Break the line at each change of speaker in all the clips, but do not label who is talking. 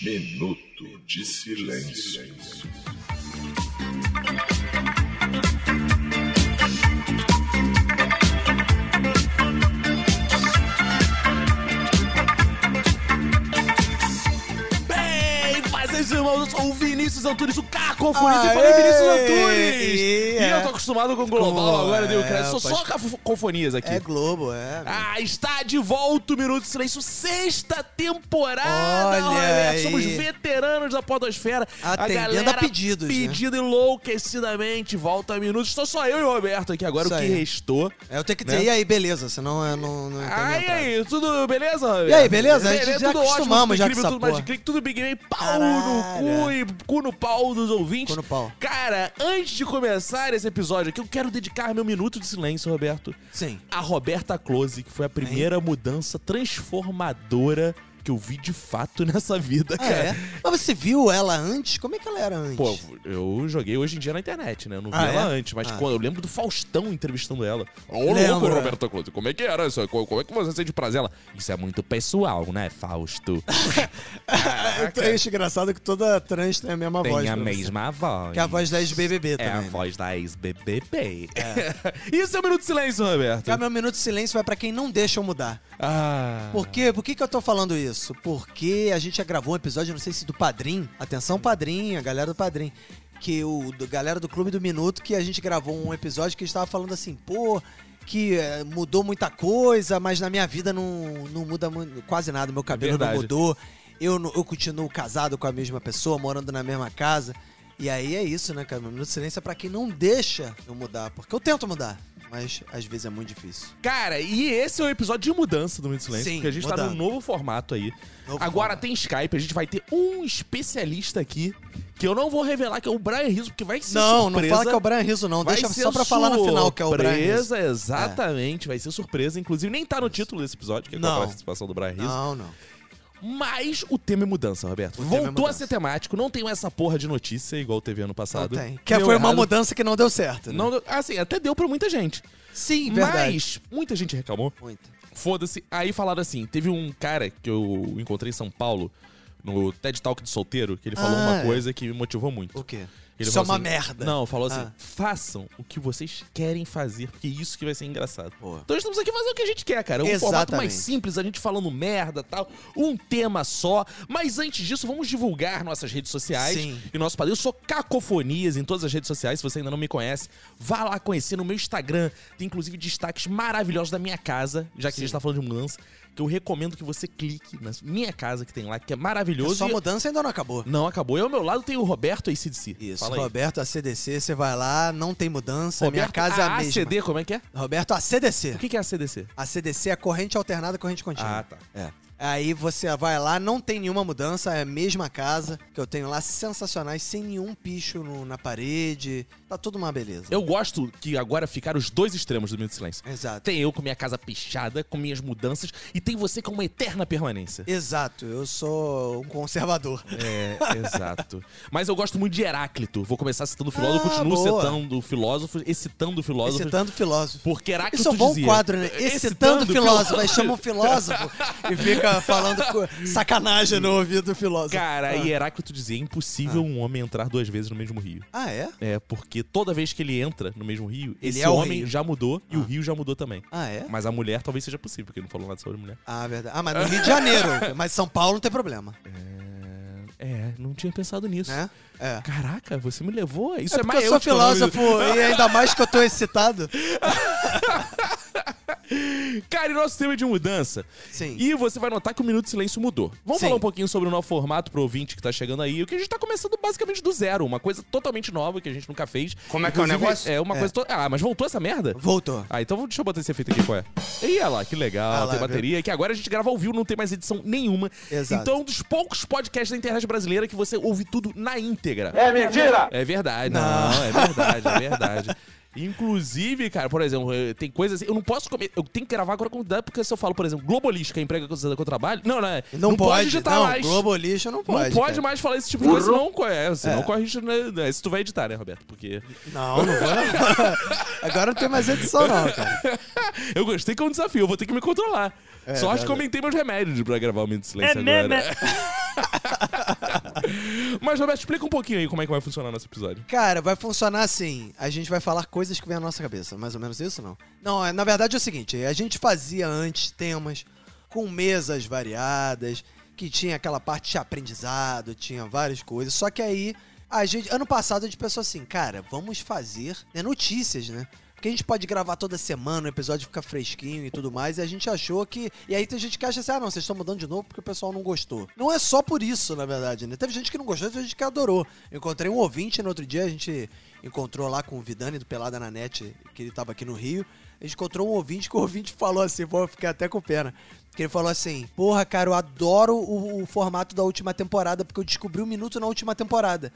Minuto de silêncio.
Bem, faz seus irmãos, eu sou o Vinícius Antunes, o cacofonista.
Aê!
eu falei Vinícius Antunes!
E
E,
Ah, é.
eu tô acostumado com o global
Como
agora, deu,
é,
cara? Sou só
rapaz.
cacofonias aqui.
É Globo, é.
Ah, está de volta o Minuto de Silêncio, sexta temporada,
Olha
Roberto.
aí.
Somos veteranos da podosfera.
Atendendo
a galera
a pedidos, né?
Pedido enlouquecidamente, volta a Minuto. Estou só eu e o Roberto aqui agora,
Isso
o que
aí. É.
restou.
Eu tenho que
Né?
dizer, e aí, beleza? Senão eu não, não entendo.
Ah, e aí, tudo beleza, Roberto?
E aí, beleza? A gente já
tudo ótimo, tudo
acostumamos já com
incrível,
essa
tudo mais de
porra.
clique, tudo Big Bang, pau
Caralho.
no cu e cu no pau dos ouvintes.
Cu no pau.
Cara, antes de começar esse episódio aqui, eu quero dedicar meu minuto de silêncio, Roberto.
Sim.
A Roberta Close, que foi a primeira mudança transformadora que eu vi de fato nessa vida,
Ah,
cara.
é? Mas você viu ela antes? Como é que ela era antes?
Pô, eu joguei hoje em dia na internet, né? Eu não vi
Ah,
ela
é?
antes, mas
Ah.
quando eu lembro do Faustão entrevistando ela. Ô, louco,
Lembra.
Roberta Close, como é que era isso? Co- Como é que você sente prazer? Ela, isso é muito pessoal, né, Fausto?
eu acho engraçado que toda trans tem a mesma
Tem
voz.
a
pra você.
mesma voz.
Que é a voz da ex-BBB
É a
também. né?
voz da ex-BBB. isso é o Minuto de Silêncio, Roberto.
Cara, meu minuto de silêncio vai pra quem não deixa eu mudar.
Ah.
Por quê? Por que, que eu tô falando isso? Porque a gente já gravou um episódio, não sei se do Padrim. Atenção, Padrim, a galera do Padrim. Que o do, galera do Clube do Minuto, que a gente gravou um episódio que a gente tava falando assim, pô, que eh, mudou muita coisa, mas na minha vida não, não muda mu- quase nada. Meu cabelo
Verdade.
não mudou. Eu, não- eu continuo casado com a mesma pessoa, morando na mesma casa. E aí é isso, né, cara? Meu minuto de silêncio é pra quem não deixa eu mudar. Porque eu tento mudar, mas às vezes é muito difícil.
Cara, e esse é o episódio de mudança do Minuto de Silêncio,
Sim,
porque a gente tá
mudando.
num novo formato aí.
Novo
Agora
formato.
tem Skype, a gente vai ter um especialista aqui, que eu não vou revelar que é o Brian Rizzo, porque vai ser
Não,
surpresa.
não fala que é o Brian Rizzo, não.
Vai
Deixa
ser
só pra falar no final que é o Brian Rizzo.
Surpresa, exatamente. Vai ser surpresa. Inclusive, nem tá no título desse episódio, que é com a
Não.
participação do Brian Rizzo.
Não, não.
Mas o tema é mudança, Roberto.
tema é
Voltou a
mudança.
ser temático, não tem essa porra de notícia igual teve ano passado.
não tem. tá Que
Deu
foi uma
Tá errado.
mudança que não deu certo. Né?
Não, deu- assim, até deu pra muita gente.
Sim,
Mas muita gente reclamou.
Muito.
Foda-se. Aí falaram assim: teve um cara que eu encontrei em São Paulo, no TED Talk de solteiro, que ele falou
Ah,
uma
é.
coisa que me motivou muito.
O quê?
Ele
Isso é
falou
uma
assim,
merda.
Não, falou assim:
Ah.
façam o que vocês querem fazer, porque isso que vai ser engraçado.
Boa.
Então estamos aqui fazendo o que a gente quer, cara. Um formato mais
Exatamente.
simples, a gente falando merda tal, um tema só. Mas antes disso, vamos divulgar nossas redes sociais
Sim.
e nosso padrinho. Eu sou Cacofonias em todas as redes sociais. Se você ainda não me conhece, vá lá conhecer no meu Instagram. Tem inclusive destaques maravilhosos da minha casa, já que a gente tá falando de mudança. Que eu recomendo que você clique na minha casa que tem lá, que é maravilhoso.
Sua
E-
mudança ainda não acabou.
Não, acabou. E ao meu lado tem o Roberto ACDC.
Isso.
Fala aí.
Roberto ACDC, você vai lá, não tem mudança. minha
Roberto
casa é a mesma.
ACD, como é que é?
Roberto ACDC.
O que que é ACDC?
A CDC é corrente alternada, corrente contínua.
Ah, tá.
É. Aí você vai lá, não tem nenhuma mudança, é a mesma casa que eu tenho lá, sensacionais, sem nenhum picho no- na parede. Tá tudo uma beleza.
Eu gosto que agora ficaram os dois extremos do Minuto de Silêncio.
Exato.
Tem eu com minha casa pichada, com minhas mudanças, e tem você com uma eterna permanência.
Exato, eu sou um conservador.
É, exato. Mas eu gosto muito de Heráclito. Vou começar citando o filósofo,
Ah,
continuo
boa.
citando o filósofo, excitando o filósofo.
Excitando filósofo.
Porque Heráclito
Isso é um bom
dizia,
quadro, né? Excitando filósofo. Aí chama um filósofo e fica falando co- sacanagem no ouvido do filósofo.
Cara,
ah.
e Heráclito dizia, é impossível um homem entrar duas vezes no mesmo rio.
Ah, é?
É, porque toda vez que ele entra no mesmo rio,
Ele
esse
é o
homem
rio.
já mudou e o rio já mudou também.
Ah, é?
Mas a mulher talvez seja possível, porque ele não falou nada sobre mulher.
Ah, verdade. Ah, mas no Rio de Janeiro. mas São Paulo não tem problema,
É, não tinha pensado nisso.
né? É.
Caraca, você me levou. Isso é,
É porque
mais
eu sou
te falando
filósofo e ainda mais que eu tô excitado.
isso. Cara, e nosso tema é de mudança.
Sim.
E você vai notar que o Minuto de Silêncio mudou. Vamos
Sim.
falar um pouquinho sobre o novo formato pro ouvinte que tá chegando aí. O que a gente tá começando basicamente do zero. Uma coisa totalmente nova que a gente nunca fez.
Como é que é o
Inclusive,
negócio?
É uma coisa... To... Ah, mas voltou essa merda?
Voltou.
Ah, então deixa eu botar esse efeito aqui, qual é? Ih, olha lá, que legal,
Ah lá,
tem
viu?
bateria. Que agora a gente grava ao vivo, não tem mais edição nenhuma.
Exato.
Então é um dos poucos podcasts da internet brasileira que você ouve tudo na íntegra.
É mentira!
É verdade, não, é verdade, é verdade. Inclusive, cara, por exemplo, eh, tem coisas assim, eu não posso comer, eu tenho que gravar agora com convidado, porque se eu falo, por exemplo, globalista, que é a emprega que eu trabalho, não, não, é-
Não, pode,
editar
não.
mais.
Globo lixo não pode.
não pode
cara.
mais falar esse tipo de coisa, senão, co- é, senão corre risco, né, né, se tu vai editar, né, Roberto, porque...
Não, não vou. Agora não tem mais edição, não, cara.
eu gostei que é um desafio, eu vou ter que me controlar. Só acho que eu aumentei meus remédios pra gravar o Minuto de Silêncio agora. Mas, Roberto, explica um pouquinho aí como é que vai funcionar nosso episódio.
Cara, vai funcionar assim. A gente vai falar coisas que vem à nossa cabeça. Mais ou menos isso, não? Não, é- na verdade é o seguinte. A gente fazia antes temas com mesas variadas, que tinha aquela parte de aprendizado, tinha várias coisas. Só que aí, a gente... Ano passado a gente pensou assim, cara, vamos fazer né, notícias, né? Porque a gente pode gravar toda semana, o episódio fica fresquinho e tudo mais, e a gente achou que. E aí tem gente que acha assim, ah, não, vocês estão mudando de novo porque o pessoal não gostou. Não é só por isso, na verdade, né? Teve gente que não gostou, teve gente que adorou. Eu encontrei um ouvinte no outro dia, a gente encontrou lá com o Vidani do Pelada na Net, que ele tava aqui no Rio. A gente encontrou um ouvinte que o ouvinte falou assim, pô, eu fiquei até com pena. Que ele falou assim: Porra, cara, eu adoro o, o formato da última temporada, porque eu descobri o minuto na última temporada.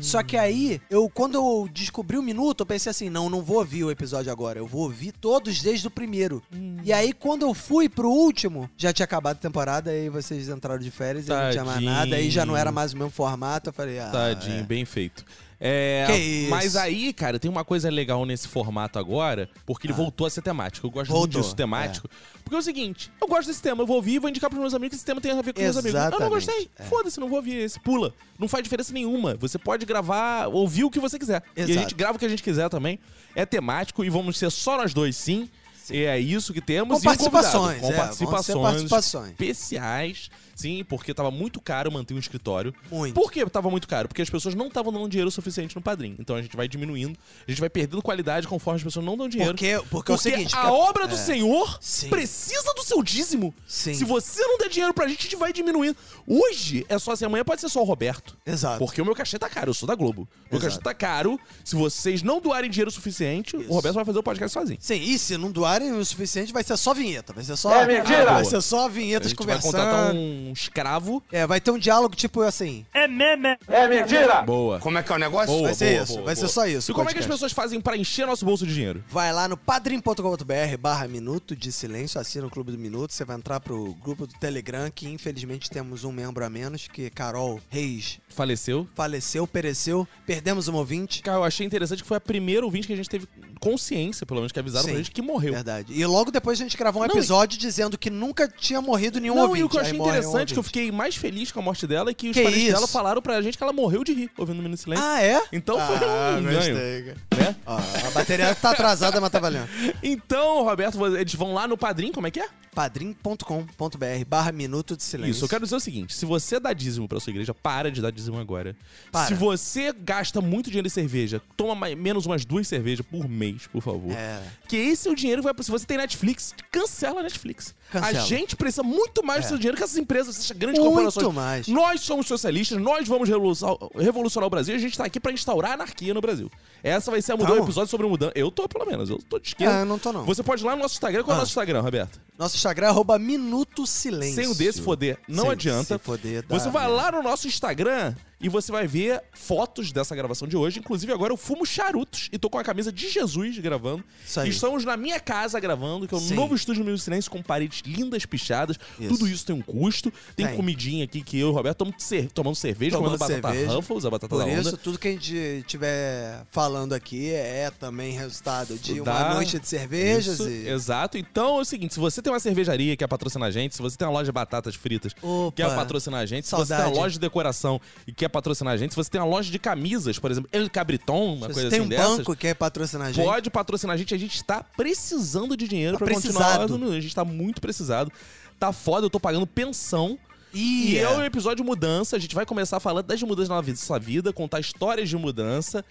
Só
Hum.
que aí, eu quando eu descobri o minuto, eu pensei assim: não, não vou ouvir o episódio agora. Eu vou ouvir todos desde o primeiro.
Hum.
E aí, quando eu fui pro último, já tinha acabado a temporada, aí vocês entraram de férias, e não tinha mais
Tadinho.
nada, aí já não era mais o mesmo formato. Eu falei: ah.
Tadinho,
é.
bem feito. É,
Que isso?
Mas aí, cara, tem uma coisa legal nesse formato agora, porque ele voltou a ser temático. Eu gosto muito
Ah. Voltou,
disso temático. Porque é o seguinte, eu gosto desse tema, eu vou ouvir, vou indicar pros meus amigos que esse tema tem a ver com meus amigos. Ah, não
Exatamente, é.
gostei. Foda-se, não vou ouvir esse. Pula. Não faz diferença nenhuma. Você pode gravar, ouvir o que você quiser. E a
Exato.
gente grava o que a gente quiser também. É temático e vamos ser só nós dois, sim. E é isso que temos.
Com
e um convidado.
participações,
Com
é, vão ser
participações,
participações.
especiais. Sim, porque tava muito caro manter um escritório.
Muito.
Por que tava muito caro? Porque as pessoas não estavam dando dinheiro suficiente no padrinho. Então a gente vai diminuindo, a gente vai perdendo qualidade conforme as pessoas não dão dinheiro.
Porque, porque é o seguinte:
a
cara-
obra do
é.
Senhor
Sim.
precisa do seu dízimo.
Sim.
Se você não der dinheiro pra gente, a gente vai diminuindo. Hoje é só assim, amanhã pode ser só o Roberto.
Exato.
Porque o meu cachê tá caro, eu sou da Globo. Meu
Exato.
cachê tá caro. Se vocês não doarem dinheiro suficiente, o Roberto vai fazer o podcast sozinho.
Sim, e se não doarem o suficiente, vai ser só vinheta. Vai ser só.
É mentira!
Vai ser só
a
vinhetas
gente vai contratar
conversando.
um escravo.
É, vai ter um diálogo tipo assim.
É mentira!
Boa.
Como é que é o negócio?
Boa,
vai ser
boa,
isso,
boa,
vai ser
boa.
só isso.
E como é que as
podcast.
pessoas fazem pra encher nosso bolso de dinheiro?
Vai lá no padrim.com.br barra Minuto de Silêncio, assina o Clube do Minuto, você vai entrar pro grupo do Telegram, que infelizmente temos um membro a menos, que Carol Reis
Faleceu.
faleceu, pereceu, perdemos um ouvinte.
Cara, eu achei interessante que foi a primeira ouvinte que a gente teve consciência, pelo menos, que avisaram pra
Sim. É,
gente que morreu.
Verdade. E logo depois a gente gravou um
Não,
episódio dizendo que nunca tinha morrido nenhum
Não,
ouvinte.
e o que eu achei
Aí morre um
interessante, é que eu
ouvinte.
fiquei mais feliz com a morte dela, é que os
Que
parentes
isso?
dela falaram pra gente que ela morreu de rir, ouvindo o Minuto de Silêncio.
Ah, é?
Então foi
ah,
um
gostei,
ganho,
cara.
né?
Ó, a bateria tá atrasada, mas tá valendo.
Então, Roberto, vo- eles vão lá no Padrim, como é que é?
padrim.com.br barra Minuto de Silêncio.
Isso, eu quero dizer o seguinte, se você dá dízimo pra sua igreja, para de dar dízimo agora.
Para.
Se você gasta muito dinheiro em cerveja, toma mais- menos umas duas cervejas por mês, por favor.
É.
Que esse é o dinheiro que vai. Se você tem Netflix, cancela a Netflix.
Cancela. É.
A gente precisa muito mais do seu dinheiro que essas empresas, essas grandes
Muito
corporações.
mais.
Nós somos socialistas, nós vamos revolucionar, revolucionar o Brasil e a gente tá aqui pra instaurar a anarquia no Brasil. Essa vai ser a mudança,
Tamo.
um episódio sobre mudança. Eu tô, pelo menos, eu tô de esquerda.
Ah, eu não tô, não.
Você pode ir lá no nosso Instagram. Qual é o
Ah.
nosso Instagram, Roberto?
Nosso Instagram é arroba Minuto Silêncio.
Sem o D, se foder, não
Sem-
adianta.
se foder, dá
você vai
merda.
lá no nosso Instagram e você vai ver fotos dessa gravação de hoje. Inclusive, agora eu fumo charutos e tô com a camisa de Jesus gravando.
Isso aí.
Estamos na minha casa gravando, que é o
Sim.
novo estúdio Minuto de Silêncio com paredes lindas pichadas.
Isso.
Tudo isso tem um custo. Tem,
Tem.
comidinha aqui que eu e o Roberto estamos cer- tomando cerveja,
Tomando
comendo batata
cerveja.
Ruffles, a batata
Por
da onda.
isso, tudo que a gente tiver falando aqui é também resultado de uma
Da-
noite de cervejas
Isso,
e.
Exato. Então é o seguinte: se você tem uma cervejaria que quer patrocinar a gente, se você tem uma loja de batatas fritas
Opa,
que quer patrocinar a gente, se você
saudade.
tem uma loja de decoração e quer patrocinar a gente, se você tem uma loja de camisas, por exemplo, El Cabriton, uma
Se
coisa
tem
assim
um
dessas.
banco que quer patrocinar a gente.
Pode patrocinar a gente, a gente tá precisando de dinheiro
Tá
pra continuar.
precisado.
A gente tá muito precisado. Tá foda, eu tô pagando pensão.
Ih,
E é o
é.
episódio Mudança. A gente vai começar falando das mudanças na nossa vida, contar histórias de mudança.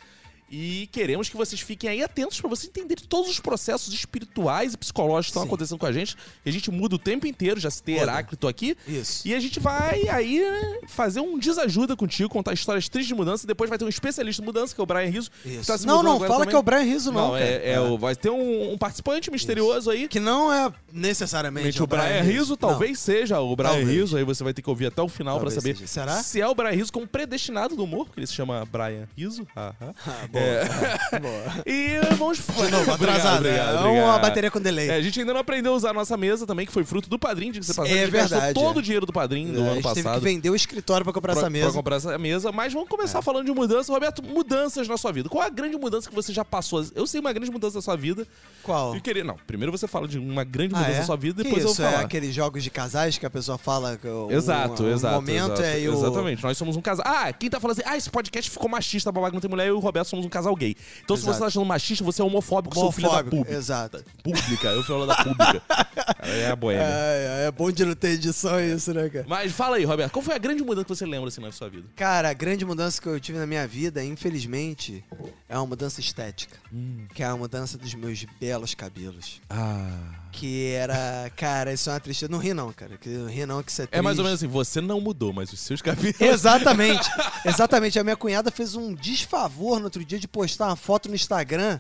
E queremos que vocês fiquem aí atentos pra vocês entenderem todos os processos espirituais e psicológicos que estão
Sim.
acontecendo com a gente. E a gente muda o tempo inteiro, já citei
Muda.
Heráclito aqui.
Isso.
E a gente vai aí né, fazer um desajuda contigo, contar histórias tristes de mudança. E depois vai ter um especialista em mudança, que é o Brian Rizzo. que
Isso.
tá se
não,
mudando
não,
agora
fala
também.
que é o Brian Rizzo, não.
Não,
cara.
é, é o- vai ter um, um participante misterioso aí.
Que não é necessariamente
Realmente, o Brian Rizzo talvez seja o Brian
Talvez.
Rizzo, aí você vai ter que ouvir até o final pra
Talvez
saber
seja. Será?
se é o Brian Rizzo como predestinado do humor, porque ele se chama Brian Rizzo. aham.
Ah, bom. boa.
É.
boa.
E vamos...
De novo, atrasado. é uma bateria com delay.
É, a gente ainda não aprendeu a usar a nossa mesa também, que foi fruto do padrinho, diga-se de passagem.
É
a gente gastou
verdade,
todo
é.
o dinheiro do padrinho do
É, a
ano
gente teve
passado.
que vender o escritório pra comprar
pra,
essa mesa. É.
pra comprar essa mesa. Mas vamos começar falando de mudança. Roberto, mudanças na sua vida. Qual a grande mudança que você já passou? Eu sei uma grande mudança na sua vida.
Qual?
E queria... Não, primeiro você fala de uma grande
Ah,
mudança
é?
na sua vida,
Que
depois
isso,
eu falo.
É aqueles jogos de casais que a pessoa fala que o,
Exato,
um, um
exato.
momento
exato,
é e o...
Exatamente. Nós somos um casal. Ah, quem tá falando assim, ah, esse podcast ficou machista, babaca, não tem mulher, eu e o Roberto somos um casal gay. Então se
Exato.
você tá achando machista, você é homofóbico, sou filho da
homofóbico. é.
pública.
Exato.
Pública, eu fui da pública. Cara, é a boêmia.
É, é, é bom de não ter edição isso, né, cara?
Mas fala aí, Roberto, qual foi a grande mudança que você lembra assim na sua vida?
Cara, a grande mudança que eu tive na minha vida, infelizmente, é uma mudança estética.
Hum.
Que é a mudança dos meus belos cabelos.
Ah.
Que era... Cara, isso é uma tristeza. Não ri não, cara. que- Não ri não que isso é triste.
É mais ou menos assim, você não mudou, mas os seus cabelos.
Exatamente, exatamente. A minha cunhada fez um desfavor no outro dia de postar uma foto no Instagram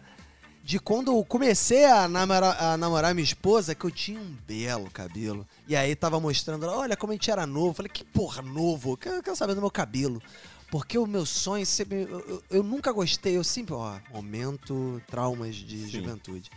de quando eu comecei a namorar, a namorar minha esposa, que eu tinha um belo cabelo. E aí tava mostrando, ela, olha como a gente era novo. Eu Falei, que porra novo, eu quero, eu quero saber do meu cabelo. Porque o meu sonho sempre. Eu, eu- eu nunca gostei, eu sempre. Ó, momento, traumas de juventude.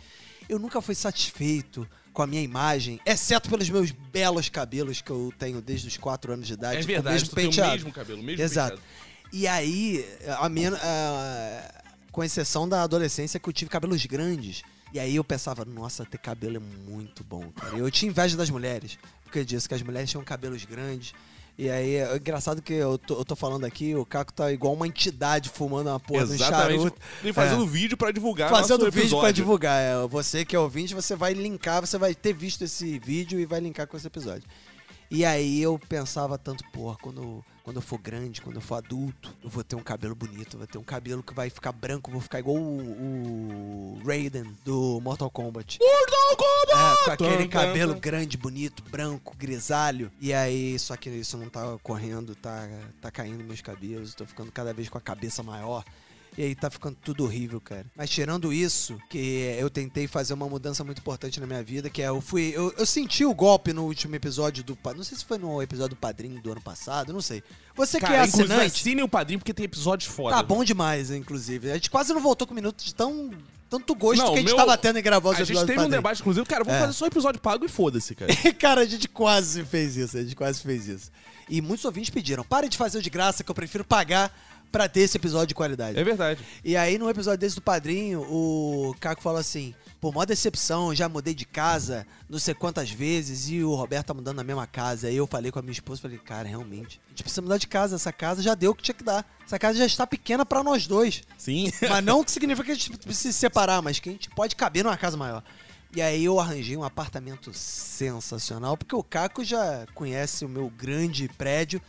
Eu nunca fui satisfeito com a minha imagem, exceto pelos meus belos cabelos que eu tenho desde os 4 anos de idade.
É
com o
verdade,
mesmo
tu tem o
penteado.
mesmo cabelo, o mesmo
Exato.
penteado.
E aí, a menos, ah, com exceção da adolescência que eu tive cabelos grandes. E aí eu pensava, nossa, ter cabelo é muito bom, cara. Eu tinha inveja das mulheres, porque disso que as mulheres tinham cabelos grandes. E aí, é engraçado que eu tô, eu tô falando aqui, o Caco tá igual uma entidade fumando uma porra de um charuto.
E fazendo
É.
vídeo pra divulgar.
Fazendo
nosso
vídeo
episódio.
pra divulgar. é. Você que é ouvinte, você vai linkar, você vai ter visto esse vídeo e vai linkar com esse episódio. E aí eu pensava tanto, porra, quando, eu- quando eu for grande, quando eu for adulto, eu vou ter um cabelo bonito, eu vou ter um cabelo que vai ficar branco, eu vou ficar igual o, o Raiden do Mortal Kombat.
Mortal Kombat!
É, com aquele
Tum, tum,
cabelo
tum.
grande, bonito, branco, grisalho. E aí, só que isso não tá correndo, tá, tá caindo meus cabelos, tô ficando cada vez com a cabeça maior. E aí tá ficando tudo horrível, cara. Mas tirando isso, que eu tentei fazer uma mudança muito importante na minha vida, que é eu fui. Eu, eu senti o golpe no último episódio do. Pa- Não sei se foi no episódio do padrinho do ano passado, não sei. Você que é
Cara, inclusive,
assinante.
assinem o padrinho porque tem episódios foda. né?
Tá bom demais, inclusive. A gente quase não voltou com minutos de tão, tanto gosto
Não,
que a gente
meu-
tava tendo em gravar os
A gente
episódios do
teve um
Padrim.
debate, inclusive, cara, vamos
É.
fazer só episódio pago e foda-se, cara.
Cara, a gente quase fez isso, a gente quase fez isso. E muitos ouvintes pediram, parem de fazer o de graça, que eu prefiro pagar pra ter esse episódio de qualidade.
É verdade.
E aí, num episódio desse do Padrinho, o Caco fala assim, pô, mó decepção, já mudei de casa não sei quantas vezes e o Roberto tá mudando na mesma casa. Aí eu falei com a minha esposa, falei, cara, realmente, a gente precisa mudar de casa, essa casa já deu o que tinha que dar. Essa casa já está pequena pra nós dois.
Sim.
Mas não que significa que a gente precisa se separar, mas que a gente pode caber numa casa maior. E aí eu arranjei um apartamento sensacional, porque o Caco já conhece o meu grande prédio,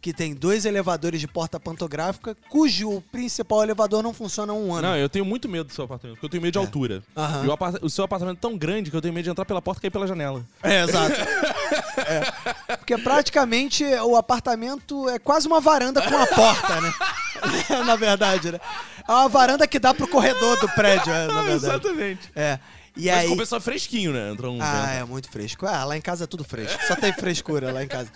que tem dois elevadores de porta pantográfica, cujo principal elevador não funciona há um ano.
Não, eu tenho muito medo do seu apartamento, porque eu tenho medo de altura.
É. Aham.
E o, apart- o seu apartamento é tão grande que eu tenho medo de entrar pela porta e cair pela janela.
É, exato. É. Porque praticamente o apartamento é quase uma varanda com uma porta, né? na verdade, né? É uma varanda que dá pro corredor do prédio, é, na verdade.
Ah, Exatamente.
É. E
Mas
aí...
começou pessoal fresquinho, né? Entrou um
Ah,
vento.
é muito fresco. Ah, lá em casa é tudo fresco. Só tem frescura lá em casa.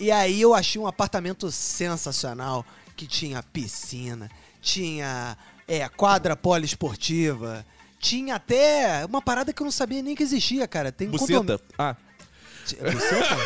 E aí eu achei um apartamento sensacional que tinha piscina, tinha é, quadra poliesportiva, tinha até uma parada que eu não sabia nem que existia, cara. Tem um
Buceta.
condomínio. é
Ah.
Buceta?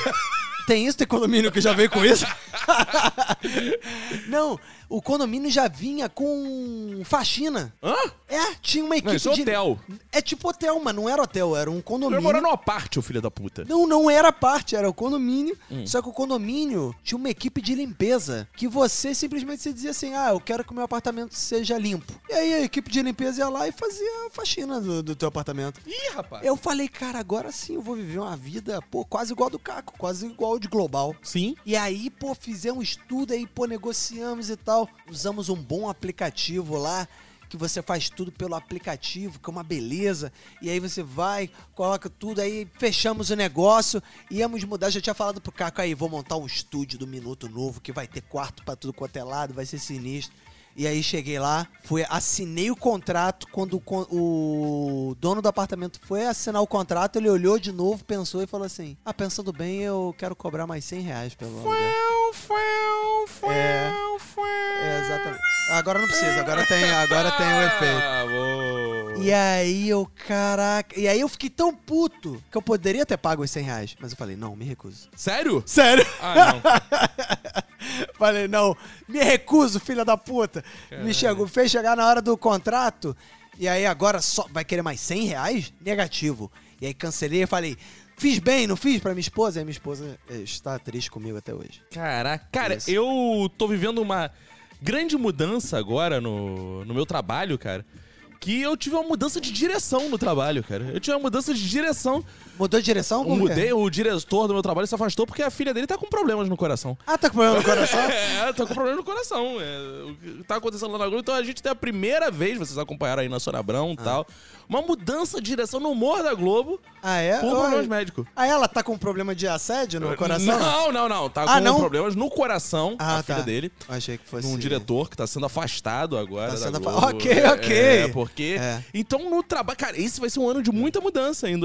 Tem isso, tem condomínio que já veio com isso? não, o condomínio já vinha com faxina.
Hã?
É, tinha uma equipe
isso é
de-
hotel.
É tipo hotel, mas não era hotel, era um
Eu
condomínio.
moro numa parte, ô filho da puta.
Não, não era parte, era o condomínio. Só que o condomínio tinha uma equipe de limpeza que você simplesmente você dizia assim: ah, eu quero que o meu apartamento seja limpo. E aí a equipe de limpeza ia lá e fazia a faxina do, do teu apartamento.
Ih, rapaz.
Eu falei, cara, agora sim eu vou viver uma vida, pô, quase igual a do Caco, quase igual ao de global.
Sim.
E aí, pô, fizemos tudo aí, pô, negociamos e tal. Usamos um bom aplicativo lá, que você faz tudo pelo aplicativo, que é uma beleza. E aí você vai, coloca tudo aí, fechamos o negócio, íamos mudar. Já tinha falado pro Caco aí, vou montar um estúdio do Minuto Novo, que vai ter quarto pra tudo quanto é lado, vai ser sinistro. E aí cheguei lá, fui, assinei o contrato. Quando o, con- o dono do apartamento foi assinar o contrato, ele olhou de novo, pensou e falou assim: Ah, pensando bem, eu quero cobrar mais 100 reais pelo aluguel.
Fuel, fuel, fuel,
É.
fuel.
É, exatamente. Agora não precisa, agora tem, É, agora tem o efeito.
Ah, bom.
E aí eu, caraca. E aí eu fiquei tão puto que eu poderia ter pago os 100 reais. Mas eu falei, não, me recuso.
Sério?
Sério?
Ah, não.
Falei, não, me recuso, filha da puta. Me chegou, fez chegar na hora do contrato. E aí agora só vai querer mais 100 reais? Negativo. E aí cancelei e falei, fiz bem, não fiz pra minha esposa? E minha esposa eh, está triste comigo até hoje.
Caraca, cara,
Isso.
eu tô vivendo uma grande mudança agora no, no meu trabalho, cara. Que eu tive uma mudança de direção no trabalho, cara. Eu tive uma mudança de direção.
Mudou de direção?
Eu
Como que é?
mudei, o diretor do meu trabalho se afastou porque a filha dele tá com problemas no coração.
Ah, tá com problema no coração?
É, tá com problema no coração. É, o que tá acontecendo lá na Globo. Então a gente tem a primeira vez, vocês acompanharam aí na Sônia Abrão e tal, uma mudança de direção no humor da Globo
Ah, é?
por
Olha.
problemas médicos.
Ah, ela tá com problema de assédio no coração?
Não, não, não. Tá
Ah,
com
não?
problemas no coração,
Ah,
a filha
tá.
dele.
Achei que fosse.
num diretor que tá sendo afastado agora.
Tá
da
sendo afa-
Globo.
Ok,
É,
ok.
É, porque.
É.
Então, no trabalho. Cara, esse vai ser um ano de muita mudança em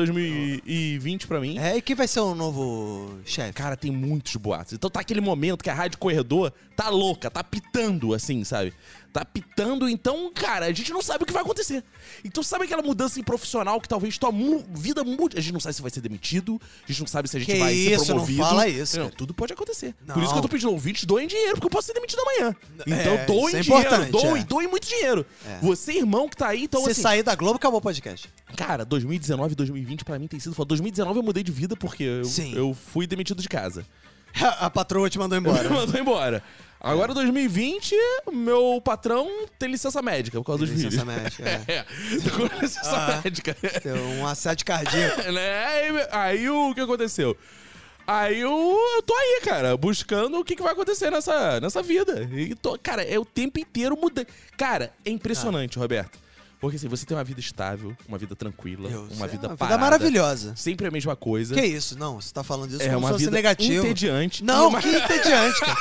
2020 pra mim.
É, e quem vai ser o novo chefe?
Cara, tem muitos boatos. Então tá aquele momento que a Rádio Corredor tá louca, tá pitando, assim, sabe? Tá pitando, então, cara, a gente não sabe o que vai acontecer. Então sabe aquela mudança em profissional que talvez tua mu- vida mude? A gente não sabe se vai ser demitido, a gente não sabe se a gente
Que
vai
isso,
ser
não
promovido.
fala isso,
Não,
cara.
tudo pode acontecer.
Não.
Por isso que eu tô pedindo ouvintes, doem dinheiro, porque eu posso ser demitido amanhã. Então
é,
doem
isso é
dinheiro,
importante,
doem,
é.
doem muito dinheiro.
É.
Você, irmão, que tá aí, então
Se
assim...
sair da Globo, acabou o podcast.
Cara, 2019 e 2020 pra mim tem sido foda. 2019 eu mudei de vida porque eu,
Sim.
eu fui demitido de casa.
A patroa te mandou
Me
embora.
mandou embora. Agora, 2020, meu patrão tem licença médica por causa
Tem
dos
licença
filhos.
médica, é.
é. Tô com licença
Ah.
médica.
Deu um assédio cardíaco.
né? Aí, aí o que aconteceu? Aí eu, eu tô aí, cara, buscando o que, que vai acontecer nessa, nessa vida. E tô, cara, é o tempo inteiro mudando. Cara, é
Ah.
impressionante, Roberto. Porque assim, você tem uma vida estável, uma vida tranquila,
Deus,
uma
é
vida
uma vida
parada.
maravilhosa.
Sempre a mesma coisa.
Que isso? Não, você tá falando isso
é
como se
uma
fosse
vida
negativo.
entediante. é.
Não,
Uma-
que entediante, cara.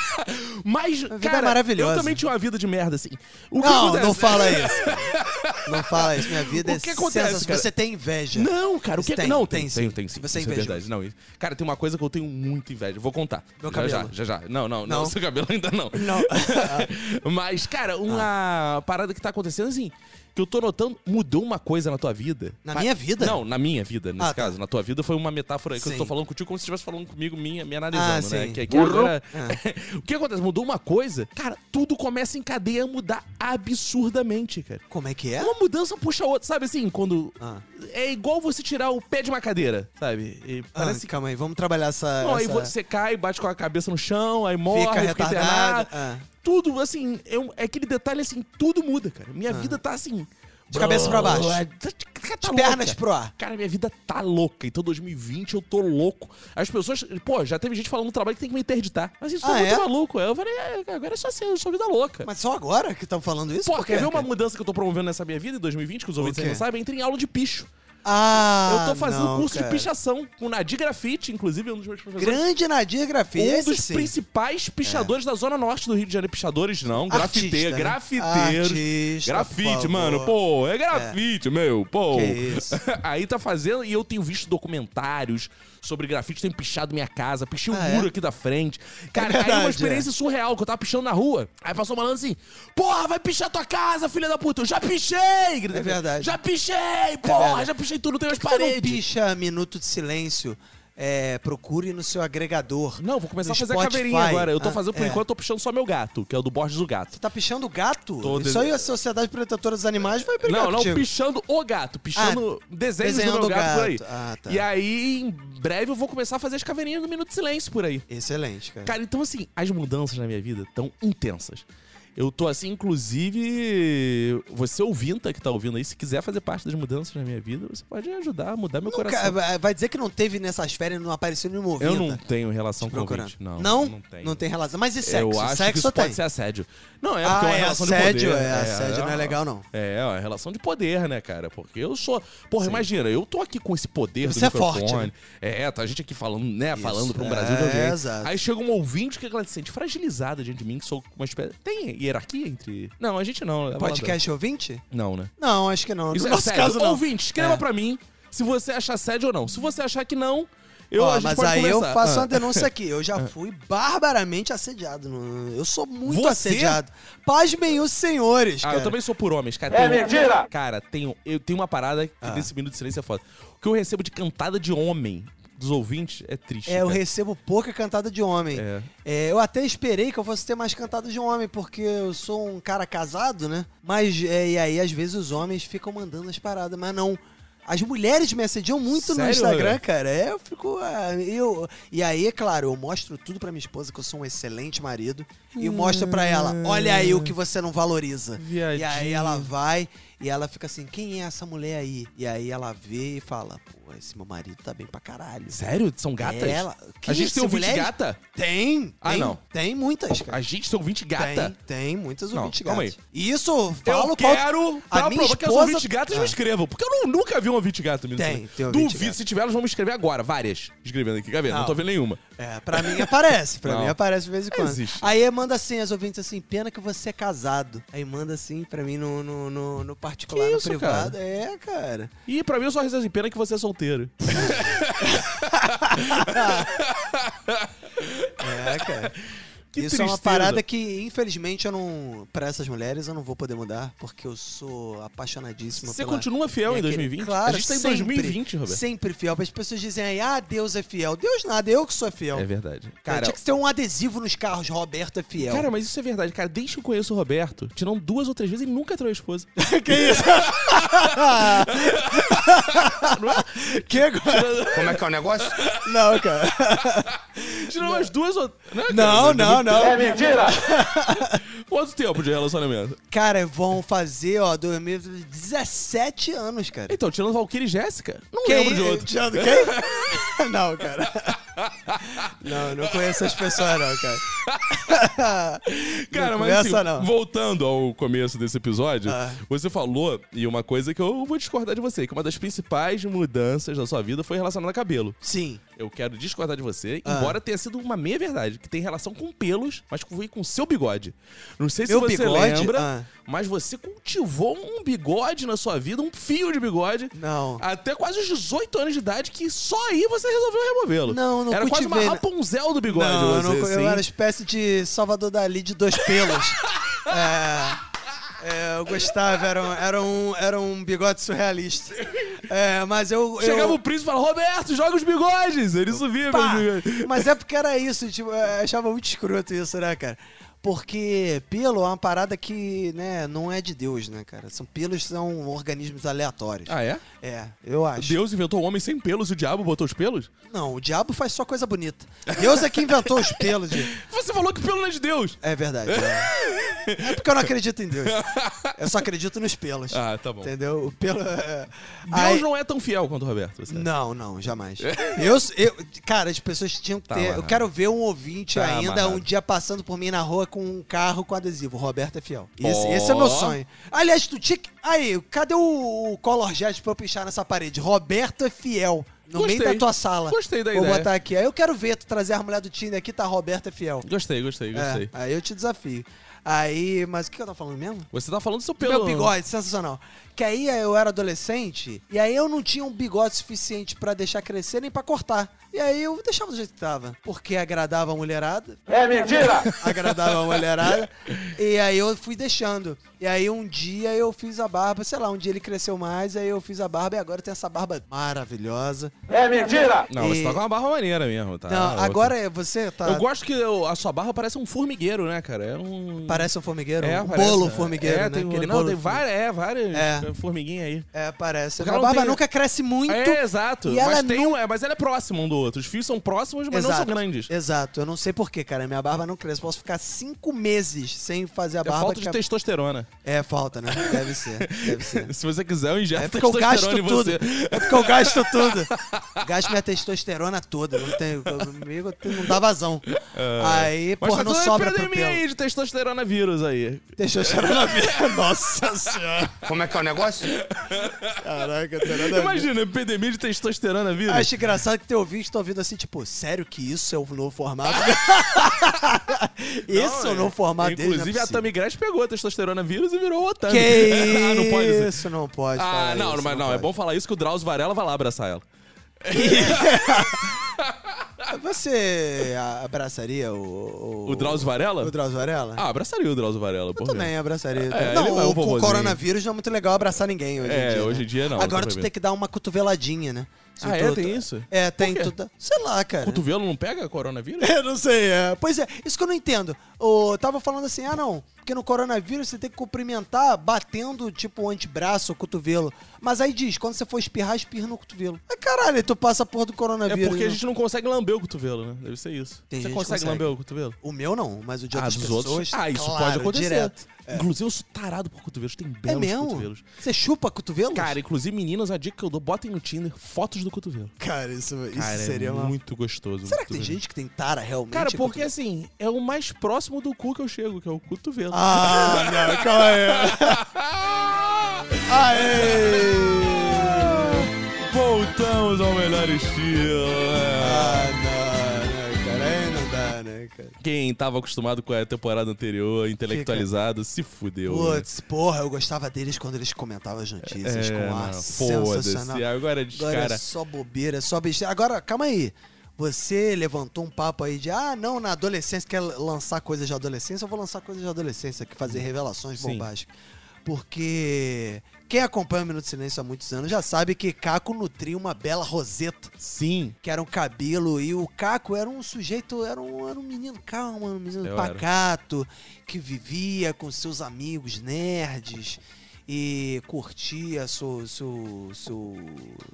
Mas,
vida
cara,
é maravilhosa.
eu também tinha uma vida de merda, assim. O que
não,
acontece-
não fala isso. cara. Não fala isso. Minha vida
O que
é
acontece,
sensacional.
cara?
Você tem inveja.
Não, cara, o que
Tem,
Não,
tem
tem,
sim.
tem, tem sim.
Você é
Isso é
invejoso.
verdade, não. isso- Cara, tem uma coisa que eu tenho muita inveja. Vou contar.
Meu
já, já,
cabelo.
já, já. Não, não, não,
Não.
seu cabelo ainda não.
Não.
Mas, cara, uma parada que tá acontecendo assim, que eu tô notando, mudou uma coisa na tua vida.
Na
Mas-
minha vida?
Não, na minha vida, nesse
Ah, tá.
caso. Na tua vida foi uma metáfora que eu
Sim.
tô falando contigo como se estivesse falando comigo, minha, me
Ah,
analisando, né?
sim.
Que, que agora... o que acontece? Mudou uma coisa, cara, tudo começa em cadeia a mudar absurdamente, cara.
Como é que é?
Uma mudança puxa a outra, sabe assim, quando.
Ah.
É igual você tirar o pé de uma cadeira, sabe? assim? E
Parece...
parece que.
Ah, calma aí, vamos trabalhar essa.
Não, aí
É, essa-
você cai, bate com a cabeça no chão, aí morre, fica,
retardado,
internado.
ah.
Tudo, assim, é, um- é aquele detalhe assim, tudo muda, cara. Minha vida tá assim.
Ah. De cabeça pra baixo.
Tá- tá- tá
De pernas
louca.
pro ar.
Cara, minha vida tá louca. Então, 2020, eu tô louco. As pessoas. Pô, já teve gente falando no trabalho que tem que me interditar. Mas isso
Ah,
é muito
é?
maluco. Eu falei, é, agora é só ser, sua vida louca.
Mas só agora que estão falando isso?
Pô,
Por
quer
quê,
ver uma
cara?
mudança que eu tô promovendo nessa minha vida em 2020, que os ouvintes
quê?
ainda não sabem? Entrei em aula de picho.
Ah,
eu tô fazendo
não,
curso
cara.
de pichação com o Nadir Grafite, inclusive, um dos meus professores.
Grande Nadir Grafite.
um
esse
dos
sim. É.
principais pichadores da Zona Norte do Rio de Janeiro. Pichadores não, grafite,
Artista, né?
grafiteiros.
Artista, por
grafite,
favor.
mano, pô, é grafite, meu, pô.
Que isso.
Aí tá fazendo, e eu tenho visto documentários sobre grafite, tenho pichado minha casa, pichei o
Ah, é?
muro aqui da frente. Cara, aí
verdade, é.
uma experiência surreal, que eu tava pichando na rua. Aí passou uma assim, porra, vai pichar tua casa, filha da puta. Eu já pichei! gritei.
É verdade. É
Já pichei, porra,
verdade.
já pichei tudo, tem as
Por que tá Você não
paredes.
picha minuto de silêncio. É, procure no seu agregador.
Não, vou começar
No
a fazer
Spotify.
caveirinha agora. Eu tô
Ah,
fazendo, por
é.
enquanto, eu tô pichando só meu gato, que é o do Borges do Gato.
Você tá pichando gato?
Tô
Isso aí a Sociedade Protetora dos Animais vai brigar
Não, não
contigo.
pichando o gato, pichando desenhos
desenhando
do meu
o
gato, por aí.
Ah, gato. Ah, tá.
E aí, em breve, eu vou começar a fazer as caveirinhas no Minuto de Silêncio por aí.
Excelente, cara.
Cara, então assim, as mudanças na minha vida estão intensas. Eu tô assim, inclusive, você ouvinta que tá ouvindo aí, se quiser fazer parte das mudanças na minha vida, você pode ajudar a mudar meu
Nunca-
coração.
vai- vai dizer que não teve nessas férias, não apareceu nenhum
Eu
ouvido.
não tenho relação com
procurando.
ouvinte, não.
não,
Não tenho.
tem relação. Mas e sexo?
Eu acho
sexo
que isso
tem.
pode ser assédio. Não, é
Ah,
porque é uma
é
relação de
assédio,
poder.
é, assédio não é
uma-
legal, não.
É, é uma relação de poder, né, cara? Porque eu sou... Porra, imagina, eu tô aqui com esse poder
Você
do
é
microfone.
forte, né?
É, tá a gente aqui falando, né, falando pra um
é,
Brasil de audiência.
exato.
Aí chega um ouvinte que ela se sente fragilizada diante de mim, que sou uma espécie... Tem hierarquia entre... Não, a gente não. leva lá
Podcast ouvinte?
dentro. Não, né?
Não, acho que não.
É Isso
no
é
nosso
assédio.
caso, não.
Ouvinte, escreva
É.
pra mim se você acha assédio ou não. Se você achar que não... Eu,
Ó,
a gente
mas
pode
aí
conversar.
eu faço
Ah.
uma denúncia aqui. Eu já fui barbaramente assediado. no- Eu sou muito
Você?
assediado. Paz bem os senhores,
Ah,
cara.
eu também sou por homens, cara. Tem-
É
um-
mentira!
Cara, tenho, eu tenho uma parada que
Ah.
desse minuto de silêncio é foda. O que eu recebo de cantada de homem dos ouvintes é triste.
É, eu
cara.
recebo pouca cantada de homem.
É.
É, eu até esperei que eu fosse ter mais cantada de homem, porque eu sou um cara casado, né? Mas, é, e aí, às vezes, os homens ficam mandando as paradas, mas não. As mulheres me assediam muito no
Sério,
Instagram,
Rodrigo?
cara. É, eu fico. ah, Eu... E aí, é claro, eu mostro tudo pra minha esposa que eu sou um excelente marido. E mostro pra ela: olha aí o que você não valoriza. E aí
Viadinho.
ela vai e ela fica assim: quem é essa mulher aí? E aí ela vê e fala: pô, esse meu marido tá bem pra caralho.
Sério? São gatas?
É Ela-
A gente
Que
tem um ouvinte
mulheres?
gata?
Tem.
Ah,
tem,
não.
Tem muitas, cara.
A gente tem ouvinte gata?
Tem, tem muitas
Não,
ouvintes
calma
gatas. E isso eu falo
eu
qual-
quero
a
pra
minha
provar que as
esposa-
ouvintes gatas me
Ah.
escrevam. Porque eu não- nunca vi um ouvinte gato. menino.
Tem, tem ouvinte
Duvido.
gato.
Se tiver, elas vão me escrever agora. Várias escrevendo aqui. Quer ver? Não,
Não.
tô vendo nenhuma.
É, pra mim aparece. Pra
Não.
mim aparece de vez em
Não
quando.
existe.
Aí manda assim, as ouvintes assim, pena que você é casado. Aí manda assim pra mim no, no, no, no particular,
Que
no
isso,
privado. É, cara.
E pra mim, eu só recebo assim, pena que você é solteiro.
É, cara.
Que
Isso é uma
tristeza.
parada que, infelizmente, eu não. Pra essas mulheres eu não vou poder mudar, porque eu sou apaixonadíssimo
Você
pela-
continua fiel
É
em
aquele-
2020?
Claro,
A gente tá em
sempre,
2020, Roberto.
Sempre fiel. As pessoas dizem aí, ah, Deus é fiel. Deus nada, eu que sou fiel.
É verdade.
Cara,
Cara,
tinha que ter um adesivo nos carros, Roberto é fiel.
Cara, mas isso é verdade, cara. Desde que eu conheço o Roberto, tirando duas ou três vezes, ele nunca traiu a esposa.
que isso?
é?
que agora?
Como é que é o negócio?
Não, cara.
Tirou umas duas ou. Né, cara?
Não, não, não.
É mentira!
Quanto tempo de relacionamento?
Cara, vão fazer, ó, 2017 anos, cara.
Então, tirando Valkyrie e Jéssica, não
Que
lembro de
isso?
outro.
Tiago, quem? Não, cara. Não, não conheço as pessoas, não, cara.
Cara,
não
mas
conversa,
assim,
não.
voltando ao começo desse episódio,
Ah.
você falou, e uma coisa que eu vou discordar de você, que uma das principais mudanças da sua vida foi relacionada a cabelo.
Sim.
Eu quero discordar de você,
Ah.
embora tenha sido uma meia verdade, que tem relação com pelos, mas que foi com seu bigode. Não sei se
Meu
você
bigode?
lembra,
Ah.
mas você cultivou um bigode na sua vida, um fio de bigode.
Não.
Até quase os 18 anos de idade, que só aí você resolveu removê-lo.
Não, não
Era quase uma
cultivei, né?
Rapunzel do bigode,
Não, eu
você,
não- eu
assim.
era tipo- uma espécie de Salvador Dali de dois pelos. é, é, eu gostava, era um, era um, era um bigode surrealista. É, mas eu. eu-
Chegava o príncipe e falava, Roberto, joga os bigodes! Ele subia pelos
pá,
bigodes.
mas é porque era isso, tipo, eu achava muito escroto isso, né, cara? Porque pelo é uma parada que, né, não é de Deus, né, cara? São pelos são organismos aleatórios.
Ah, é?
É, eu acho.
Deus inventou o homem sem pelos e o diabo botou os pelos?
Não, o diabo faz só coisa bonita. Deus é que inventou os pelos. De...
Você falou que pelo não é de Deus!
É verdade. É. É porque eu não acredito em Deus. Eu só acredito nos pelos.
Ah, tá bom.
Entendeu? O pelo. é-
Deus
Aí-
não é tão fiel quanto o Roberto. Você.
Não, não, jamais. Eu, eu, cara, as pessoas tinham que
É. Tá
ter. Eu
amarrado.
quero ver um ouvinte
Tá
ainda
amarrado.
um dia passando por mim na rua com um carro com adesivo. Roberto é fiel. Esse,
Ó.
esse é o meu sonho. Aliás, tu tinha. que- Aí, cadê o, o Color Jet pra eu pichar nessa parede? Roberto é fiel. No
Gostei.
meio da tua sala.
Gostei da
Vou
ideia.
botar aqui. Aí eu quero ver tu trazer a mulher do Tinder aqui, tá? Roberto é fiel.
Gostei, gostei, gostei.
É, aí eu te desafio. Aí, mas o que eu tava falando mesmo?
Você tá falando do seu
Do
pelo.
Meu bigode, sensacional. Que aí eu era adolescente e aí eu não tinha um bigode suficiente pra deixar crescer nem pra cortar. E aí eu deixava do jeito que tava. Porque agradava a mulherada,
É mentira!
agradava a mulherada. e aí eu fui deixando. E aí um dia eu fiz a barba, sei lá, um dia ele cresceu mais, aí eu fiz a barba e agora tem essa barba maravilhosa.
É mentira!
Não, você
E-
tá com uma barra maneira mesmo, tá?
não,
Outra.
agora é- você tá.
Eu gosto que eu- a sua barra parece um formigueiro, né, cara? É um.
Parece um formigueiro, um
parece,
bolo
é.
formigueiro,
É,
né?
tem,
Aquele
não,
bolo
tem
formigueiro.
várias, é, várias
É.
formiguinhas aí.
É, parece.
O
A
cara não
barba
tem-
nunca cresce muito.
É, exato.
E
mas,
ela
tem, um- é, mas ela é próxima um do outro. Os fios são próximos, mas não são grandes.
Exato. Eu não sei porquê, cara. Minha barba não cresce. Posso ficar cinco meses sem fazer a
É
barba.
falta de
que
testosterona.
é... é, falta, né? Deve ser. Deve ser.
Se você quiser, eu injeto
É porque eu gasto
testosterona em
tudo.
você.
É porque eu gasto tudo. Gasto minha testosterona toda. Não tem, comigo não dá vazão. Aí,
Mas
porra,
tá
não
toda
sobra pro
epidemia
pelo.
aí de testosterona vírus aí.
Testosterona vira. Nossa senhora.
Como é que é o negócio?
Caraca, tem nada a ver.
Imagina, epidemia de testosterona vírus.
Acho engraçado que teu ouvinte tá ouvindo assim, tipo, sério que isso é o novo formato?
Não,
Esse é o novo formato dele.
Inclusive, a Tammy Grass pegou a testosterona vírus e virou o Otami.
Que
ah, não pode ser.
isso, não pode.
Ah,
falar
não,
isso,
mas não, é é
pode.
bom falar isso que o Drauzio Varela vai lá abraçar ela.
Você a- abraçaria o.
O Drauzio Varela?
O Drauzio Varela?
Ah, abraçaria o Drauzio Varela,
Eu
por mim.
também abraçaria.
É,
não,
ele é um
o- com o
vovozinho.
coronavírus não é muito legal abraçar ninguém hoje
É,
em dia.
hoje
né?
em dia não,
Agora
tá
tu
proibido.
tem que dar uma cotoveladinha, né? Se
Ah,
tu-
é?
tu-
Tem isso?
É, tem.
quê?
Tu, dá- sei lá, cara.
Cotovelo não pega coronavírus?
é. Eu não sei, é. Pois é, isso que eu não entendo. Eu tava falando assim, ah não, porque no coronavírus você tem que cumprimentar batendo, tipo, o antebraço, o cotovelo. Mas aí diz, quando você for espirrar, espirra no cotovelo. Ah, caralho, aí tu passa a porra do
É
coronavírus.
porque a
né?
gente não consegue lamber o cotovelo, né? Deve ser isso.
Tem
Você
gente que
consegue,
consegue.
lamber o cotovelo?
O meu não, mas o de
ah,
outras
dos
pessoas.
outros. Ah, isso
claro,
pode acontecer.
Direto.
Inclusive, eu sou tarado por cotovelos. Tem
É
belos
mesmo?
cotovelos.
Você chupa cotovelo?
Cara, inclusive, meninas, a dica que eu dou, botem no Tinder fotos do cotovelo.
Cara, isso, isso
Cara,
seria
é
uma...
muito gostoso. o
Será que tem
cotovelo.
gente que tem tara realmente?
Cara,
em
porque
cotovelo?
assim, é o mais próximo do cu que eu chego, que é o cotovelo.
Ah, não, calma aí. Aê!
Voltamos ao melhor estilo. né?
Ah, não, não, cara, aí não dá, né, cara?
Quem tava acostumado com a temporada anterior, intelectualizado, se fudeu. né?
Putz, porra, eu gostava deles quando eles comentavam as notícias
É,
com ar
não,
sensacional.
foda-se. Agora,
Agora
cara,
é só bobeira, é só besteira. Agora, calma aí. Você levantou um papo aí de, ah, não, na adolescência, quer lançar coisas de adolescência? Eu vou lançar coisas de adolescência, que fazer revelações
Uhum. Sim.
bombásticas. Porque quem acompanha o Minuto de Silêncio há muitos anos já sabe que Caco nutria uma bela roseta.
sim.
que era um cabelo, e o Caco era um sujeito, era um, era um menino calmo, era um menino
Eu era.
pacato, que vivia com seus amigos nerds e curtia seu, seu, seu-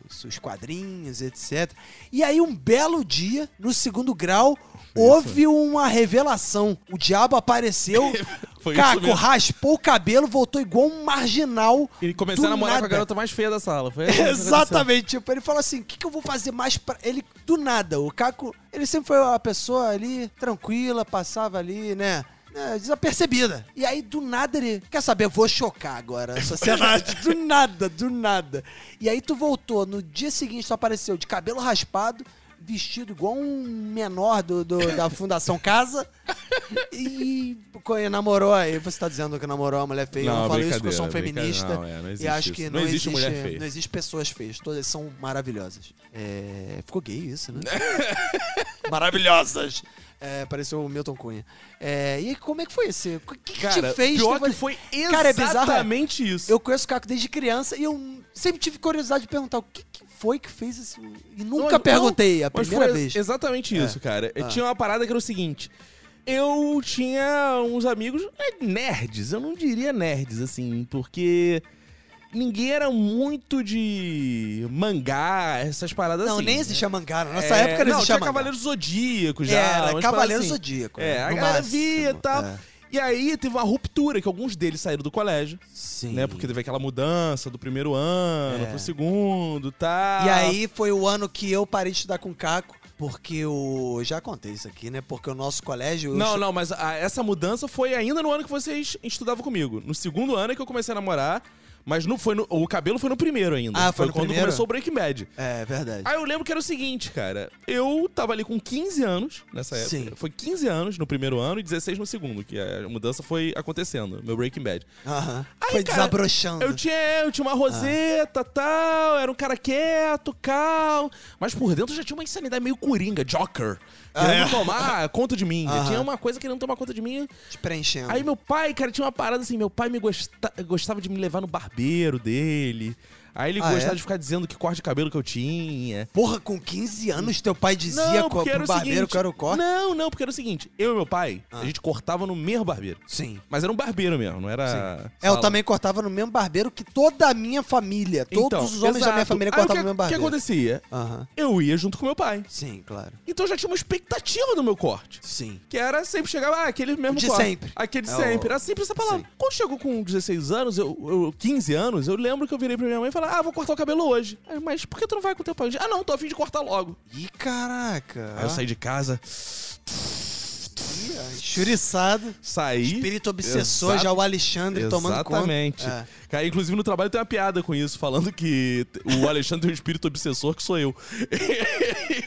seus quadrinhos, etc. E aí, um belo dia, no segundo grau, houve uma revelação. O diabo apareceu,
Foi isso
Caco
mesmo.
raspou o cabelo, voltou igual um marginal.
Ele começou
do
a namorar com a
nada.
garota mais feia da sala. Foi assim
Exatamente, tipo, ele fala assim: o que, que eu vou fazer mais pra. Ele, do nada, o Caco, ele sempre foi uma pessoa ali, tranquila, passava ali, né? né, Desapercebida. E aí, do nada, ele. Quer saber? Eu vou chocar agora a sociedade. do nada, do nada. E aí, tu voltou. No dia seguinte, tu apareceu de cabelo raspado, vestido igual um menor do, do- da Fundação Casa. E co- namorou aí. Você tá dizendo que namorou uma mulher feia. eu
Não,
não falo isso porque eu sou um
brincadeira,
feminista.
brincadeira, não, é, não
e
existe
acho
isso.
que não,
Não existe mulher feia.
Não existe pessoas feias. Todas são maravilhosas. É, Ficou gay isso, né? maravilhosas! É, pareceu o Milton Cunha. É, E como é que foi esse? O que, que
Cara,
te fez?
pior
você-
que foi
Cara, é bizarro, é?
exatamente isso.
Eu conheço o Caco desde criança e eu sempre tive curiosidade de perguntar o que, que foi que fez isso. E nunca
Não,
perguntei
não,
a
mas
primeira
foi
vez. É. Ah.
Exatamente isso, cara. Eu Tinha uma parada que era o seguinte. Eu tinha uns amigos né, nerds, eu não diria nerds, assim, porque ninguém era muito de mangá, essas paradas
Não,
assim.
nem existia mangá. Na nossa época não
não,
existia
tinha
mangá.
Cavaleiros Zodíaco já.
Era,
umas paradas
Cavaleiro Zodíaco,
É,
né?
a
No
galera
máximo,
via e tal.
é.
E aí teve uma ruptura, que alguns deles saíram do colégio,
Sim.
né? Porque teve aquela mudança do primeiro ano
É.
pro segundo tá? e tal.
E aí foi o ano que eu parei de estudar com o Caco, porque o. Já contei isso aqui, né? Porque o nosso colégio. eu
Não,
estu-
não, mas a- essa mudança foi ainda no ano que vocês estudavam comigo. No segundo ano é que eu comecei a namorar, mas não foi no- o cabelo foi no primeiro ainda.
Ah, foi
foi
no
quando
primeiro?
começou o Breaking Bad.
É verdade.
Aí eu lembro que era o seguinte, cara. Eu tava ali com 15 anos nessa época.
Sim.
Foi 15 anos no primeiro ano e 16 no segundo, que a mudança foi acontecendo, meu Breaking Bad.
Aham.
Aí,
Foi
cara,
desabrochando.
Eu tinha, eu tinha uma
Ah.
roseta, tal, era um cara quieto, cal, mas por dentro já tinha uma insanidade meio coringa, Joker, querendo tomar conta de mim. Já
Ah, é. Aham.
tinha uma coisa querendo tomar conta de mim.
Te preenchendo.
Aí meu pai, cara, tinha uma parada assim, meu pai me gosta- gostava de me levar no barbeiro dele. Aí ele
Ah,
gostava
é?
de ficar dizendo que corte de cabelo que eu tinha.
Porra, com 15 anos teu pai dizia co-
porque
pro barbeiro
seguinte- né?
que era o corte?
Não, não, porque era o seguinte, eu e meu pai, a gente cortava no mesmo barbeiro.
Sim.
Mas era um barbeiro mesmo, não era
É, eu
sala.
também cortava no mesmo barbeiro que toda a minha família. Todos
Então,
os homens da minha
exato. Aí
família
o que-
cortavam no mesmo
O que
barbeiro.
acontecia?
Aham.
Eu ia junto com meu pai.
Sim, claro.
Então eu já tinha uma expectativa do meu corte.
Sim.
Que era sempre chegava, ah, aquele mesmo
De
corte.
sempre.
Aquele de
É o-
sempre. Era sempre essa palavra.
Sim.
Quando chegou com 16 anos, eu, eu- 15 anos, eu lembro que eu virei pra minha mãe e falei, ah, vou cortar o cabelo hoje. Aí, mas por que tu não vai com o teu pai? Ah, não, tô afim de cortar logo.
Ih, caraca.
Aí eu saí de casa,
Ih, ai, Churiçado.
Saí.
Espírito obsessor,
Exato.
já o Alexandre tomando conta.
Exatamente.
É.
Cara, inclusive no trabalho tem uma piada com isso, falando que t- o Alexandre tem um espírito obsessor que sou eu.
É,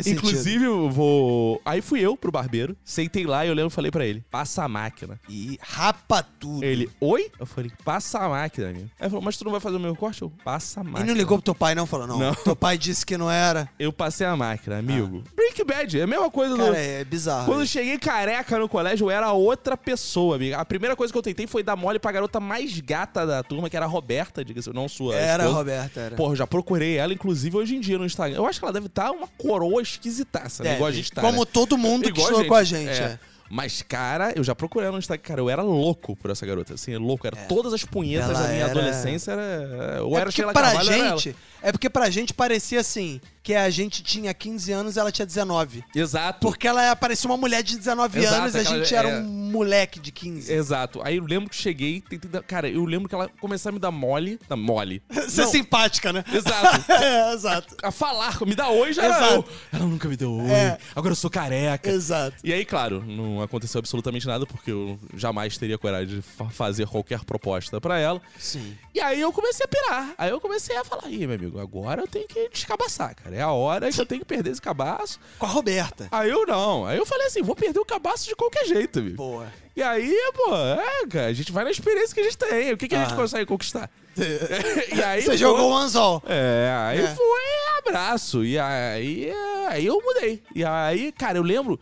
faz sentido.
Inclusive, eu vou. Aí fui eu pro barbeiro, sentei lá e eu lembro e falei pra ele: passa a máquina.
E rapa tudo.
Ele, oi? Eu falei, passa a máquina, amigo. Aí ele falou, mas tu não vai fazer o meu corte? Eu, passa a
E
máquina.
não ligou pro teu pai, não? Falou, não.
Não.
Teu pai disse que não era.
Eu passei a máquina, amigo. Break Bad, é a mesma coisa do.
Ah. Cara, é bizarro.
Quando eu cheguei careca no colégio, eu era outra pessoa, amiga. A primeira coisa que eu tentei foi dar mole pra garota mais gata da turma, que era a Roberta, diga-se, não sua.
Era,
esposa.
Roberta, era.
Porra, eu já procurei ela, inclusive, hoje em dia no Instagram. Eu acho que ela deve estar uma coroa esquisitaça, né?
Deve.
Igual a gente tá.
Como
né?
todo mundo que
Igual
estou com a gente.
é. Mas, cara, eu já procurei ela no Instagram. Cara, eu era louco por essa garota. Assim, louco. Era todas as punhetas
É. Ela
da minha
era-
adolescência. Era... Ou
É
era
porque
Sheila
pra
Carvalho, ou era ela.
gente, é porque pra gente parecia assim, que a gente tinha 15 anos e ela tinha 19.
Exato.
Porque ela parecia uma mulher de 19
Exato,
anos e a
aquela-
gente era
é.
um moleque de 15.
Exato. Aí eu lembro que cheguei, tentei dar... Cara, eu lembro que ela começou a me dar mole. Dar mole.
Você é
Não,
simpática, né?
Exato.
é, exato.
A falar, me dá oi, já era
Exato.
eu. Ela nunca me deu oi.
É.
Agora eu sou careca.
Exato.
E aí, claro, não aconteceu absolutamente nada, porque eu jamais teria coragem de fa- fazer qualquer proposta pra ela.
Sim.
E aí eu comecei a pirar. Aí eu comecei a falar, ih, meu amigo, agora eu tenho que descabaçar, cara. É a hora que eu tenho que perder esse cabaço.
Com a Roberta.
Aí eu não. Aí eu falei assim, vou perder o cabaço de qualquer jeito, amigo.
Boa.
E aí, pô, é, cara, a gente vai na experiência que a gente tem. O que, que a gente
Ah.
consegue conquistar? e aí,
Você
pô,
jogou o anzol.
é, aí
É.
foi abraço. E aí, aí eu mudei. E aí, cara, eu lembro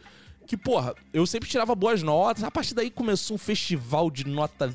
que, porra, eu sempre tirava boas notas. A partir daí começou um festival de nota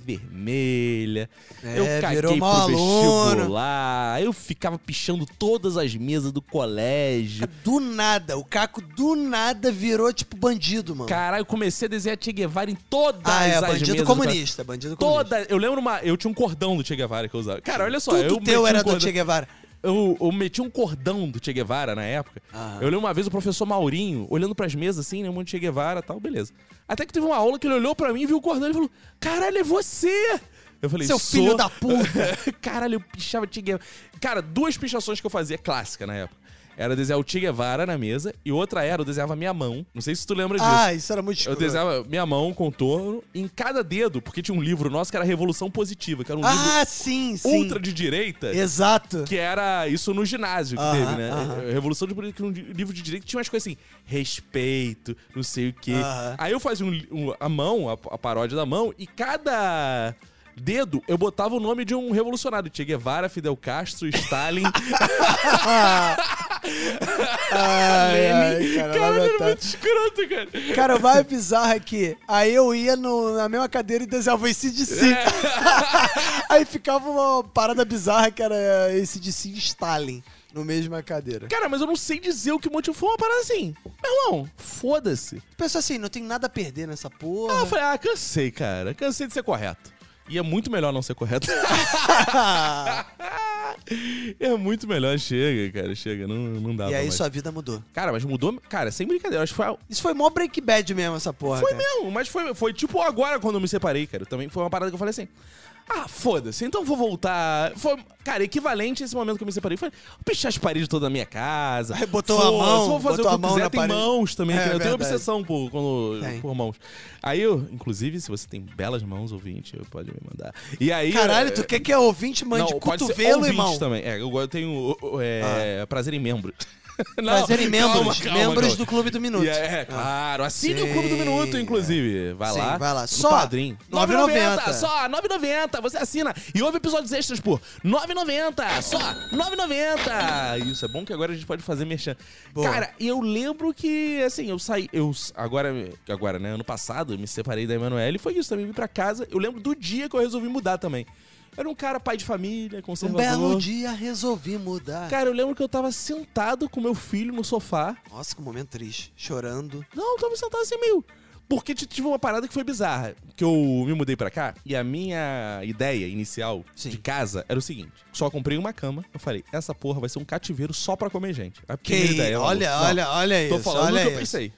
vermelha.
É,
eu caguei
virou
pro
mau aluno.
vestibular. Eu ficava pichando todas as mesas do colégio.
Do nada, o Caco do nada virou tipo bandido, mano.
Caralho, eu comecei a desenhar Che Guevara em todas
ah, é,
as mesas
bandido
do colégio.
comunista, bandido comunista.
Toda, eu lembro uma. Eu tinha um cordão do Che Guevara que eu usava. Cara, olha só.
Tudo
eu meti
teu
um
era
cordão-
do Che Guevara.
Eu, eu meti um cordão do Che Guevara na época.
Aham.
Eu lembro uma vez o professor Maurinho olhando pras mesas assim, né? Um monte de Che Guevara e tal, beleza. Até que teve uma aula que ele olhou pra mim, viu o cordão e falou: Caralho, é você! Eu falei,
Seu
"Sou."
filho da puta!
Caralho, eu pichava Che Guevara. Cara, duas pichações que eu fazia clássica na época. Era desenhar o Che Guevara na mesa e outra era eu desenhava a minha mão. Não sei se tu lembra disso.
Ah, isso era muito
Eu
escuro.
desenhava minha mão, contorno, em cada dedo, porque tinha um livro nosso que era Revolução Positiva, que era um
Ah, sim, sim.
livro ultra de direita.
Exato.
Que era isso no ginásio que
Aham,
teve, né?
aham.
Revolução de Política, um livro de direito, tinha umas coisas assim, respeito, não sei o quê.
Aham.
Aí eu fazia um li- um- a mão, a, a paródia da mão, e cada dedo eu botava o nome de um revolucionário. Che Guevara, Fidel Castro, Stalin,
Ai, ai,
Lenin.
cara, tá.
Caralho, era
lamentável.
é muito escroto, cara.
Cara, o mais bizarro é que aí eu ia no- na mesma cadeira e desenhava o ACDC.
É.
aí ficava uma parada bizarra que era ACDC e Stalin no mesma cadeira.
Cara, mas eu não sei dizer o que motivou uma parada assim. Meu irmão, foda-se.
Pensou assim, não tem nada a perder nessa
Ah,
porra.
eu falei, ah, cansei, cara. Cansei de ser correto. E é muito melhor não ser correto. é muito melhor, chega, cara, chega. Não, não dá
e
pra
aí
mais.
sua vida mudou.
é Cara, mas mudou... Cara, sem brincadeira, acho que foi... a-
Isso foi mó break bad mesmo, essa porra.
Foi
cara.
mesmo, mas foi, foi tipo agora quando eu me separei, cara. Também foi uma parada que eu falei assim... Ah, foda-se, então vou voltar. Foi, cara, equivalente a esse momento que eu me separei. Foi pichar as paredes toda da minha casa.
Aí botou a mão,
Vou fazer
botou
o que
a mão
eu quiser.
na
Tem
parede.
mãos também.
É,
cara. eu tenho
verdade.
obsessão por, quando,
Tem.
por mãos. Aí eu, inclusive, se você tem belas mãos, ouvinte, pode me mandar. E aí.
Caralho,
é,
tu quer que é ouvinte
pode
mande
ser
cotovelo,
ouvinte
irmão?
também. É, eu, eu tenho o- o- é, prazer em membros. Não,
Fazerem membros,
calma, calma,
membros
calma.
do Clube do Minuto.
E É, é, claro. Assine
Ah. Sim,
o Clube do Minuto, inclusive. Vai
Sim,
lá.
vai lá.
No
Só
Padrim.
9,90.
Só 9,90. Você assina. E ouve episódios extras por 9,90. Só 9,90. Isso, é bom que agora a gente pode fazer merchan.
Boa.
Cara, eu lembro que, assim, eu saí... Eu, agora, agora, né? Ano passado, eu me separei da Emanuele. E foi isso também. Vim pra casa. Eu lembro do dia que eu resolvi mudar também. Eu Era um cara pai de família,
Um
conservador.
belo dia resolvi mudar.
Cara, eu lembro que eu tava sentado com meu filho no sofá.
Nossa, que momento triste. Chorando.
Não, eu tava sentado assim meio. Porque t- tive uma parada que foi bizarra. Que eu me mudei pra cá e a minha ideia inicial
Sim.
de casa era o seguinte: só comprei uma cama. Eu falei, essa porra vai ser um cativeiro só pra comer gente. A
Que
primeira ideia. maluco.
olha,
é Não,
olha, olha isso.
Tô falando o
olha
que eu
isso.
pensei.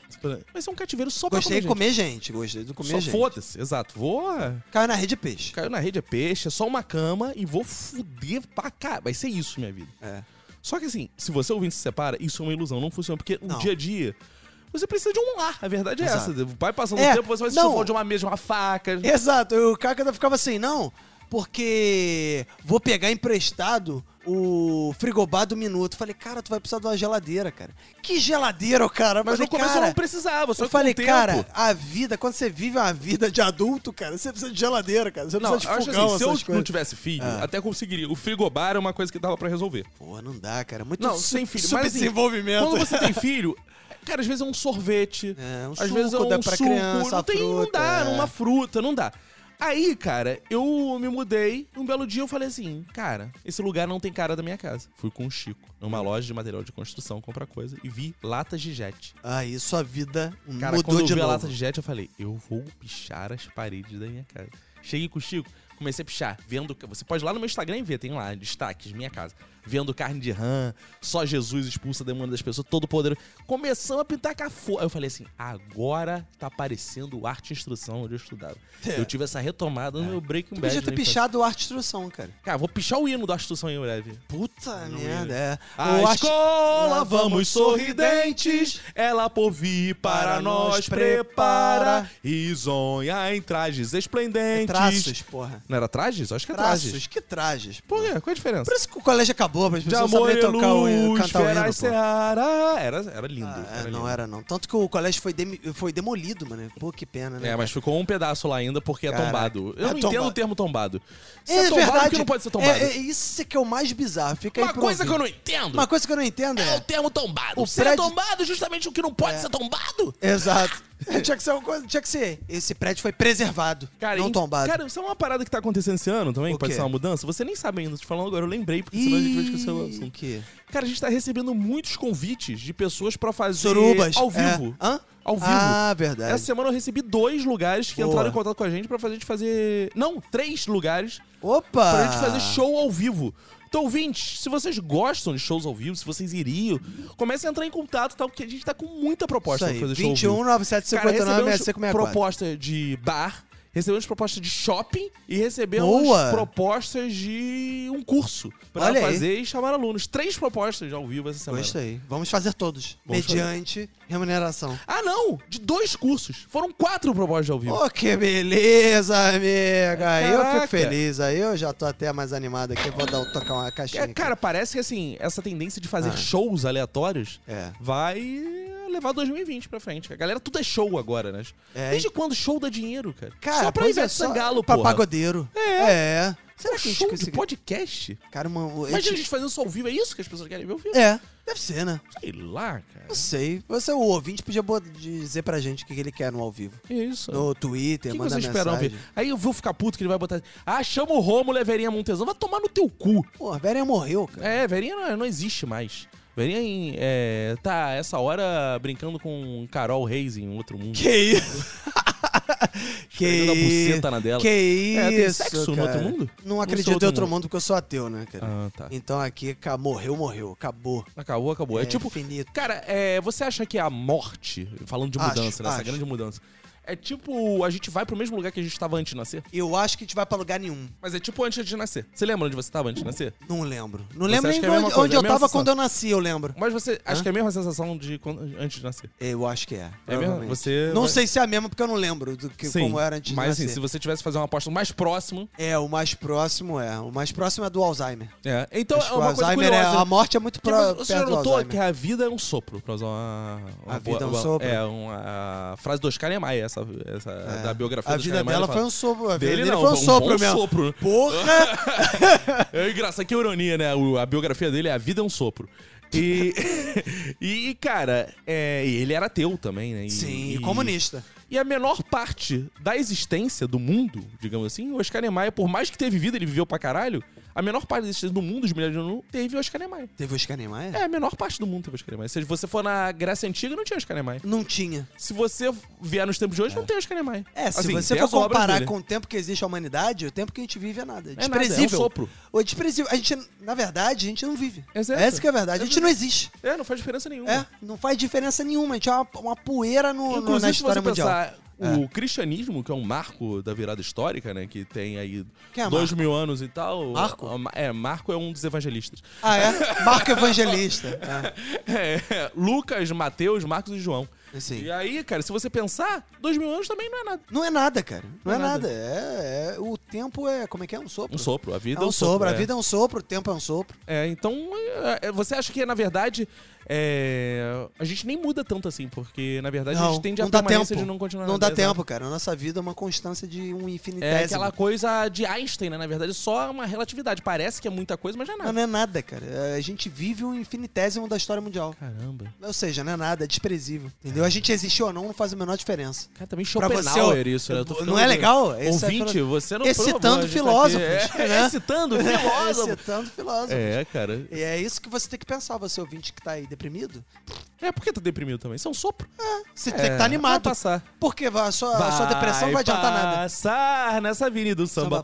Vai ser um cativeiro só
Gostei de
pra
comer gente, gostei de comer
Só
gente.
foda-se, exato. Vou.
Caiu na rede de peixe.
Caiu na rede, é peixe, é só uma cama e vou fuder pra cá. Vai ser isso, minha vida.
É.
Só que assim, se você ouvinte se separa, isso é uma ilusão, não funciona, porque
Não.
o dia a dia você precisa de um lar. A verdade é
Exato.
essa. Vai passando
É,
o tempo, você vai se
não.
chufando de uma mesa, de uma faca.
Exato, e o Cacata ficava assim, não, porque vou pegar emprestado o frigobar do minuto. Falei, cara, tu vai precisar de uma geladeira, cara. Que geladeira, ô cara?
Mas
Mas,
no
falei,
começo eu
cara,
não precisava, só
eu
que com o
falei,
tempo-
cara, a vida, quando você vive uma vida de adulto, cara, você precisa de geladeira, cara. Você
Não,
precisa de
acho
fogão,
assim, se eu
essas
não
coisas.
tivesse filho,
Ah.
até conseguiria. O frigobar é uma coisa que dava pra resolver.
Pô, não dá, cara. Muito
Não,
su-
sem filho. Mas assim,
subdesenvolvimento.
quando você tem filho, cara, às vezes é um sorvete.
É, um
às
suco,
vezes é
dá
um
pra
suco.
criança,
não, tem, não
fruta,
dá,
é.
uma fruta, não dá. Aí, cara, eu me mudei. Um belo dia eu falei assim, cara, esse lugar não tem cara da minha casa. Fui com o Chico, numa loja de material de construção, comprar coisa, e vi latas de jet.
Aí sua vida
Cara,
mudou
quando eu
de
vi
novo.
a lata de jet, eu falei, eu vou pichar as paredes da minha casa. Cheguei com o Chico, comecei a pichar, vendo. Você pode ir lá no meu Instagram e ver, tem lá, destaques, minha casa. Vendo carne de rã, só Jesus expulsa demônio das pessoas, todo poder. Começamos a pintar com a fo- Aí eu falei assim, agora tá aparecendo o arte e instrução onde eu estudava.
É.
Eu tive essa retomada no meu Breaking
Tu
Bad.
podia ter
na infância.
pichado o Arte Instrução, cara.
Cara, vou pichar o hino da arte e instrução em breve.
Puta
Não
merda,
ia.
é.
A
O Arte-
escola, vamos sorridentes, ela por vir para nós prepara. Risonha em trajes
É
esplendentes.
Traços, porra.
Não era trajes? Acho que é
Traços,
trajes.
que trajes.
Por quê? Qual a diferença?
Por isso que o colégio acabou, para as
De
pessoas
amor e
saberem tocar o hino,
luz,
cantar o hino,
feras
pô.
Ceará. Era, era lindo.
Ah, é,
era lindo.
não era não. Tanto que o colégio foi, demi- foi demolido, mano. Pô, que pena, né?
É, mas ficou um pedaço lá ainda porque é
Caraca.
tombado. Eu
É
não entendo
tombado.
o termo tombado. Se
É
é, tombado, por
verdade.
que não pode ser tombado?
É, é, isso é que é o mais bizarro. Fica aí
Uma
pro
coisa que eu
ouvinte.
não entendo
Uma coisa que eu não entendo
é o
é...
termo tombado.
O
ser
prédio-
tombado é justamente o que não pode
É.
ser tombado.
Exato.
É,
tinha que ser uma coisa... Tinha que ser... Esse prédio foi preservado,
Cara,
não
e-
tombado.
Cara, isso é uma parada que tá acontecendo esse ano também,
O
que pode
quê?
ser uma mudança. Você nem sabe ainda, tô te falando agora, eu lembrei, porque senão a gente vai esquecer o
o
assunto.
quê?
Cara, a gente tá recebendo muitos convites de pessoas pra fazer
Surubas.
ao
é.
vivo.
Hã?
Ao vivo.
Ah, verdade.
Essa semana eu recebi dois lugares que
Boa.
entraram em contato com a gente pra fazer de fazer. Não, três lugares
Opa!
pra gente fazer show ao vivo. Então, ouvintes, se vocês gostam de shows ao vivo, se vocês iriam, comece a entrar em contato e tal, porque a gente tá com muita proposta
Isso
pra
aí,
fazer show ao vivo.
21
Cara,
9759
recebemos
6564.
proposta de bar, recebemos proposta de shopping e recebemos
Boa!
propostas de um curso pra
Olha aí.
fazer e chamar alunos. Três propostas ao vivo essa semana.
Gostei. Vamos fazer todos.
Vamos fazer.
mediante remuneração.
Ah, não! De dois cursos. Foram quatro propostas ao vivo.
Ô, que beleza, amiga! Aí eu
Caraca.
fico feliz, aí eu já tô até mais animado aqui, vou dar, um, tocar uma caixinha.
É, cara, parece que assim, essa tendência de fazer
Ah.
shows aleatórios
aqui. É.
vai levar 2020 pra frente. A galera tudo é show agora, né?
É,
Desde quando show dá dinheiro, cara?
Cara,
só pra
pois é,
Ivete Sangalo,
pra
porra.
pagodeiro.
É.
É. Será
Será
que a
que
gente
show de
conseguiu?
podcast?
Cara, uma... um
Imagina a gente fazendo isso ao vivo, é isso que as pessoas querem ver ao vivo?
É, deve ser, né?
Sei lá, cara.
Não sei. Você, o ouvinte, podia bo- dizer pra gente o que que ele quer no ao vivo.
É isso.
No Twitter,
o que
manda
vocês
mensagem.
esperam ver? Aí eu vou ficar puto que ele vai botar. Ah, chama o Romo, Leverinha Montezão. Vai tomar no teu cu.
Pô, a Verinha morreu, cara.
É, Verinha não, não existe mais. Verinha em, é, tá essa hora brincando com Carol Reis em outro mundo.
Que isso? que
Pegando a
isso?
buceta na dela.
Que isso?
É, tem sexo no
cara.
outro mundo?
Não
Ou
acredito
só outro
em outro
mundo?
mundo. porque eu sou ateu, né, cara?
Ah, tá.
Então aqui, ca- morreu, morreu. Acabou.
Acabou, acabou. É,
É
tipo.
infinito.
Cara, é, você acha que a morte, falando de
Acho,
mudança, nessa
acho.
grande mudança, é tipo. A gente vai pro mesmo lugar que a gente tava antes de nascer?
Eu acho que a gente vai pra lugar nenhum.
Mas é tipo antes de nascer. Você lembra onde você tava antes de nascer?
Não lembro. Não lembro
acha
nem
que é a mesma
onde,
coisa,
onde
é a
eu
mesma
tava
sensação?
quando eu nasci, eu lembro.
Mas você. Acho
Hã?
que é a mesma sensação de quando- antes de nascer.
Eu acho que é.
É mesmo?
provavelmente.
Você
Não
vai-
sei se é a mesma, porque eu não lembro do que, como era antes
mas
de
assim,
nascer.
se você tivesse que fazer uma aposta mais próximo.
É, o mais próximo é. O mais próximo é do Alzheimer.
É. Então
Acho
é
que o
uma coisa
Alzheimer é,
curiosa.
a morte é muito
Que
pra,
você já
perto do
notou
Alzheimer.
que a vida é um sopro, pra usar uma. uma
A vida é um
uma-
sopro.
É, uma a frase do Oscar Niemeyer, essa, essa
É.
da biografia
A
do
vida
Oscar Niemeyer,
dela
ele
foi um sopro. A vida
Dele
dele
não,
foi um
foi um
sopro
bom
mesmo.
sopro.
Porra!
fala- É engraçado, que ironia, né? O- a biografia dele é A Vida é um Sopro. E, e cara, é, e ele era ateu também, né? E-
Sim,
e-
e comunista.
E a menor parte da existência do mundo, digamos assim, o Oscar Niemeyer, por mais que teve vida, ele viveu pra caralho, a menor parte da existência do mundo, dos milhares de anos, teve o Oscar Niemeyer.
Teve o Oscar Niemeyer?
É, a menor parte do mundo teve Oscar Niemeyer. Se você for na Grécia Antiga, não tinha Oscar Niemeyer.
Não tinha.
Se você vier nos tempos de hoje, não tem Oscar Niemeyer.
É, se
Assim,
você
tem
for
as obras
comparar
dele.
com o tempo que existe a humanidade, o tempo que a gente vive é
nada,
nada. É
é um
desprezível.
sopro.
O desprezível. A gente, na verdade, a gente não vive.
Exato.
Essa que é a verdade. A gente não existe.
É, não faz diferença nenhuma.
É, não faz diferença nenhuma. A gente é uma, uma poeira no, no- na
Inclusive, se você
história mundial.
pensar, o cristianismo, que é um marco da virada histórica, né? Que tem aí
Quem é
dois mil anos e tal.
Marco?
É, Marco é um dos evangelistas.
Ah, é? Marco Evangelista. É.
É, Lucas, Mateus, Marcos e João.
Assim.
E aí, cara, se você pensar, dois mil anos também não é nada.
Não é nada, cara.
Não
Não, é
é nada.
nada. É, é- o tempo é. Como é que é? Um sopro?
Um sopro. A vida
É um sopro. A
é.
vida é um sopro, o tempo é um sopro.
É, então, é, é, você acha que, na verdade, é, a gente nem muda tanto assim, porque, na verdade, a gente tende a
dá
permanência
tempo.
de não continuar
Não
nada,
dá
exato.
tempo, cara. A nossa vida é uma constância de um infinitésimo.
É aquela coisa de Einstein, né? Na verdade, só é uma relatividade. Parece que é muita coisa, mas não é
Mas
nada.
não é nada, cara. É, A gente vive um infinitésimo da história mundial.
Caramba.
Ou seja, não é nada, é desprezível. Entendeu? A gente existiu ou não, não faz a menor diferença.
Cara, também
Pra você,
Schopenhauer isso, né? Eu tô
Não
ficando-
é legal? Esse é
Ouvinte,
filo-
você não...
Excitando
provou, a gente tá
filósofos,
aqui- É,
né?
Excitando filósofos.
Excitando filósofo.
É, cara.
E é isso que você tem que pensar, você ouvinte que tá aí deprimido.
É, por que tá deprimido também? Isso é um sopro. tá
Você tem que estar animado.
É. Vai passar.
Porque a sua, a sua depressão não vai adiantar nada.
Ah, passar nessa avenida do samba,
Samba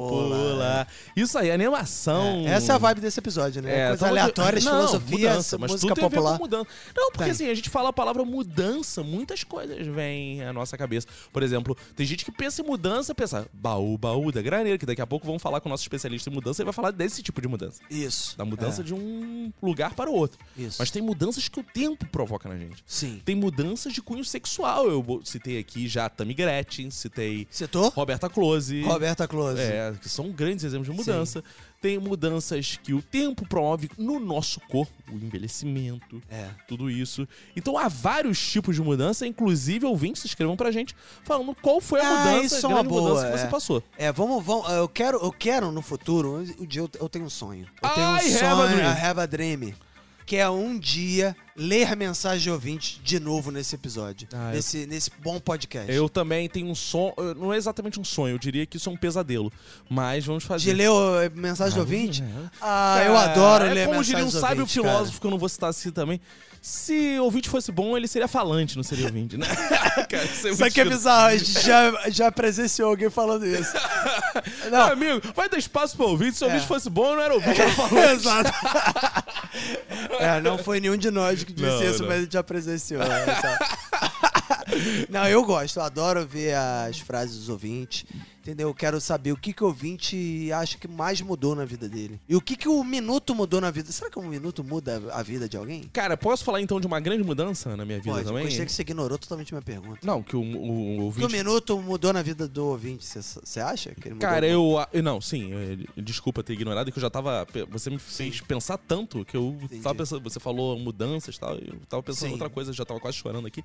popular. Isso aí, animação.
É, essa é a vibe desse episódio, né? Coisas
tamo de-
aleatórias,
tá Não,
filosofias,
mudança, mas
música
tudo tem a ver com
popular. Tá.
mudança. Não, porque
Tem.
assim, a gente fala a palavra mudança, muitas coisas vêm à nossa cabeça. Por exemplo, tem gente que pensa em mudança, pensa, baú, baú da graneira, que daqui a pouco vamos falar com o nosso especialista em mudança e vai falar desse tipo de mudança.
Isso.
Da mudança de um lugar para o outro.
É. Isso.
Mas tem mudanças que o tempo provoca na gente.
Sim.
Tem mudanças de cunho sexual. Eu bo- citei aqui já a Tammy Gretchen, citei
Citou?
Roberta Close.
Roberta Close.
É, que são grandes exemplos de mudança. Tem mudanças que o tempo promove no nosso corpo, o envelhecimento,
É.
tudo isso. Então há vários tipos de mudança, inclusive ouvintes escrevam pra gente falando qual foi a
Ah,
mudança,
isso
a
é
grande
uma boa,
mudança que
é.
você passou.
É, vamos, vamos. Eu quero, eu quero no futuro. Um dia eu, eu tenho um sonho. Eu tenho um
I have
sonho,
a dream.
I have a dream. Que é um dia ler a mensagem de ouvinte de novo nesse episódio.
Ah, eu-
nesse, nesse bom podcast.
Eu também tenho um sonho, não é exatamente um sonho, eu diria que isso é um pesadelo, mas vamos fazer.
De ler o- a mensagem de ouvinte?
é.
Ah, eu
É,
adoro
é
ler
Como
mensagem
diria um
de
sábio
ouvinte,
filósofo, que eu não vou citar assim também. Se ouvinte fosse bom, ele seria falante, não seria ouvinte, né? Cara, isso é muito
Cara. Só que é
escroto.
bizarro, a gente já, já presenciou alguém falando isso.
Ah,
Não,
amigo, vai dar espaço pro ouvinte. Se o
É.
ouvinte fosse bom, não era ouvinte, era falante.
Exato. É, não foi nenhum de nós que disse
Não,
isso,
não.
mas a gente já presenciou. né, sabe? não, eu gosto, eu adoro ver as frases dos ouvintes. Entendeu? Eu quero saber o que, que o ouvinte acha que mais mudou na vida dele. E o que, que o minuto mudou na vida. Será que um minuto muda a vida de alguém?
Cara, posso falar então de uma grande mudança na minha vida
Pode, eu
também?
gostei que você ignorou totalmente minha pergunta.
Não, que o, o, o
Que o
ouvinte.
minuto mudou na vida do ouvinte, você acha? Que ele mudou um
Cara,
muito?
eu. a- Não, sim, eh, desculpa ter ignorado, que eu já tava. pe- Você me fez pensar tanto que eu
Entendi.
tava pensando. Você falou mudanças e tal, eu tava pensando em
Sim.
outra coisa, já tava quase chorando aqui.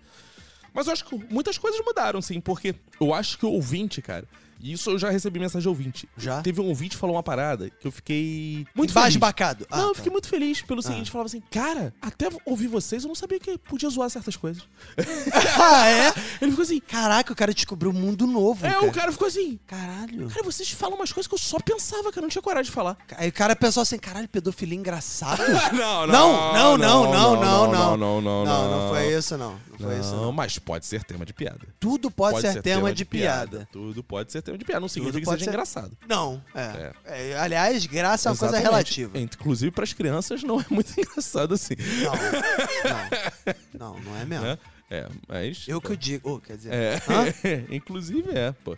Mas eu acho que muitas coisas mudaram, sim, porque eu acho que o ouvinte, cara. E isso eu já recebi mensagem de ouvinte.
Já?
Teve um ouvinte que falou uma parada que eu fiquei. Muito feliz.
Embasbacado. Ah,
não, eu
tá.
fiquei muito feliz pelo seguinte, falava assim, cara, até ouvir vocês eu não sabia que podia zoar certas coisas.
Ah, é?
Ele ficou assim,
Caraca, o cara descobriu um mundo novo.
é,
cara.
o cara ficou assim,
Caralho.
cara, vocês falam umas coisas que eu só pensava, que eu não tinha coragem de falar.
Aí o cara pensou assim, caralho, pedofilia engraçado.
Não,
não, não, não, não,
não,
não,
não, não,
não, não foi isso não. Não foi isso não.
Não, mas pode ser tema de piada.
Tudo pode, ser, tema, de piada.
Tudo pode ser tema de piada, não significa que
pode
seja
ser-
engraçado.
Não, é. É, Aliás, graça é uma
Exatamente.
coisa relativa.
Inclusive, pras crianças, não é muito engraçado assim.
Não, não. Não, não é mesmo.
né? É, mas.
Eu que eu digo. Oh, quer dizer,
É.
hã?
Inclusive é, pô.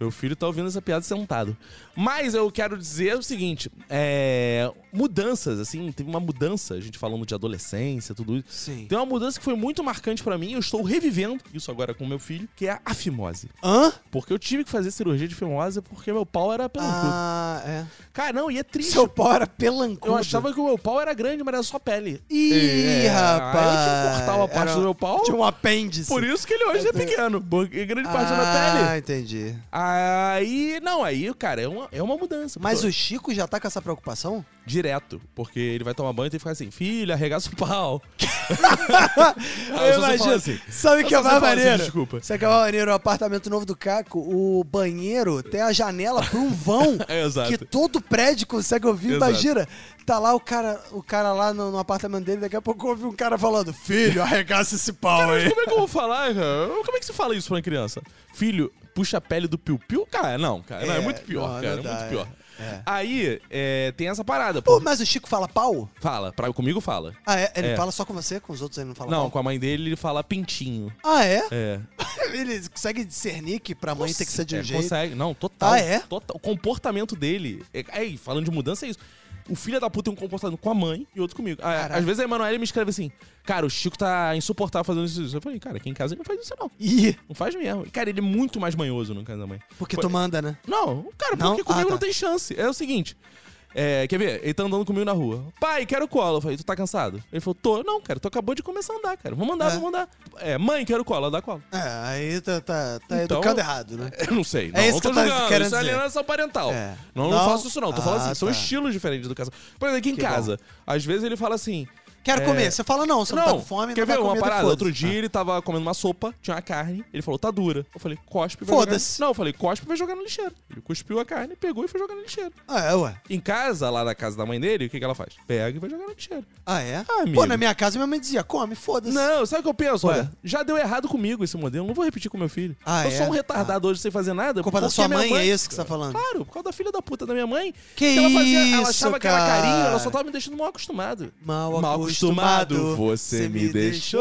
Meu filho tá ouvindo essa piada sentado. Mas eu quero dizer o seguinte: é, mudanças, assim, teve uma mudança, a gente falando de adolescência, tudo isso.
Sim.
Tem uma mudança que foi muito marcante pra mim, eu estou revivendo isso agora com meu filho, que é a fimose.
Hã?
Porque eu tive que fazer cirurgia de fimose porque meu pau era pelancudo.
Ah, é.
Cara, não, e é triste.
Seu pau era
Eu
pelancudo.
achava que o meu pau era grande, mas era só pele.
Ih,
É,
rapaz.
Aí eu tinha que cortar uma parte
Era-
do meu pau.
Tinha um apêndice.
Por isso que ele hoje é pequeno, porque grande parte é na pele.
Ah, entendi.
Aí, não, aí, cara, é uma, é uma mudança.
Mas
pô.
o Chico já tá com essa preocupação?
Direto, porque ele vai tomar banho e tem que ficar assim, filha, arregaça o pau.
Eu
Aí você fala
imagino.
assim,
Sabe o que
Aí
é
você
mais
fala assim,
maneiro?
desculpa.
Sabe o que é mais maneiro? O apartamento novo do Caco, o banheiro tem a janela pra um vão
É, exato.
que todo prédio consegue ouvir.
Exato.
Imagina, tá lá o cara, o cara lá no, no apartamento dele, daqui a pouco ouve um cara falando, filho, arregaça esse pau aí.
Como é que eu vou falar, cara? Como é que se fala isso pra uma criança? Filho, puxa a pele do piu-piu? Cara, não, cara, não, é,
É,
muito pior,
não,
cara,
não
é
dá,
muito pior.
é, é.
Aí, é, tem essa parada,
Pô,
pô.
mas o Chico fala pau?
Fala, pra, comigo fala.
Ah, é? Ele
É.
fala só com você? Com os outros ele não fala
Não,
pau?
com a mãe dele ele fala pintinho.
Ah, é?
É.
Ele consegue discernir que pra mãe tem que ser de um
É,
jeito.
Consegue. Não, total.
Ah, é?
Total. O comportamento dele. é- Aí, falando de mudança, é isso. O filho da puta tem um comportamento com a mãe e outro comigo. Ah,
Caraca.
Às vezes a Emanuele me escreve assim, cara, o Chico tá insuportável fazendo isso. Eu falei, cara, aqui em casa ele não faz isso não.
Ih,
Não faz mesmo. Cara, ele é muito mais manhoso no caso da mãe.
porque
Foi-
tu manda, né?
Não, cara,
Não?
porque comigo
Ah, tá.
não tem chance. É o seguinte. é, quer ver? Ele tá andando comigo na rua. Pai, quero cola. Eu falei, tu tá cansado? Ele falou, tô. Não, cara, tu acabou de começar a andar, cara. Vou mandar,
É.
vou mandar. É, mãe, quero cola, dá cola.
É, aí tá, tá, tá
Então-
educando errado, né?
Eu não sei.
É
Não,
isso
não
que
tô
eu tava
julgando,
querendo
Isso é
dizer.
alienação parental.
É.
Não, não,
Não?
faço isso, não. Tô falando
Ah,
assim, são
tá.
estilos diferentes de educação. Por exemplo, aqui em
Que
casa, às vezes ele fala assim.
Quero
É.
comer. Você fala, não, você não, tá com fome,
quer
não vai
ver uma
comer, tá
parada?
foda-se.
Outro dia ele tava comendo uma sopa, tinha uma carne, ele falou, tá dura. Eu falei, cospe, vai jogar.
Foda-se.
Não, eu falei, cospe, vai jogar no lixeiro. Ele cuspiu a carne, pegou e foi jogar no lixeiro.
Ah, é, ué.
Em casa, lá na casa da mãe dele, o que, que ela faz? Pega e vai jogar no lixeiro.
Ah, é?
amigo.
Pô, na minha casa minha mãe dizia, come, foda-se.
Não, sabe o que eu penso?
Ué.
Olha, já deu errado comigo esse modelo, não vou repetir com meu filho.
Ah,
eu
é?
sou um retardado hoje sem fazer nada.
Culpa da
porque
sua
minha
mãe, é isso que você tá falando?
Claro, por causa da filha da puta da minha mãe.
Que
ela fazia,
isso,
ela achava que era
cara.
carinho, ela só tava me deixando mal acostumado.
Mal acostumado,
você me deixou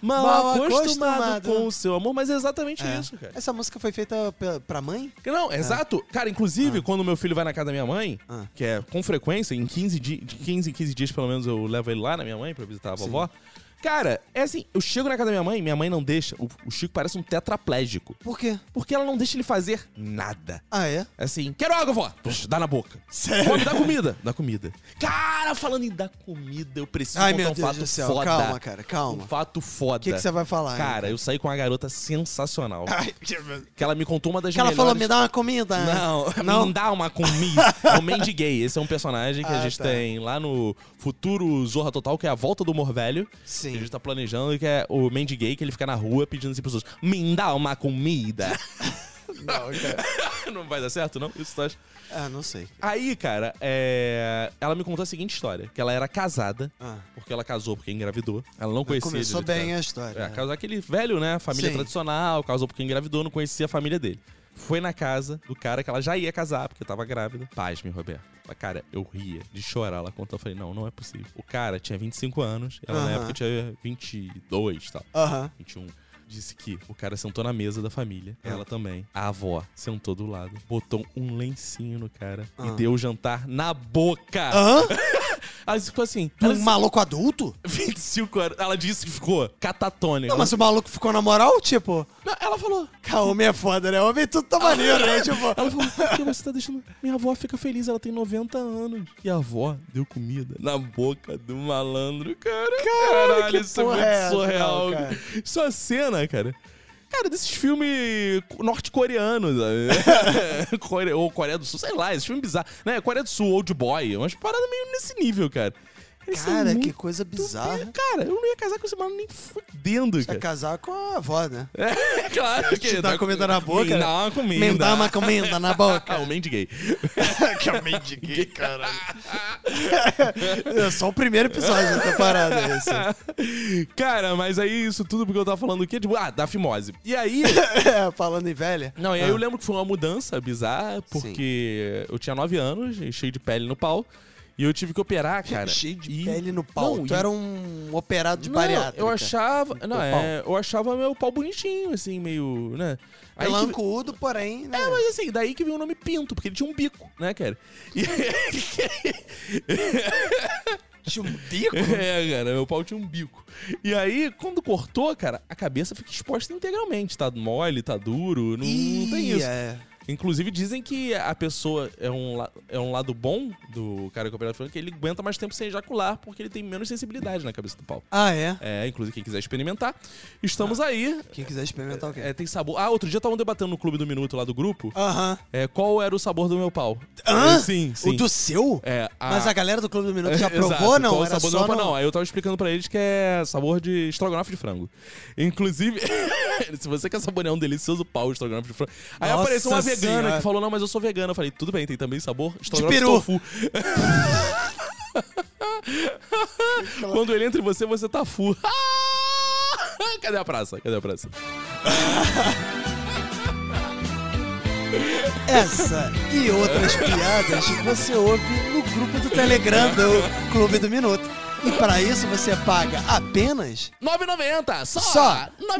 mal,
mal
acostumado,
acostumado.
com o seu amor, mas é exatamente
É.
isso, cara.
Essa música foi feita pe- pra mãe?
Não, exato. Cara, inclusive, quando meu filho vai na casa da minha mãe,
Ah.
que é com frequência, em 15 di- de 15 em 15 dias pelo menos eu levo ele lá na minha mãe pra visitar a vovó. Cara, é assim, eu chego na casa da minha mãe, minha mãe não deixa. O, o Chico parece um tetraplégico.
Por quê?
Porque ela não deixa ele fazer nada.
Ah, é?
Assim, quero água, vó. Puxa, dá na boca.
Sério?
Vó, me dá comida. Dá comida. Cara, falando em dar comida, eu preciso
Ai,
contar
meu
um
Deus
fato
do céu.
foda.
Calma, cara, calma.
Um fato foda.
O que que você vai falar? então? hein?
Cara, eu saí com uma garota sensacional.
Ai, meu Deus.
Que ela me contou uma das
que ela
melhores...
falou, me dá uma comida.
Não,
Não?
não dá uma comida. É o Mandy Gay. Esse é um personagem que a
Ah,
gente
tá.
tem lá no futuro Zorra Total, que é a volta do Morvelho.
Sim.
Que a gente tá planejando, que é o Mandy Gay, que ele fica na rua pedindo assim pros outros: me dá uma comida.
Não, cara.
não vai dar certo, não? Isso tá.
Ah, não sei.
Aí, cara, é... ela me contou a seguinte história: que ela era casada,
Ah.
porque ela casou, porque engravidou. Ela não conhecia
Começou
ele, né?
bem a história.
É, casou aquele velho, né? Família
Sim.
tradicional, casou porque engravidou, não conhecia a família dele. Foi na casa do cara que ela já ia casar, porque tava grávida. Pasme, Roberto. Mas, Cara, eu ria de chorar. Ela contou, eu falei, não, não é possível. O cara tinha 25 anos, ela na
Aham.
época tinha 22 e tal.
Aham.
21. Disse que o cara sentou na mesa da família,
Ah.
ela também. A avó sentou do lado, botou um lencinho no cara e
Ah.
deu o jantar na boca.
Hã?
Ela ficou assim, ela
Um maluco adulto?
25 anos. Ela disse que ficou catatônica.
Não, mas o maluco ficou na moral, tipo...
Não, ela falou.
"Cara, Homem é foda, né? Homem tudo tá maneiro, né? Tipo...
Ela falou, por que você tá deixando. Minha avó fica feliz, ela tem 90 anos. E a avó deu comida na boca do malandro, cara. Caralho, isso é
porra
muito
é essa,
surreal.
não, cara?
Isso é uma cena, cara. Cara, desses filmes norte-coreanos, sabe? Core- ou Coreia do Sul, sei lá, esse filme bizarro. Né? Coreia do Sul, Old Boy, umas paradas meio nesse nível, cara. Eles são
Cara, que
muito
coisa bizarra.
bem- Cara, eu não ia casar com esse maluco nem fudendo,
Pra
cara.
casar com a avó, né?
É, claro que...
é Te dá comida na boca,
Me
né?
dá uma comida.
Me dá uma comida na
Ah, o
boca.
Mandy Gay.
que eu mendiguei, caralho. é só o primeiro episódio da parada assim. esse.
Cara, mas aí isso tudo porque eu tava falando o quê? Tipo, ah, da fimose. E aí.
É, falando em velha.
Não, e aí eu lembro que foi uma mudança bizarra, porque eu tinha 9 anos, e cheio de pele no pau, e eu tive que operar, cara.
Cheio de
E-
pele no pau.
Não,
tu
e-
era um operado de
Não,
bariátrica.
Eu achava. Não,
pau.
é, eu achava meu pau bonitinho, assim, meio. né? Aí que-
Pelancudo, porém, né?
É, mas assim, daí que veio o nome Pinto, porque ele tinha um bico, né, cara? E.
Tinha um bico.
É, cara, meu pau tinha um bico. E aí, quando cortou, cara, a cabeça fica exposta integralmente. Tá mole, tá duro, não, não tem
Ih,
isso.
é.
Inclusive, dizem que a pessoa é um, la- é um lado bom do cara com a operado franca, que ele aguenta mais tempo sem ejacular, porque ele tem menos sensibilidade na cabeça do pau.
Ah, é?
É, inclusive, quem quiser experimentar, estamos
Ah.
aí.
Quem quiser experimentar o quê?
É, tem sabor. Ah, outro dia estavam debatendo no Clube do Minuto lá do grupo
Aham.
é, qual era o sabor do meu pau.
Hã?
É, Sim, sim.
O do seu?
É, a-
Mas a galera do Clube do Minuto já
Exato,
provou, não?
qual o
Era
sabor
só
não,
no-
não. Aí eu tava explicando pra eles que é sabor de estrogonofe de frango. Inclusive, se você quer saborear um delicioso pau de estrogonofe de frango. Aí
Nossa
apareceu uma vegana
Senhora.
que falou: Não, mas eu sou vegana. Eu falei: Tudo bem, tem também sabor estrogonofe de
peru.
tofu. Quando ele entra em você, você tá fu. Cadê a praça? Cadê a praça?
Essa e outras piadas que você ouve no grupo do Telegram do Clube do Minuto. E para isso você paga apenas
9,90! Só!
Só
9,90!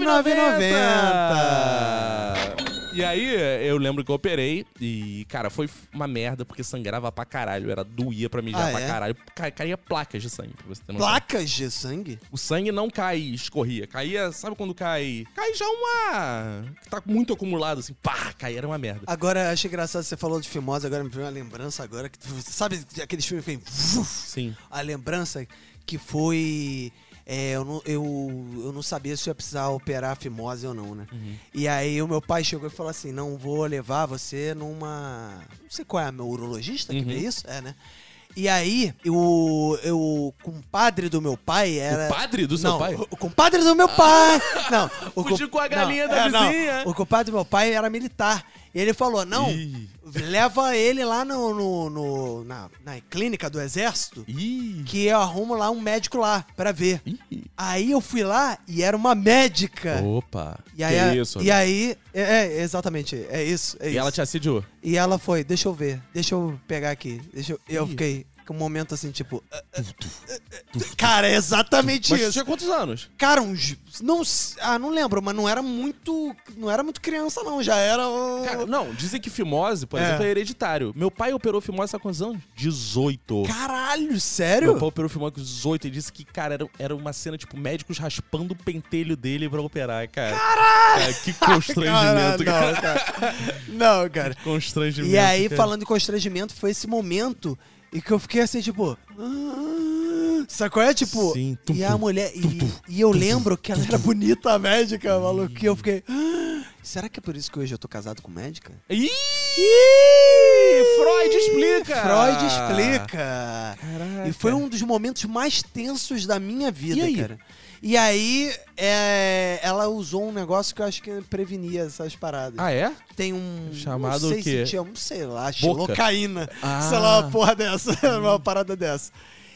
9,90.
E aí, eu lembro que eu operei e, cara, foi uma merda porque sangrava pra caralho. Era doía pra mijar
Ah,
pra
é?
caralho. Ca- caía placas de sangue, pra você ter noção.
Placas de sangue?
O sangue não cai, escorria. Caía, sabe quando cai? Cai já uma. que tá muito acumulado, assim. Pá, caía, era uma merda.
Agora, achei engraçado, você falou de fimose, agora me veio uma lembrança agora. Que, você sabe aqueles filmes que vem...
Sim.
A lembrança que foi... é, eu, não, eu, eu não sabia se eu ia precisar operar a fimose ou não, né?
Uhum.
E aí o meu pai chegou e falou assim, não vou levar você numa... Não sei qual é, meu urologista
Uhum.
que vê isso? É, né? E aí, o, eu, o compadre do meu pai era...
padre do seu
Não,
pai?
o- O compadre do meu pai! Não, o
Fugiu
com-
com a galinha
não,
da
é, não.
vizinha.
O compadre do meu pai era militar. E ele falou: não,
Ih.
leva ele lá no, no- no- na, na clínica do exército,
Ih.
que eu arrumo lá um médico lá pra ver.
Ih.
Aí eu fui lá e era uma médica.
Opa.
É. E aí,
que isso, né?
e aí, é, é, exatamente, é isso. é
E ela
isso.
te assediou.
E ela foi, deixa eu ver, deixa eu pegar aqui. Deixa eu, eu fiquei com um momento assim, tipo. "Ah, ah, ah, ah, ah". Cara, é exatamente
Mas
isso.
tinha quantos anos?
Cara, uns. Não, s- ah, não lembro, mas não era muito. Não era muito criança, não. Já era. o-
Cara, não, dizem que fimose, por
É.
exemplo, é hereditário. Meu pai operou fimose há quantos anos? 18.
Caralho,
Meu
sério?
pai operou fimose com 18 e disse que, cara, era, era uma cena, tipo, médicos raspando o pentelho dele pra operar, cara. Caralho! que constrangimento, cara.
Caralho, não, cara. Não, cara.
Constrangimento.
E aí,
cara.
falando em constrangimento, foi esse momento em que eu fiquei assim, tipo. "Ah", Sabe qual é? Tipo.
Sim, tum,
e a
tum,
mulher. e- e, eu lembro que ela era bonita, a médica, maluco. E eu fiquei. "Ah, será que é por isso que hoje eu tô casado com médica?
Ih! Freud explica!
Freud explica.
Caraca.
E foi um dos momentos mais tensos da minha vida,
E aí?
cara. E aí, é, ela usou um negócio que eu acho que prevenia essas paradas.
Ah, é?
Tem um.
Chamado
não sei
o quê?
Se tinha um, sei lá, xilocaína.
Ah.
Sei lá, uma porra dessa. uma parada dessa.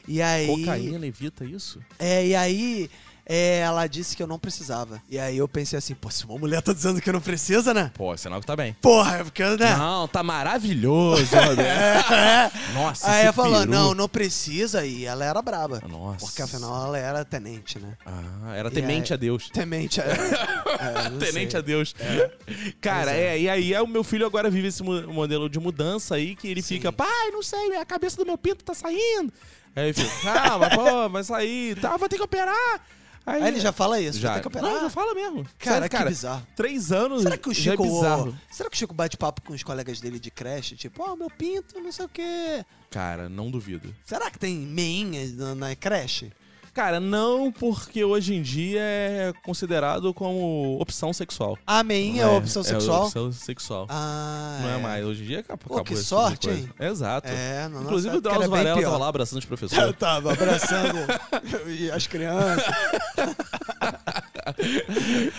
E aí.
Cocaína evita isso?
É, e aí. é, ela disse que eu não precisava. E aí eu pensei assim, pô, se uma mulher tá dizendo que eu não precisa, né?
Pô, sinal que tá bem.
Porra, é porque, né?
Não, tá maravilhoso, Roberto.
É.
Nossa,
Aí
esse
ela falou,
peru.
não, não precisa. E ela era braba.
Nossa.
Porque afinal ela era tenente, né?
Ah, era temente
E
a
aí-
Deus.
Temente. É, é, não
Tenente
sei.
a Deus. Cara, é. e aí é, o meu filho agora vive esse mo- modelo de mudança aí, que ele fica, pai, não sei, é a cabeça do meu pinto tá saindo. Aí ele fica, calma, pô, vai sair, tá, vou ter que operar. Aí,
Aí ele já fala isso.
é já,
Tem que operar.
Não, já fala mesmo.
Cara,
Sério,
que bizarro.
Três anos
Será que o
já é
Chico.
bizarro.
será que o Chico bate papo com os colegas dele de creche? Tipo, ó, meu pinto, não sei o quê.
Cara, não duvido.
Será que tem meinhas na, na creche?
Cara, não porque hoje em dia é considerado como opção sexual.
A meinha é, opção sexual?
opção sexual.
Ah.
Não é mais. Hoje em dia acabou
Pô, que
esse tipo de
sorte,
coisa.
hein?
Exato.
É, na
Inclusive
nossa
o Drauzio
época era bem
Varela
pior.
tava lá abraçando os
Eu
professores.
tava abraçando as crianças.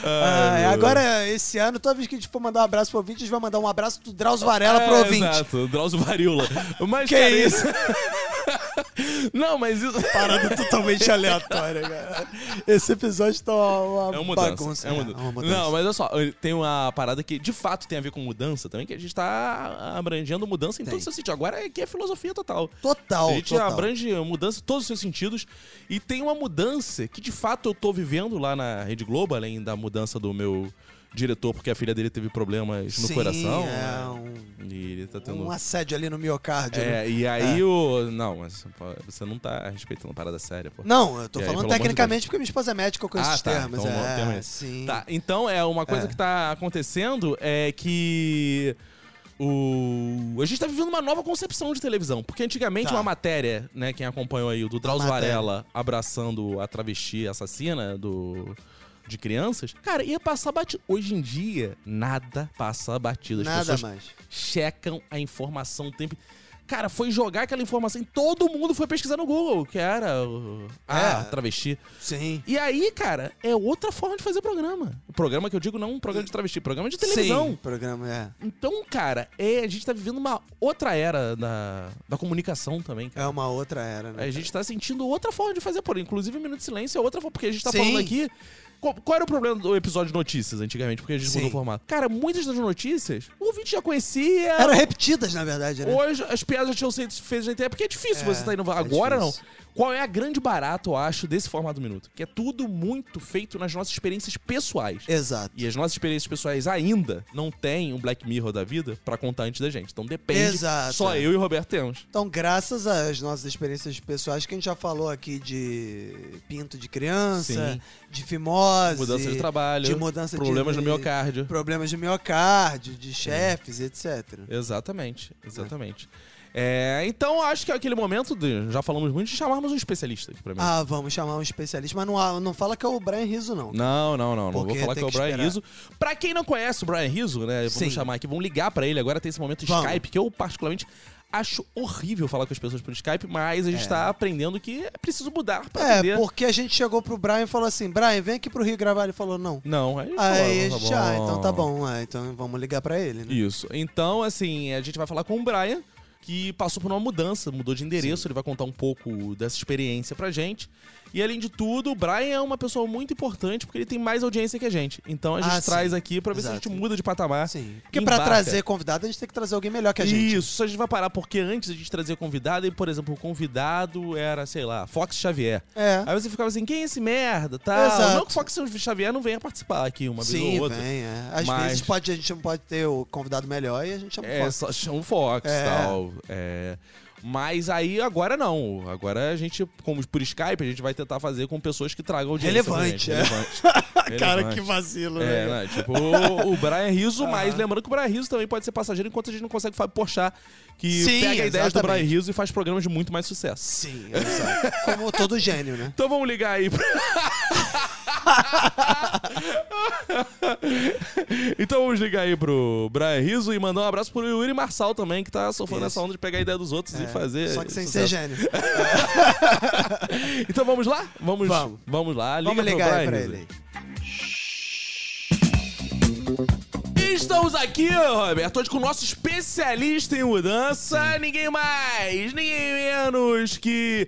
Ah,
meu
agora, esse ano, toda vez que a gente for mandar um abraço pro ouvinte, a gente vai mandar um abraço do Drauzio Varela pro
É,
ouvinte.
Exato, o Drauzio Varíola. Mas,
Que
cara,
isso?
Não, mas isso...
Parada totalmente aleatória, cara. Esse episódio tá uma, uma
É uma mudança.
bagunça.
é uma
né?
mudança.
É uma mudança.
Não, mas olha só, tem uma parada que de fato tem a ver com mudança também, que a gente tá abrangendo mudança em
Tem.
todo o seu sentido. Agora aqui é filosofia total.
Total,
A gente
total.
abrange mudança em todos os seus sentidos. E tem uma mudança que de fato eu tô vivendo lá na Rede Globo, além da mudança do meu diretor, porque a filha dele teve problemas no
Sim,
coração.
é
né?
um-
E ele tá tendo.
Um assédio ali no miocárdio. né?
É, e aí o. Não, mas, pô, você não tá respeitando parada séria, pô.
Não, eu tô
E aí,
falando
pelo amor de
tecnicamente porque minha esposa é médica, eu conheço os termos.
então,
é,
termo é esse.
sim.
Tá, então é uma coisa
É.
que tá acontecendo é que o a gente tá vivendo uma nova concepção de televisão, porque antigamente
Tá.
uma matéria, né, quem acompanhou aí o do Drauzio
matéria.
Varela abraçando a travesti assassina do de crianças, cara, ia passar batido. Hoje em dia, nada passa batido. As
Nada
pessoas
mais.
checam a informação o tempo. Cara, foi jogar aquela informação e todo mundo foi pesquisar no Google, que era o- ah,
É.
travesti.
Sim.
E aí, cara, é outra forma de fazer programa. O programa que eu digo não um programa de travesti, programa de televisão.
Sim, programa, é.
Então, cara, é, a gente tá vivendo uma outra era da, da comunicação também, cara.
É uma outra era, né?
A gente tá sentindo outra forma de fazer, por inclusive Minuto de Silêncio é outra forma, porque a gente tá
Sim.
falando aqui Qual, qual era o problema do episódio de notícias antigamente? Porque a gente
Sim.
mudou o formato. Cara, muitas das notícias o ouvinte já conhecia.
Eram repetidas, na verdade, né?
tá Hoje as piadas já tinham sido feitas na internet, porque é difícil
É,
você estar inovando.
é
Agora
difícil.
não. Qual é a grande barata, eu acho, desse formato do minuto? Que é tudo muito feito nas nossas experiências pessoais.
Exato.
E as nossas experiências pessoais ainda não têm um Black Mirror da vida pra contar antes da gente. Então depende.
Exato. é.
Só eu e o Roberto temos.
Então, graças às nossas experiências pessoais, que a gente já falou aqui de pinto de criança,
Sim.
de fimose,
Mudança de trabalho,
de mudança de-
problemas no
de-
miocárdio. É.
problemas de miocárdio, de chefes, etc.
Exatamente, exatamente. É, então acho que é aquele momento de, já falamos muito, de chamarmos um especialista aqui pra mim.
Ah, vamos chamar um especialista, mas não, não fala que é o Brian Rizzo, não.
Não, não, não. Não vou
Porque
falar que
tem
é o
que
Brian
esperar.
Rizzo. Pra quem não conhece o Brian Rizzo, né? Vamos
Sim.
chamar aqui, vamos ligar pra ele. Agora tem esse momento
Vamos.
Skype, que eu particularmente acho horrível falar com as pessoas por Skype, mas a gente tá aprendendo que é preciso mudar pra
É,
atender.
porque a gente chegou pro Brian e falou assim: Brian, vem aqui pro Rio gravar. Ele falou: não.
Não, aí,
Aí a
falou,
gente, ah, então tá bom, ah, então vamos ligar pra ele, né?
Isso. Então, assim, a gente vai falar com o Brian, que passou por uma mudança, mudou de endereço, ele vai contar um pouco dessa experiência pra gente. E além de tudo, o Brian é uma pessoa muito importante porque ele tem mais audiência que a gente. Então a gente
Ah, sim.
traz aqui pra ver se a
Exato.
gente muda de patamar.
Sim. Assim, Porque pra
Embarca.
trazer convidado, a gente tem que trazer alguém melhor que a gente.
Isso, a gente vai parar, porque antes a gente trazia convidado, e, por exemplo, o convidado era, sei lá, Fox Xavier.
É.
Aí você ficava assim, quem é esse merda? Tal.
Exato.
Não que Fox Xavier não venha participar aqui uma vez
Sim,
ou outra.
vem, é. Às
um Mas-
vezes pode, a gente não pode ter o convidado melhor e a gente chama o
É,
Fox.
só chama o Fox e
É.
tal. É. Mas aí agora não. Agora a gente, como por Skype, a gente vai tentar fazer com pessoas que tragam audiência.
Relevante,
pra gente.
é.
Relevante. Relevante.
vacilo,
É, né? Tipo, o, o Brian Rizzo, mas
Aham.
lembrando que o Brian Rizzo também pode ser passageiro enquanto a gente não consegue Fábio Porchat, que
Sim,
pega ideias do Brian
exatamente.
Rizzo e faz programas de muito mais sucesso.
Sim, exato. Como todo gênio, né?
Então vamos ligar aí. pra- então vamos ligar aí pro Brian Rizzo e mandar um abraço pro Yuri Marçal também, que tá sofrendo
Isso. É,
essa onda de pegar a ideia dos outros e fazer.
Só que sem ser
sucesso.
gênio.
Então vamos lá? Vamos, vamos.
Vamos.
lá, liga
Vamos
pro
ligar aí
Brian
pra
Rizzo.
ele.
E Estamos aqui, Roberto, hoje com o nosso especialista em mudança, ninguém mais, ninguém menos que.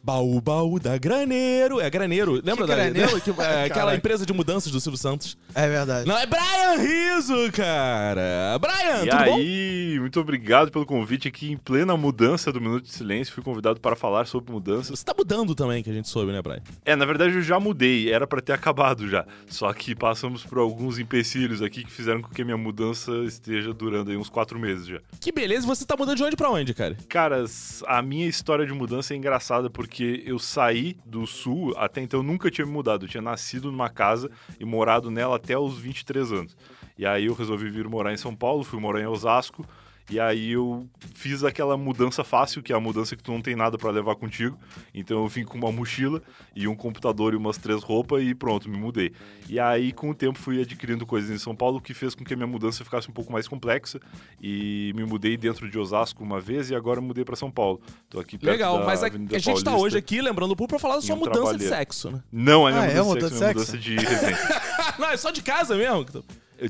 Baú Baú da Graneiro. É Graneiro. Lembra da
Graneiro?
lembra que, é, aquela
Caraca.
empresa de mudanças do Silvio Santos?
É verdade.
Não, é Brian Rizzo, cara. Brian,
E
tudo bom?
aí, muito obrigado pelo convite aqui em plena mudança do Minuto de Silêncio. Fui convidado para falar sobre mudanças.
Você tá mudando também, que a gente soube, né, Brian?
É, na verdade eu já mudei, era para ter acabado já. Só que passamos por alguns empecilhos aqui que fizeram com que a minha mudança esteja durando aí uns quatro meses já.
Que beleza, você tá mudando de onde pra onde, cara?
Cara, s- a minha história de mudança é engraçada porque eu saí do sul, até então eu nunca tinha me mudado. Eu tinha nascido numa casa e morado nela até os 23 anos. E aí eu resolvi vir morar em São Paulo, fui morar em Osasco. E aí eu fiz aquela mudança fácil, que é a mudança que tu não tem nada pra levar contigo. Então eu vim com uma mochila e um computador e umas três roupas e pronto, me mudei. E aí com o tempo fui adquirindo coisas em São Paulo, que fez com que a minha mudança ficasse um pouco mais complexa. E me mudei dentro de Osasco uma vez e agora mudei pra São Paulo. Tô aqui perto
Legal,
da
mas a, a
Avenida
gente tá
Paulista.
hoje aqui, lembrando o público, pra falar da sua
um
mudança de
trabalheiro.
sexo, né?
Não, é minha
Ah, é?
mudança de
Mudou
sexo, é minha
de
mudança de residência.
Não, é só de casa mesmo.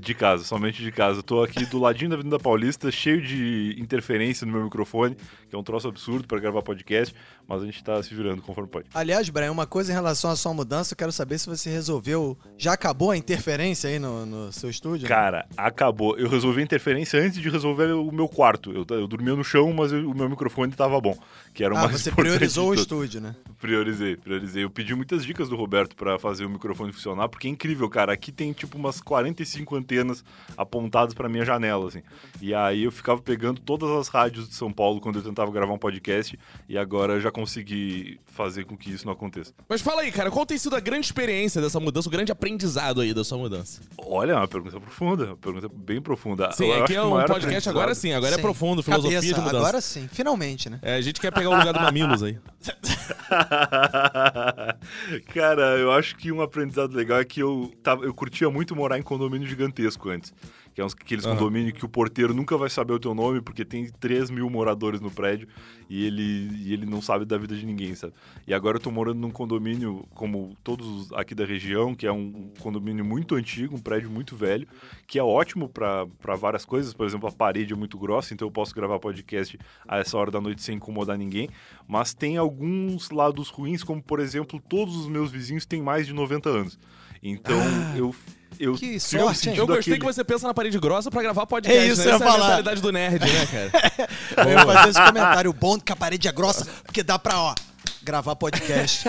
De casa, somente de casa. Tô aqui do ladinho da Avenida Paulista, cheio de interferência no meu microfone, que é um troço absurdo pra gravar podcast, mas a gente tá se virando conforme pode.
Aliás, Brian, uma coisa em relação à sua mudança, eu quero saber se você resolveu. Já acabou a interferência aí no, no seu estúdio? né?
Cara, acabou. Eu resolvi a interferência antes de resolver o meu quarto. Eu, eu dormia no chão, mas eu- o meu microfone tava bom, que era o
ah,
mais
você
importante
priorizou o
de tudo.
estúdio, né?
Priorizei, priorizei. Eu pedi muitas dicas do Roberto pra fazer o microfone funcionar, porque é incrível, cara. Aqui tem tipo umas 45 antenas apontadas pra minha janela, assim. E aí eu ficava pegando todas as rádios de São Paulo quando eu tentava gravar um podcast, e agora eu já consegui fazer com que isso não aconteça.
Mas fala aí, cara, qual tem sido a grande experiência dessa mudança, o grande aprendizado aí da sua mudança?
Olha, é uma pergunta profunda, uma pergunta bem profunda.
Sim,
Eu acho
aqui é
que o
um
maior
podcast agora
aprendizado-
sim, agora é
Sim.
profundo, filosofia
Cabeça,
de mudança.
Agora sim, finalmente, né?
É, a gente quer pegar o lugar do Mamilos aí.
Cara, eu acho que um aprendizado legal é que eu, tava, eu curtia muito morar em condomínio gigantesco antes. Que é uns, aqueles
Aham.
condomínios que o porteiro nunca vai saber o teu nome, porque tem 3 mil moradores no prédio e ele, e ele não sabe da vida de ninguém, sabe? E agora eu tô morando num condomínio, como todos os aqui da região, que é um condomínio muito antigo, um prédio muito velho, que é ótimo pra pra várias coisas. Por exemplo, a parede é muito grossa, então eu posso gravar podcast a essa hora da noite sem incomodar ninguém. Mas tem alguns lados ruins, como por exemplo, todos os meus vizinhos têm mais de 90 anos. Então eu. Eu,
Ah, que
tive
sorte, hein?
sentido
Eu gostei
aquele-
que você pensa na parede grossa pra gravar podcast.
É isso,
né?
eu ia
Essa é a
falar.
mentalidade do nerd, né, cara?
Eu ia fazer esse comentário. O bom que a parede é grossa, porque dá pra, ó, gravar podcast.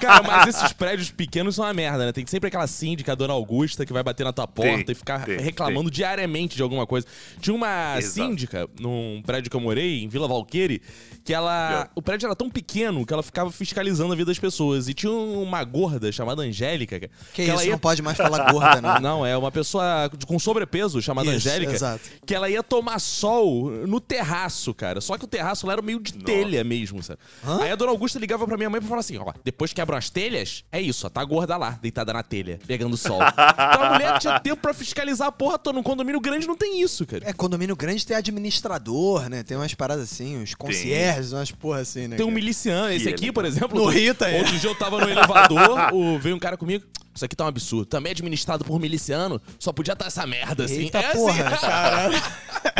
cara, mas esses prédios pequenos são uma merda, né? Tem sempre aquela síndica, a dona Augusta, que vai bater na tua porta
Tem,
e ficar
tem,
reclamando diariamente de alguma coisa. Tinha uma
Exato.
síndica num prédio que eu morei, em Vila Valqueire, que ela.
Yeah.
O prédio era tão pequeno que ela ficava fiscalizando a vida das pessoas. E tinha uma gorda chamada Angélica, cara.
Que
ela
é
isso,
ia
não pode mais falar gorda, não.
Não, é uma pessoa de- com sobrepeso chamada
né? Isso,
Angélica.
exato.
Que ela ia tomar sol no terraço, cara. Só que o terraço lá era meio de telha mesmo, sabe? Aí a dona Augusta ligava pra minha mãe pra falar assim: ó, depois que abram as telhas, é isso, ó, tá gorda lá, deitada na telha, pegando sol. então a mulher tinha tempo pra fiscalizar a porra toda. Num condomínio grande não tem isso, cara.
É, condomínio grande tem administrador, né? Tem umas paradas assim, uns concierges, umas porra assim, né?
Tem um
cara?
miliciano, esse
Que é
aqui,
ele-
por exemplo.
No Rio tá aí.
Outro dia eu tava no elevador, o- veio um cara comigo. Isso aqui tá um absurdo. Também administrado por miliciano, só podia estar essa merda, assim.
Eita
é assim,
porra, caralho.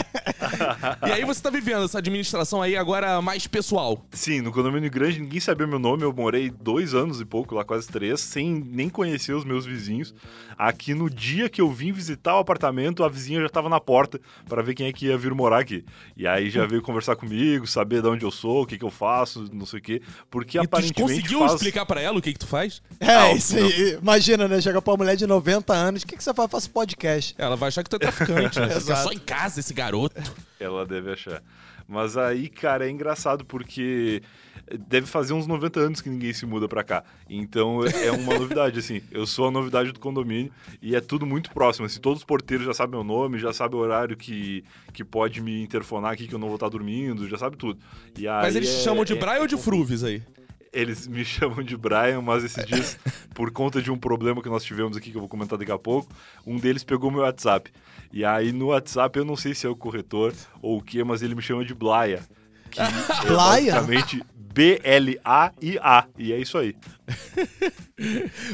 E aí você tá vivendo essa administração aí agora mais pessoal.
Sim, no condomínio grande ninguém sabia meu nome. Eu morei dois anos e pouco, lá quase três, sem nem conhecer os meus vizinhos. Aqui no dia que eu vim visitar o apartamento, a vizinha já tava na porta pra ver quem é que ia vir morar aqui. E aí já veio conversar comigo, saber de onde eu sou, o que, que eu faço, não sei o quê. Porque
e tu
aparentemente.
conseguiu
faz-
explicar pra ela o que que tu faz?
É, isso aí. Imagina, né? Chega pra uma mulher de 90 anos, o que, que você faz? Eu faço podcast.
Ela vai achar que tu é traficante, né? Fica
Exato.
só em casa esse garoto.
Ela deve achar. Mas aí, cara, é engraçado porque deve fazer uns 90 anos que ninguém se muda pra cá. Então é uma novidade, assim. Eu sou a novidade do condomínio e é tudo muito próximo. Assim, todos os porteiros já sabem meu nome, já sabem o horário que, que pode me interfonar aqui, que eu não vou estar dormindo, já sabe tudo. E aí
Mas eles te
é-
chamam de
é-
Brian ou de Fruves aí?
eles me chamam de Brian, mas esses dias, por conta de um problema que nós tivemos aqui, que eu vou comentar daqui a pouco, um deles pegou meu WhatsApp. E aí no WhatsApp, eu não sei se é o corretor ou o que, mas ele me chama de Blaia. Que é
Blaia?
basicamente B-L-A-I-A. E é isso aí.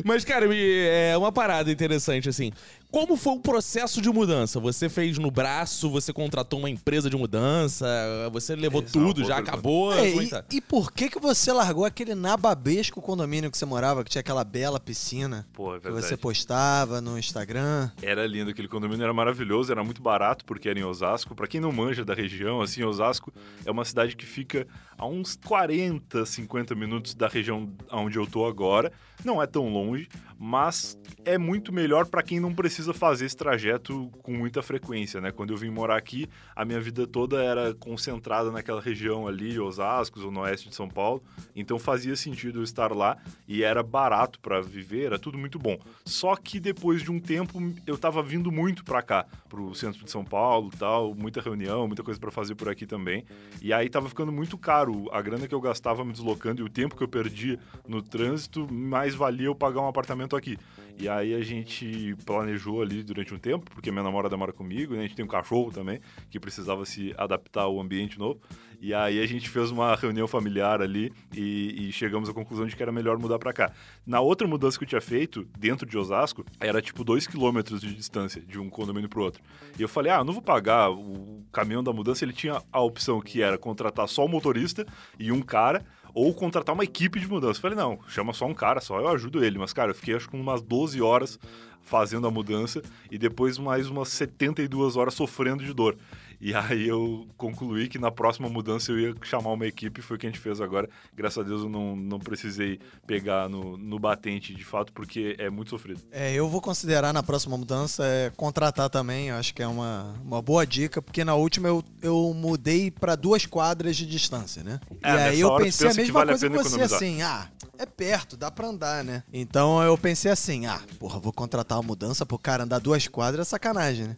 Mas, cara, me- é uma parada interessante, assim. Como foi o processo de mudança? Você fez no braço, você contratou uma empresa de mudança, você levou
é uma
tudo,
boa
já
pergunta.
acabou.
É,
como é
e,
que tá?
e por que que você largou aquele nababesco condomínio que você morava, que tinha aquela bela piscina
Pô, é
que
verdade.
você postava no Instagram?
Era lindo, aquele condomínio era maravilhoso, era muito barato porque era em Osasco. Pra quem não manja da região, assim, Osasco é uma cidade que fica a uns 40, 50 minutos da região onde eu tô agora. Não é tão longe, mas é muito melhor pra quem não precisa fazer esse trajeto com muita frequência, né? Quando eu vim morar aqui, a minha vida toda era concentrada naquela região ali, Osasco, Zona Oeste de São Paulo. Então fazia sentido eu estar lá e era barato pra viver, era tudo muito bom. Só que depois de um tempo eu tava vindo muito pra cá, pro centro de São Paulo, e tal, muita reunião, muita coisa pra fazer por aqui também. E aí tava ficando muito caro a grana que eu gastava me deslocando e o tempo que eu perdia no trânsito, mais valia eu pagar um apartamento aqui. E aí a gente planejou ali durante um tempo, porque minha namorada mora comigo, né? a gente tem um cachorro também, que precisava se adaptar ao ambiente novo. E aí a gente fez uma reunião familiar ali e, e chegamos à conclusão de que era melhor mudar pra cá. Na outra mudança que eu tinha feito, dentro de Osasco, era tipo 2 km de distância de um condomínio pro outro. E eu falei, ah, eu não vou pagar o caminhão da mudança. Ele tinha a opção que era contratar só o motorista e um cara, ou contratar uma equipe de mudança. Eu falei, não, chama só um cara, só eu ajudo ele. Mas, cara, eu fiquei acho que umas 12 horas fazendo a mudança e depois mais umas 72 horas sofrendo de dor. E aí eu concluí que na próxima mudança eu ia chamar uma equipe, foi o que a gente fez agora. Graças a Deus eu não, não precisei pegar no, no batente de fato, porque é muito sofrido.
É, eu vou considerar na próxima mudança é, contratar também, eu acho que é uma, uma boa dica, porque na última eu, eu mudei pra duas quadras de distância, né?
É,
e
nessa
aí eu
hora tu
pensei a
pensa que
mesma
vale a
coisa que
pena
você,
economizar.
assim, ah, é perto, dá pra andar, né? Então eu pensei assim, ah, porra, vou contratar uma mudança pro cara andar duas quadras, é sacanagem, né?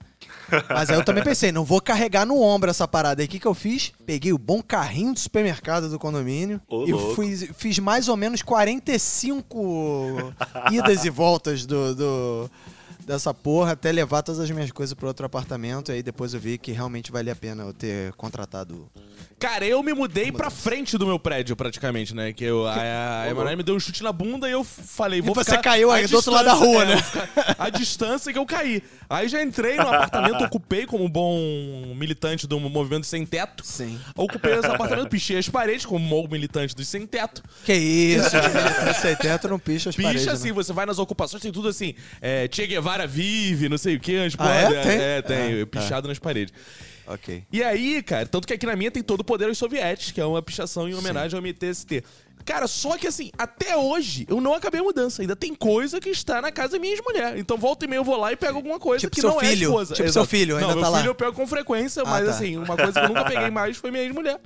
Mas aí eu também pensei, não vou carregar no ombro essa parada aí. O que, que eu fiz? Peguei o bom carrinho do supermercado do condomínio
Ô,
e
louco.
fui fiz, fiz mais ou menos 45 idas e voltas do, do- dessa porra até levar todas as minhas coisas para outro apartamento. E aí depois eu vi que realmente valia a pena eu ter contratado
Cara, eu me mudei pra frente do meu prédio, praticamente, né? Que eu, a, a Emanuele me deu um chute na bunda e eu falei, vou
você
ficar
caiu
à
aí do outro lado da
distância-
rua,
é,
né?
vou ficar À distância que eu caí. Aí já entrei no apartamento, ocupei como um bom militante do movimento sem teto.
Sim.
Ocupei esse apartamento, pichei as paredes como um bom militante dos sem teto.
Que isso, gente. Sem teto não picha as paredes,
Picha
né?
assim, você vai nas ocupações, tem tudo assim. É, che Guevara vive, não sei o quê. As
Ah, é?
porra-
Tem?
é, tem.
Ah,
pichado nas paredes.
Ok.
E aí, cara, tanto que aqui na minha tem todo o poder aos soviéticos, que é uma pichação em homenagem ao MTST. Cara, só que assim, até hoje eu não acabei a mudança. Ainda tem coisa que está na casa da minha ex-mulher. Então volta e meia eu vou lá e pego alguma coisa
Tipo
que
seu
não é
filho.
esposa.
Tipo seu filho, ainda
não, meu
tá lá.
filho eu pego com frequência, mas
tá. Ah,
assim, uma coisa que eu nunca peguei mais foi minha ex-mulher.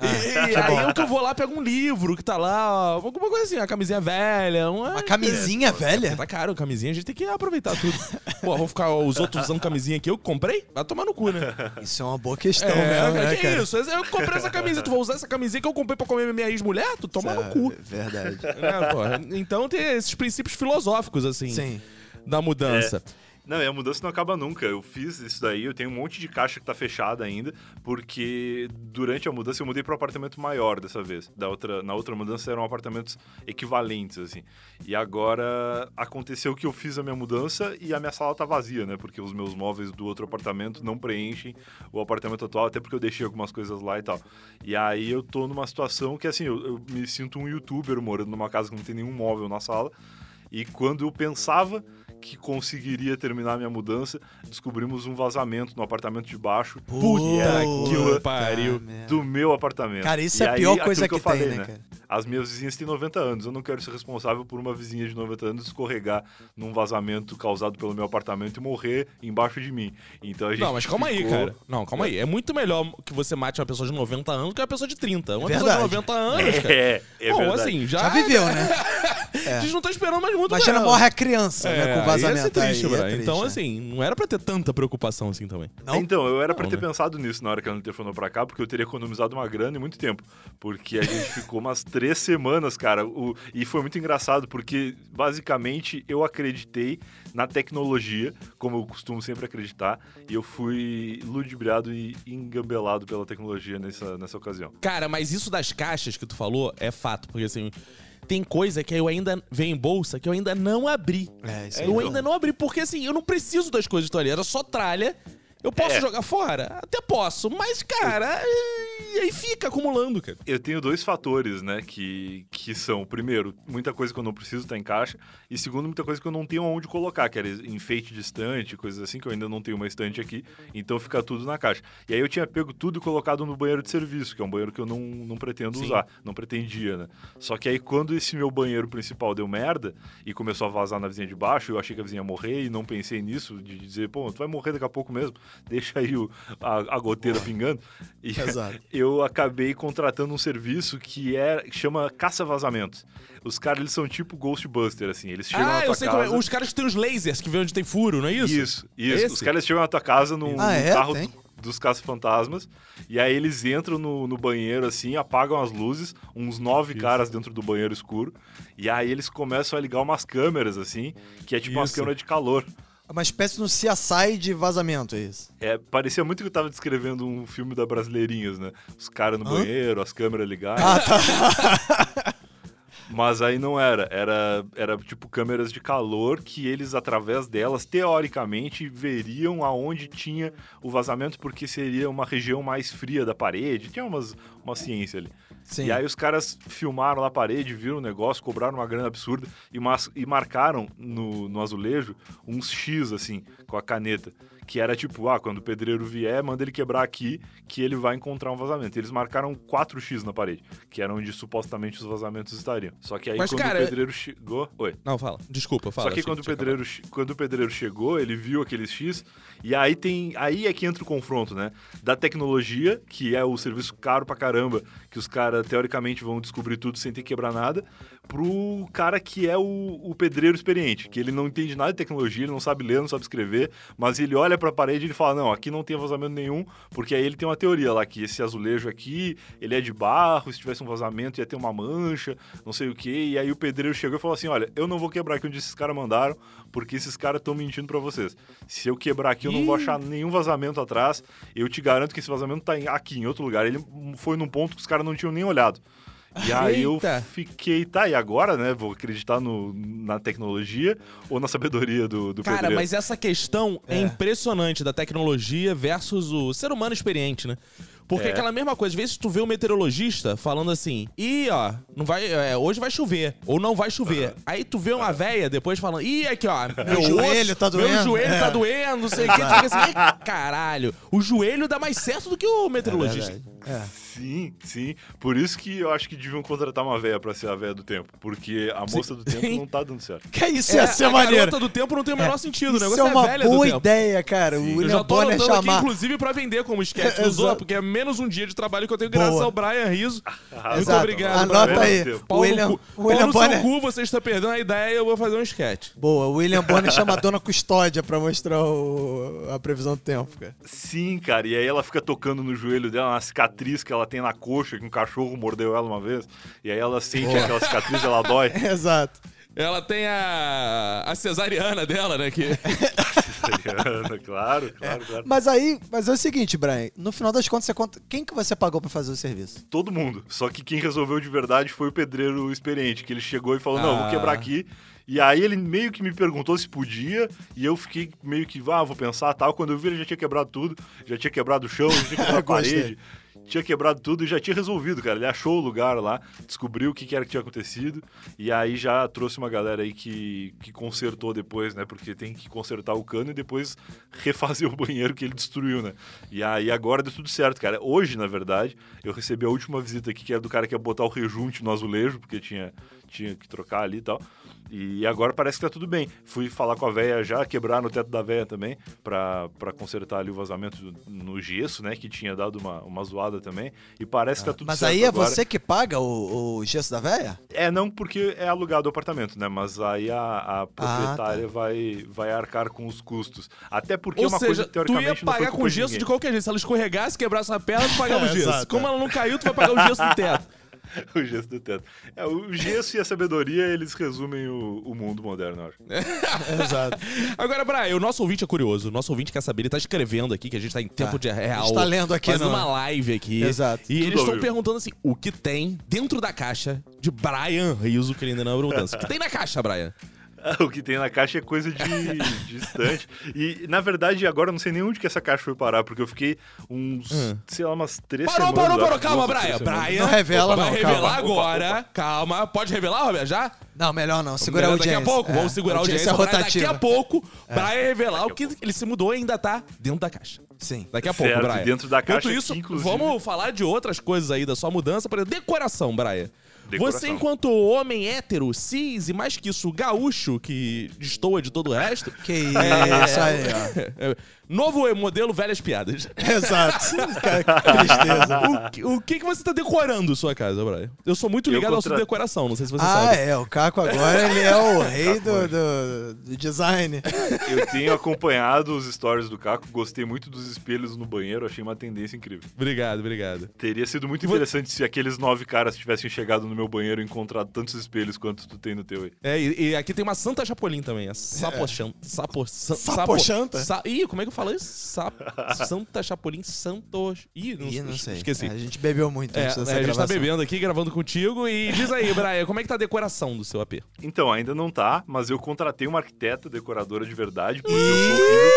e e aí eu que eu vou lá, pego um livro que tá lá, alguma coisa assim, uma camisinha velha. Uma,
Uma camisinha
É,
velha?
Tá caro, camisinha, a gente tem que aproveitar tudo. Pô, vou ficar os outros usando camisinha que eu que comprei? Vai tomar no cu, né?
Isso é uma boa questão,
É,
mesmo,
cara,
né,
que
cara?
isso? Eu comprei essa camisa, tu vai usar essa camisinha que eu comprei pra comer minha ex-mulher? Tu toma no cu.
É, Verdade.
né, porra? Então tem esses princípios filosóficos, assim,
Sim.
da mudança.
Não, e a mudança não acaba nunca. Eu fiz isso daí, eu tenho um monte de caixa que tá fechada ainda, porque durante a mudança eu mudei para um apartamento maior dessa vez. Da outra, na outra mudança eram apartamentos equivalentes, assim. E agora aconteceu que eu fiz a minha mudança e a minha sala tá vazia, né? Porque os meus móveis do outro apartamento não preenchem o apartamento atual, até porque eu deixei algumas coisas lá e tal. E aí eu tô numa situação que, assim, eu, eu me sinto um youtuber morando numa casa que não tem nenhum móvel na sala. E quando eu pensava que conseguiria terminar minha mudança, descobrimos um vazamento no apartamento de baixo
Puta
Puta
que pariu.
merda.
do meu apartamento.
Cara, isso é
E
a
aí,
pior
aquilo
coisa
eu
que tem,
falei,
né, cara?
As minhas vizinhas têm 90 anos. Eu não quero ser responsável por uma vizinha de 90 anos escorregar num vazamento causado pelo meu apartamento e morrer embaixo de mim. Então
É.
a gente
Não, mas calma aí,
ficou-
cara. Não, calma aí. É muito melhor que você mate uma pessoa de 90 anos do que uma pessoa de 30. Uma
É Verdade.
pessoa de 90 anos, cara.
É, é
Bom,
verdade.
assim, já.
Já viveu, né?
A gente não tá esperando mais muito
Imagina,
dela.
morre a criança, né? Com
É, aí
vazamento.
ia ser triste,
aí, é
brother.
triste,
Então,
né?
assim, não era pra ter tanta preocupação assim também.
Não?
Então, eu era pra
Não,
ter
né?
pensado nisso na hora que ela me telefonou pra cá, porque eu teria economizado uma grana e muito tempo. Porque a gente ficou umas três semanas, cara. o- e foi muito engraçado, porque basicamente eu acreditei na tecnologia, como eu costumo sempre acreditar, e eu fui ludibriado e engambelado pela tecnologia nessa, nessa ocasião.
Cara, mas isso das caixas que tu falou é fato, porque assim, tem coisa que eu ainda vem em bolsa que eu ainda não abri.
É, isso aí.
eu ainda não abri, porque assim, eu não preciso das coisas que estão ali, era só tralha. Eu posso
É.
jogar fora? Até posso, mas, cara, e aí fica acumulando, cara.
Eu tenho dois fatores, né? Que, que são, primeiro, muita coisa que eu não preciso tá em caixa. E segundo, muita coisa que eu não tenho onde colocar, que era enfeite de estante, coisas assim, que eu ainda não tenho uma estante aqui. Então fica tudo na caixa. E aí eu tinha pego tudo e colocado no banheiro de serviço, que é um banheiro que eu não, não pretendo usar. Não pretendia, né? Só que aí quando esse meu banheiro principal deu merda e começou a vazar na vizinha de baixo, eu achei que a vizinha ia morrer e não pensei nisso, de dizer, pô, tu vai morrer daqui a pouco mesmo, deixa aí o- a, a goteira pingando. E
Exato.
eu acabei contratando um serviço que é, que chama caça-vazamentos. Os caras, eles são tipo Ghostbuster, assim, eles chegam na
ah,
tua
eu sei
casa...
como é. Os caras que têm os lasers que vê onde tem furo, não é isso?
Isso,
É
isso.
esse?
Os caras chegam na tua casa num,
Ah,
num
é?
carro
Tem?
do- dos caça-fantasmas. E aí eles entram no, no banheiro, assim, apagam as luzes, uns nove caras dentro do banheiro escuro. E aí eles começam a ligar umas câmeras, assim, que é tipo umas
Isso.
câmeras de calor.
Uma espécie de um CSI de vazamento, é isso.
É, parecia muito que eu tava descrevendo um filme da Brasileirinhas, né? Os caras no banheiro, as câmeras ligadas. Mas aí não era. Era, era tipo câmeras de calor que eles, através delas, teoricamente, veriam aonde tinha o vazamento, porque seria uma região mais fria da parede. Tinha umas, uma ciência ali.
Sim.
E aí os caras filmaram na parede, viram o negócio, cobraram uma grana absurda e, mas, e marcaram no, no azulejo uns X, assim, com a caneta. Que era tipo, ah, quando o pedreiro vier, manda ele quebrar aqui, que ele vai encontrar um vazamento. Eles marcaram 4X na parede, que era onde supostamente os vazamentos estariam. Só que aí
Mas,
quando
cara,
o pedreiro chegou. Oi.
Não, fala. Desculpa, fala.
Só que
achei
quando o,
tinha
pedreiro, che- quando o pedreiro chegou, ele viu aqueles X, e aí tem. Aí é que entra o confronto, né? Da tecnologia, que é o serviço caro pra caramba, que os cara, teoricamente, vão descobrir tudo sem ter que quebrar nada, pro cara que é o, o pedreiro experiente, que ele não entende nada de tecnologia, ele não sabe ler, não sabe escrever, mas ele olha pra parede e ele fala, não, aqui não tem vazamento nenhum, porque aí ele tem uma teoria lá, que esse azulejo aqui, ele é de barro, se tivesse um vazamento ia ter uma mancha, não sei o que, e aí o pedreiro chegou e falou assim, olha, eu não vou quebrar aqui onde esses caras mandaram, porque esses caras estão mentindo pra vocês. Se eu quebrar aqui, eu não vou achar nenhum vazamento atrás, eu te garanto que esse vazamento tá em- aqui, em outro lugar. Ele foi num ponto que os caras não tinham nem olhado. E aí eu
Eita.
fiquei, tá, e agora, né? Vou acreditar no- na tecnologia ou na sabedoria do, do
Cara,
pedreiro?
mas essa questão é.
É.
impressionante da tecnologia versus o ser humano experiente, né? Porque é. aquela mesma coisa, às vezes tu vê um meteorologista falando assim, ih, ó, não vai, é, hoje vai chover, ou não vai chover. Aí tu vê uma véia depois falando, ih, aqui, ó, meu, osso,
joelho tá
Meu
doendo."
joelho
É.
tá doendo, não sei o que. Tu fica assim, "Ih, caralho, o joelho dá mais certo do que
É
o meteorologista.
Sim, sim. Por isso que eu acho que deviam contratar uma véia pra ser a véia do tempo. Porque a moça do tempo não tá dando certo.
Que isso
É,
ia ser
a
maneiro.
garota do tempo não tem o menor sentido, o
Isso
negócio
é
é,
uma
velha
boa
do tempo.
ideia, cara. O
Eu
William
já tô
é
Bonner
anotando aqui,
chamar.
inclusive, pra vender como sketch do
Exato.
Zorra, porque é menos um dia de trabalho que eu tenho graças
Boa.
ao Brian Rizzo. Muito
Exato.
obrigado.
Anota
Brian.
aí.
Pau no
Paulo
William,
cu,
William
Paulo no seu
Bonner.
cu, você está perdendo a ideia e eu vou fazer um sketch.
Boa, o William Bonner chama a dona custódia pra mostrar o- a previsão do tempo, cara.
Sim, cara. E aí ela fica tocando no joelho dela, uma cicatriz que ela tem na coxa, que um cachorro mordeu ela uma vez. E aí ela sente aquela cicatriz, ela dói.
Exato.
Ela tem a, a cesariana dela, né? Que...
Cesariana, tá claro, claro, claro.
Mas aí, mas é o seguinte, Brian, no final das contas, você conta, quem que você pagou pra fazer o serviço?
Todo mundo. Só que quem resolveu de verdade foi o pedreiro experiente, que ele chegou e falou: não, eu vou
Ah.
quebrar aqui. E aí ele meio que me perguntou se podia, e eu fiquei meio que, ah, vou pensar tal. Quando eu vi, ele já tinha quebrado tudo, já tinha quebrado o chão, já tinha quebrado a
Gostei.
parede, tinha quebrado tudo e já tinha resolvido, cara. Ele achou o lugar lá, descobriu o que, que era que tinha acontecido, e aí já trouxe uma galera aí que, que consertou depois, né? Porque tem que consertar o cano e depois refazer o banheiro que ele destruiu, né? E aí agora deu tudo certo, cara. Hoje, na verdade, eu recebi a última visita aqui, que era do cara que ia botar o rejunte no azulejo, porque tinha, tinha que trocar ali e tal. E agora parece que tá tudo bem. Fui falar com a véia já, quebraram o teto da véia também, pra, pra consertar ali o vazamento do- no gesso, né? Que tinha dado uma, uma zoada também. E parece que
Ah.
tá tudo
Mas
certo.
aí é
agora.
você que paga o, o gesso da véia?
É, não porque é alugado o apartamento, né? Mas aí
Ah,
a,
tá.
a proprietária vai, vai arcar com os custos. Até porque
Ou
é uma
seja,
coisa que
tu ia
teoricamente não foi
pagar
culpa
com
de
gesso de
ninguém.
qualquer jeito. Se ela escorregasse, quebrasse na perna, tu pagava o
É,
gesso.
exato.
Como ela não caiu, tu vai pagar o gesso do teto.
O gesso do teto. É, o gesso e a sabedoria, eles resumem o, o mundo moderno, eu acho.
É.
Exato.
Agora, Brian, o nosso ouvinte é curioso. O nosso ouvinte quer saber. Ele tá escrevendo aqui, que a gente tá em tempo de real.
A gente tá lendo aqui,
Fazendo
não é?
uma live aqui.
Exato.
E eles
Tudo ao
estão
vivo.
perguntando assim, o que tem dentro da caixa de Brian Rizzo, que ele ainda não abriu mudança? O que tem na caixa, Brian?
O que tem na caixa é coisa de, de estante. E, na verdade, agora eu não sei nem onde que essa caixa foi parar, porque eu fiquei uns,
Hum.
sei lá, umas três
Parou,
semanas.
parou,
eu
parou.
acho,
Calma,
duas ou três
Brian.
semanas.
Brian.
Não revela,
Vai
não,
revelar
calma.
agora. Calma. Pode revelar, Roberto, já?
Não, melhor não. Segura a
Melhor
audiência.
Daqui a pouco,
É,
vamos segurar a audiência. pra
rotativa. É.
Daqui a pouco, Brian revelar o que ele se mudou e ainda tá dentro da caixa.
Sim.
Daqui a pouco,
Certo,
Brian.
dentro da caixa
Enquanto isso,
aqui, inclusive.
vamos falar de outras coisas aí da sua mudança. Por exemplo, decoração, Brian.
Decoração.
Você, enquanto homem hétero, cis e mais que isso, gaúcho, que destoa de todo o resto.
Que isso aí, ó.
é, novo modelo, velhas piadas.
Exato. Cara, que tristeza.
O, que- o que, que você tá decorando sua casa, Brian? Eu sou muito
Eu
ligado ao assunto
contra-
decoração, não sei se você
Ah,
sabe.
é. O Caco agora, ele é o rei do, do, do design.
Eu tenho acompanhado os stories do Caco, gostei muito dos espelhos no banheiro, achei uma tendência incrível.
Obrigado, obrigado.
Teria sido muito
Vou-
interessante se aqueles nove caras tivessem chegado no meu banheiro e encontrado tantos espelhos quanto tu tem no teu aí.
É, e, e aqui tem uma Santa Chapolin também. A Sapochanta. Sapo, sa,
É. Sapochanta?
Sa, ih, como é que eu falo isso? Sa- Santa Chapolin Santos. Ih, não,
Ih, não sei.
Esqueci.
É, a gente bebeu muito
É,
antes dessa
é, a gente tá
gravação.
bebendo aqui, gravando contigo. E diz aí, Brian, como é que tá a decoração do seu AP?
Então, ainda não tá, mas eu contratei uma arquiteta decoradora de verdade, porque eu sou horrível.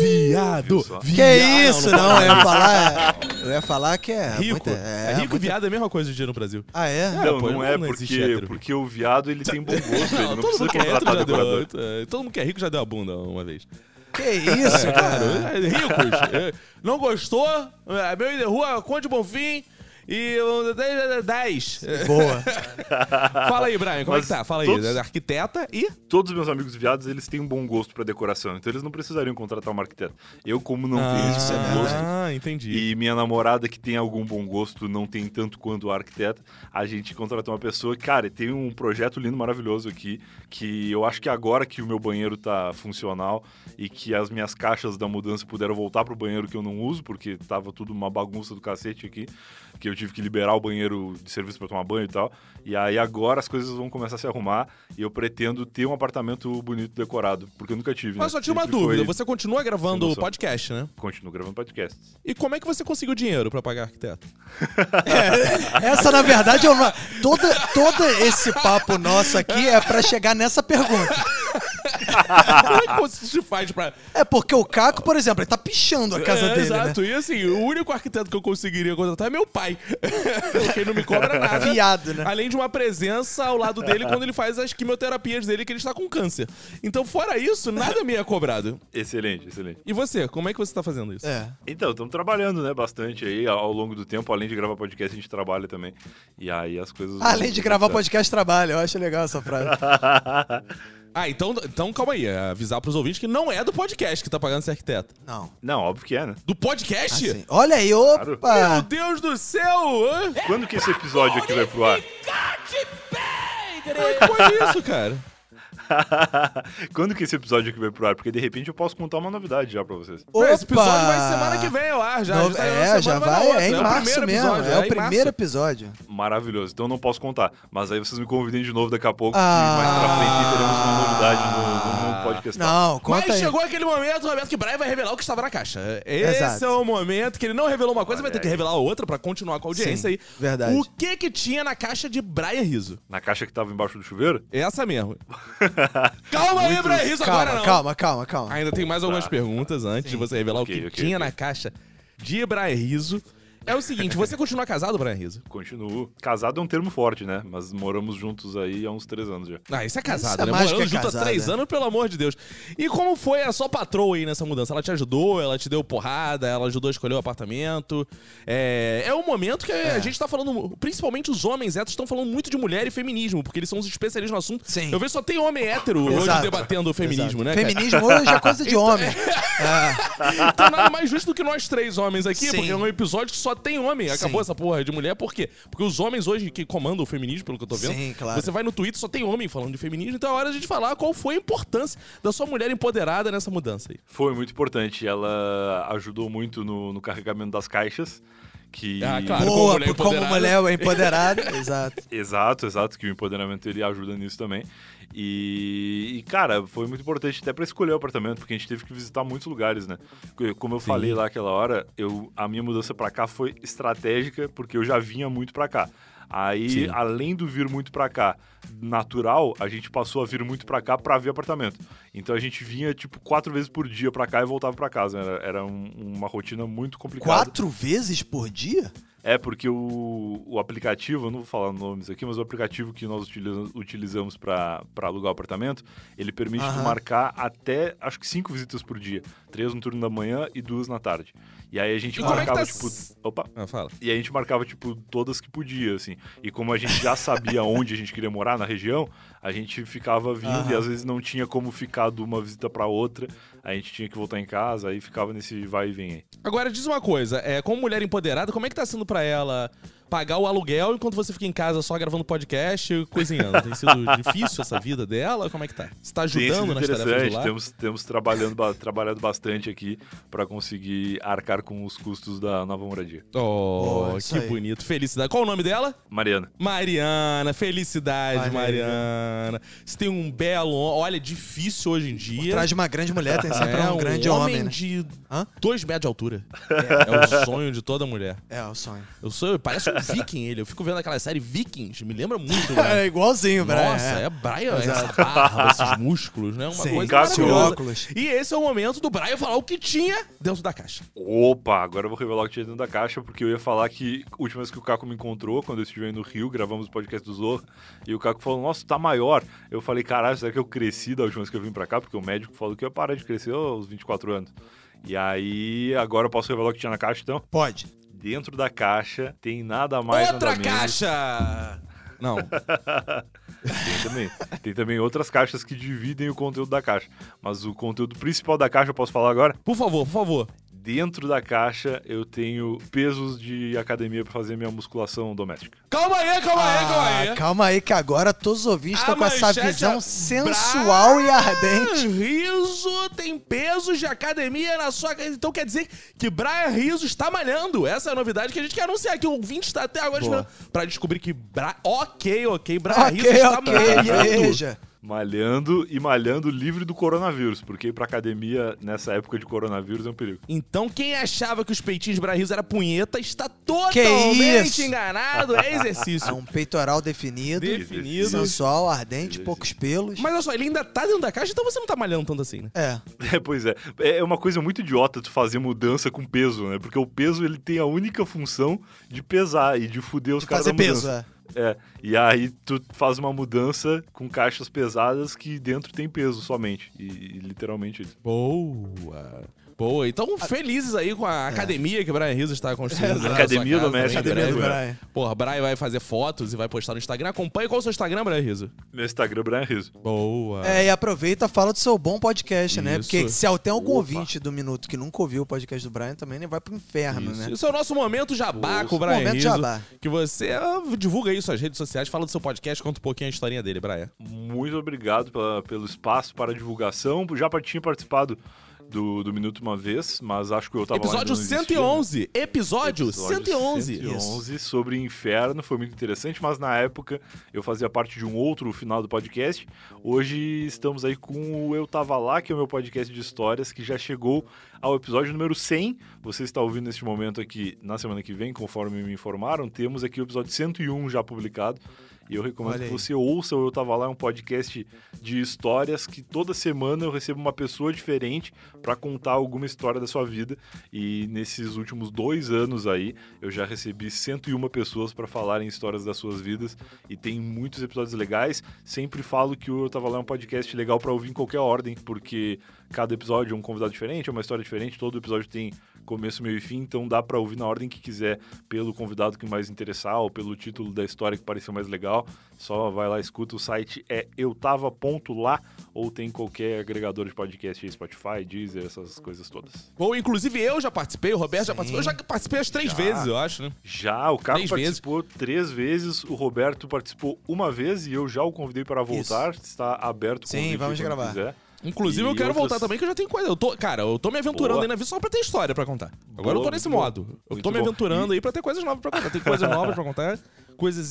Viado!
Viu só?
viado
Que isso, não, eu ia falar. Eu ia falar que é.
Rico.
muita-
é, rico e
muita-
viado é a mesma coisa hoje em dia no Brasil.
Ah, é?
Não,
pô,
não é
não existe
porque,
hétero.
porque o viado ele tem bom gosto, ele não
todo
precisa
mundo que é hétero
contratar
já
decorador.
deu. é, Todo mundo que é rico já deu a bunda uma vez.
Que isso, cara?
É, Ricos. é, Não gostou? é, Meu de rua, Conde Bonfim. E um, dez- dez. É,
Boa.
Fala aí, Brian, como é
Mas
que tá? Fala aí.
todos-
Arquiteta e.
todos os meus amigos viados, eles têm um bom gosto pra decoração, então eles não precisariam contratar um arquiteto. Eu, como não tenho esse bom gosto,
Ah, entendi.
E minha namorada, que tem algum bom gosto, não tem tanto quanto o arquiteto, a gente contratou uma pessoa. Cara, tem um projeto lindo, maravilhoso aqui, que eu acho que agora que o meu banheiro tá funcional e que as minhas caixas da mudança puderam voltar pro banheiro que eu não uso, porque tava tudo uma bagunça do cacete aqui, que eu tive que liberar o banheiro de serviço para tomar banho e tal. E aí agora as coisas vão começar a se arrumar e eu pretendo ter um apartamento bonito decorado, porque eu nunca tive.
Mas
né?
só tinha uma
Sempre
dúvida.
foi-
Você continua gravando o
noção.
podcast, né?
Continuo gravando podcasts.
E como é que você conseguiu dinheiro pra pagar arquiteto?
É, essa, na verdade, é uma... todo, todo esse papo nosso aqui é pra chegar nessa pergunta.
como é que você se faz pra...
É porque o Caco, por exemplo, ele tá pichando a casa
É,
dele, né?
Exato. E assim, o único arquiteto que eu conseguiria contratar é meu pai. Porque ele não me cobra nada.
né? Viado, né?
Além de uma presença ao lado dele quando ele faz as quimioterapias dele, que ele está com câncer. Então, fora isso, nada me é cobrado.
Excelente, excelente.
E você, como é que você tá fazendo isso?
É.
Então, estamos trabalhando, né, bastante aí ao longo do tempo. Além de gravar podcast, a gente trabalha também. E aí as coisas. vão-
Além de gravar podcast, trabalha. Eu acho legal essa frase.
Ah, então, então calma aí. Avisar pros ouvintes que não é do podcast que tá pagando esse arquiteto.
Não.
Não, óbvio que é, né?
Do podcast?
Assim, olha aí, opa!
Meu Deus do céu! hã?
Quando que esse episódio aqui vai pro ar?
Como é que foi isso, cara?
Quando que esse episódio aqui vai pro ar? Porque de repente eu posso contar uma novidade já pra vocês.
Opa!
Esse episódio vai semana que vem ao ar, já.
No-
já tá na
é,
semana,
já
na
vai,
outra.
é em
o
março
primeiro
mesmo.
episódio,
é o
em
primeiro
março.
episódio.
Maravilhoso. Então eu não posso contar. Mas aí vocês me convidem de novo daqui a pouco.
Ah.
E mais pra frente teremos uma novidade no, no podcast.
Não, conta
Mas
aí.
chegou aquele momento, Roberto, que Brian vai revelar o que estava na caixa. Esse
Exato. É.
é o momento que ele não revelou uma coisa, vai ter que
aí.
revelar outra pra continuar com a audiência
Sim,
aí.
verdade.
O que que tinha na caixa de Brian Riso?
Na caixa que tava embaixo do chuveiro?
Essa mesmo. calma aí, Brian Riso, agora
Calma,
não.
calma, calma, calma.
Ainda tem mais algumas perguntas antes de você revelar
Tá. Ok,
o que
ok,
tinha
ok.
na caixa de Brian Riso. É o seguinte, você continua casado, Brian Riso?
Continuo. Casado é um termo forte, né? Mas moramos juntos aí há uns três anos já.
Ah, isso é casado,
Isso é
né?
mais que
Morando junto há
casado,
três
é.
anos, pelo amor de Deus. E como foi a sua patroa aí nessa mudança? Ela te ajudou, ela te deu porrada, ela ajudou a escolher o apartamento. É, é um momento que a gente tá falando, principalmente os homens héteros estão falando muito de mulher e feminismo, porque eles são os especialistas no assunto.
Sim.
Eu vejo que só tem homem hétero hoje
Exato.
debatendo o feminismo,
Exato.
né? cara?
Feminismo hoje é coisa de homem. É,
Então nada mais justo do que nós três homens aqui,
Sim.
porque é um episódio que só tem homem. Acabou essa porra de mulher, por quê? Porque os homens hoje que comandam o feminismo, pelo que eu tô vendo,
Sim, claro.
você vai no Twitter, só tem homem falando de feminismo, então é hora de a gente falar qual foi a importância da sua mulher empoderada nessa mudança aí.
Foi muito importante. Ela ajudou muito no, no carregamento das caixas. Que...
Ah, claro. como
Boa,
mulher
por- como
empoderada.
mulher empoderada. Exato.
Exato, exato, que o empoderamento ele ajuda nisso também. E, e, cara, foi muito importante até pra escolher o apartamento, porque a gente teve que visitar muitos lugares, né? Co- Como eu falei lá aquela hora, eu, a minha mudança pra cá foi estratégica, porque eu já vinha muito pra cá. Aí, além do vir muito pra cá natural, a gente passou a vir muito pra cá pra ver apartamento. Então a gente vinha, tipo, quatro vezes por dia pra cá e voltava pra casa. Era, era um- uma rotina muito complicada.
Quatro vezes por dia?
É porque o, o aplicativo, eu não vou falar nomes aqui, mas o aplicativo que nós utiliza- utilizamos para alugar o apartamento, ele permite tu
Aham.
marcar até, acho que cinco visitas por dia. Três no turno da manhã e duas na tarde. E aí a gente
E como é que tá
marcava, tipo...
s-
Opa!
Ah, fala.
E a gente marcava, tipo, todas que podia, assim. E como a gente já sabia onde a gente queria morar na região, a gente ficava vindo e
Aham.
às vezes não tinha como ficar de uma visita para outra. A gente tinha que voltar em casa, aí ficava nesse vai e vem aí.
Agora diz uma coisa, é, como mulher empoderada, como é que tá sendo pra ela pagar o aluguel enquanto você fica em casa só gravando podcast e cozinhando? Tem sido difícil essa vida dela? Como é que tá? Você tá
Tem um sido
ajudando nas tarefas do
interessante,
lar?
temos, temos trabalhando, ba- trabalhado bastante aqui para conseguir arcar com os custos da nova moradia.
Oh,
Oh, isso
que
aí.
bonito. Felicidade. Qual o nome dela?
Mariana,
Mariana. Felicidade,
Maneiro.
Mariana. Você tem um belo. Olha, é difícil hoje em dia. É
Atrás de uma grande mulher tem sempre um, grande homem, né?
de
Hã?
dois metros de altura. É. o sonho de toda mulher.
É, o sonho.
Eu sou, parece um viking ele. Eu fico vendo aquela série Vikings, me lembra muito, né?
igualzinho, É, Brian.
Nossa, é, Brian, essa
Exato.
barba, esses músculos, né? Uma
Sim.
coisa
Cássio
maravilhosa.
óculos.
E esse é o momento do Brian falar o que tinha dentro da caixa.
opa, agora eu vou revelar o que tinha dentro da caixa, porque eu ia falar que a última vez que o Caco me encontrou, quando eu estive aí no Rio, gravamos o podcast do Zorro, e o Caco falou, nossa, tá maior. Eu falei, caralho, será que eu cresci da última vez que eu vim pra cá? Porque o médico falou que eu ia parar de crescer aos 24 anos. E aí, agora eu posso revelar o que tinha na caixa, então?
Pode.
Dentro da caixa tem nada mais
Outra
nada menos-
caixa! Não,
Tem também. Tem também outras caixas que dividem o conteúdo da caixa. Mas o conteúdo principal da caixa, eu posso falar agora?
por favor, por favor.
dentro da caixa eu tenho pesos de academia pra fazer minha musculação doméstica.
Calma aí, calma aí, calma aí.
Ah, calma aí, que agora todos os ouvintes
é A
estão com essa
manchete
visão
é
sensual e ardente.
Brian Rizzo tem pesos de academia na sua casa. Então quer dizer que Brian Rizzo está malhando. Essa é a novidade que a gente quer anunciar. Que o ouvinte está até agora
Boa.
esperando pra descobrir que... Bra... Ok, ok.
Tá,
Brian Rizzo
Ok,
está
ok,
malhando.
veja.
Malhando e malhando livre do coronavírus, porque ir pra academia nessa época de coronavírus é um perigo.
Então quem achava que os peitinhos de Brian Rizzo era punheta está
isso?
totalmente enganado. É exercício.
É um peitoral definido,
Definido.
sensual, ardente, poucos pelos.
Mas olha só, ele ainda tá dentro da caixa, então você não tá malhando tanto assim, né?
É.
É, pois é. É uma coisa muito idiota tu fazer mudança com peso, né? Porque o peso ele tem a única função de pesar e de fuder os
De
caras
fazer
da
Tipo, peso,
mudança. É. E aí tu faz uma mudança com caixas pesadas que dentro tem peso somente. E, e literalmente isso.
Boa. Boa. Então, felizes aí com a academia que o Brian Rizzo está construindo. na
Academia
sua casa,
doméstica.
né, em
Academia do
breve.
Brian.
Porra, Brian vai fazer fotos e vai postar no Instagram. Acompanha qual é o seu Instagram, Brian Rizzo.
Meu Instagram é Brian Rizzo.
Boa.
É, e aproveita e fala do seu bom podcast, né?
Isso.
Porque se tem algum
Opa.
ouvinte do Minuto que nunca ouviu o podcast do Brian, também ele vai pro inferno, né?
Isso é o nosso momento jabá
Ouça.
com o Brian
Momento
Rizzo.
jabá.
Que você ah, divulga aí suas redes sociais, fala do seu podcast, conta um pouquinho a historinha dele, Brian.
Muito obrigado pela- pelo espaço para divulgação. Já tinha participado do, do Minuto uma vez, mas acho que eu tava lá,
Episódio
ainda não existia, né?
111. Episódio, 111.
111 sobre inferno, foi muito interessante, mas na época eu fazia parte de um outro final do podcast. Hoje estamos aí com o Eu Tava Lá, que é o meu podcast de histórias, que já chegou ao episódio número 100. Você está ouvindo neste momento aqui, na semana que vem, conforme me informaram, temos aqui o episódio 101 já publicado. E eu recomendo
Olha
que
aí.
você ouça o Eu Tava Lá, é um podcast de histórias que toda semana eu recebo uma pessoa diferente para contar alguma história da sua vida. E nesses últimos dois anos aí, eu já recebi 101 pessoas para falarem histórias das suas vidas. E tem muitos episódios legais. Sempre falo que o Eu Tava Lá é um podcast legal para ouvir em qualquer ordem, porque cada episódio é um convidado diferente, é uma história diferente. Todo episódio tem começo, meio e fim, então dá pra ouvir na ordem que quiser, pelo convidado que mais interessar ou pelo título da história que pareceu mais legal. Só vai lá, escuta. O site é eutava.lá ou tem qualquer agregador de podcast aí, Spotify, Deezer, essas coisas todas.
Bom, inclusive eu já participei, o Roberto já
Sim.
participou. Eu já participei as três
Já.
vezes, eu acho, né?
Já o Caco
Três
participou três vezes, o Roberto participou uma vez e eu já o convidei para voltar. Está aberto o
Sim,
convite
vamos
quando
gravar.
quiser.
Inclusive,
E
eu quero
outras-
voltar também, que eu já tenho coisa. Eu tô, cara, eu tô me aventurando
Boa.
aí na vida só pra ter história pra contar. Agora eu tô
Boa,
nesse
boa.
modo. Eu
Muito
tô me
bom.
aventurando
E-
aí pra ter coisas novas pra contar. Tem coisas novas pra contar, coisas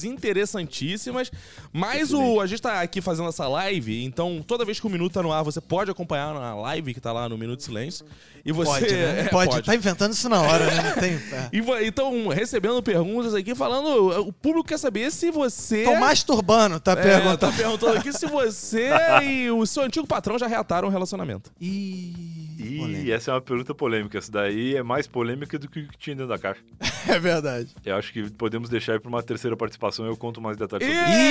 interessantíssimas. Mas o, a gente tá aqui fazendo essa live, então toda vez que o Minuto tá no ar, você pode acompanhar na live que tá lá no Minuto Silêncio. E você.
Pode, né?
é,
pode. Tá inventando isso na hora, né? Não tem. É.
E vo- então, recebendo perguntas aqui, falando. O público quer saber se você.
Tô masturbando, tá
É, tá
perguntando.
perguntando aqui se você e o seu antigo patrão já reataram um relacionamento.
Ih,
Ih,
polêmica.
essa é uma pergunta polêmica. Essa daí é mais polêmica do que o que tinha dentro da caixa.
é verdade.
Eu acho que podemos deixar aí para uma terceira participação e eu conto mais detalhes
é
sobre isso.
Ih,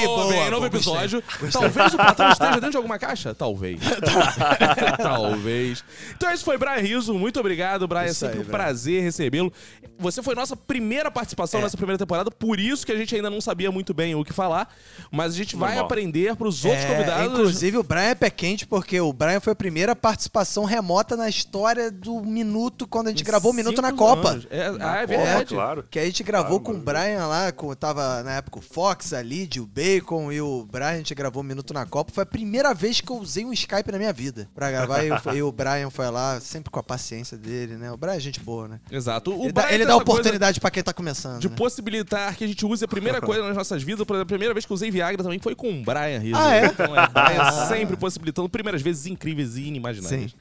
Ih, boa,
boa, bem,
boa,
novo
gostei,
episódio. Talvez o patrão esteja dentro de alguma caixa? Talvez.
Tá.
Talvez. Então esse foi Brian Rizzo. Muito obrigado, Brian. É
Isso
sempre
aí,
um
Brian.
prazer recebê-lo. Você foi nossa primeira
É.
participação nessa primeira temporada, por isso que a gente ainda não sabia muito bem o que falar. Mas a gente vai
Normal.
aprender pros outros
É,
convidados.
Inclusive, o Brian é pé quente, porque o Brian foi a primeira participação remota na história do Minuto, quando a gente gravou o Minuto na
Cinco
Copa.
anos. É, ah, é
Copa,
verdade.
claro.
Que a gente gravou
Claro,
com o
maravilha.
Brian lá, com, tava na época o Fox, a Lid, o Bacon e o Brian, a gente gravou um minuto na Copa. Foi a primeira vez que eu usei um Skype na minha vida pra gravar. e, o- e o Brian foi lá, sempre com a paciência dele, né? O Brian é gente boa, né?
Exato. O
ele
Brian
dá,
tem
ele dá
essa coisa-
oportunidade pra quem tá começando.
de
né?
possibilitar que a gente use a primeira coisa nas nossas vidas. Por exemplo, a primeira vez que eu usei Viagra também foi com o Brian Rizzo.
Ah, é? Ah.
Então é Brian sempre possibilitando primeiras vezes incríveis e inimagináveis.
Sim.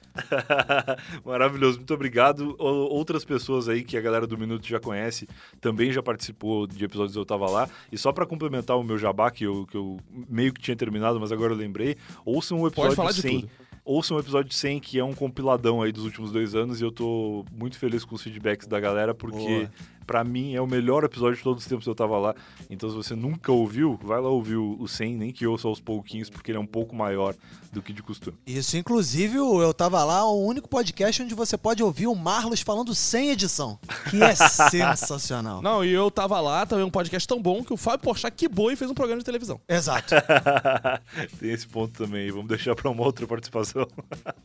Maravilhoso, muito obrigado. O- Outras pessoas aí que a galera do Minuto já conhece também já participou de episódios do eu tava lá. E só pra complementar o meu jabá, que eu, que eu meio que tinha terminado, mas agora eu lembrei, ouçam um episódio
falar de
100.
tudo.
Ouçam um episódio 100, que é um compiladão aí dos últimos dois anos, e eu tô muito feliz com os feedbacks da galera, porque
Boa.
Pra mim é o melhor episódio de todos os tempos que eu tava lá. Então, se você nunca ouviu, vai lá ouvir o o 100, nem que ouça aos pouquinhos, porque ele é um pouco maior do que de costume.
Isso, inclusive, o eu tava lá, é o único podcast onde você pode ouvir o Marlos falando sem edição. Que é sensacional.
Não, e eu tava lá, também um podcast tão bom que o Fábio Porchat que e fez um programa de televisão.
Exato.
Tem esse ponto também. Vamos deixar pra uma outra participação.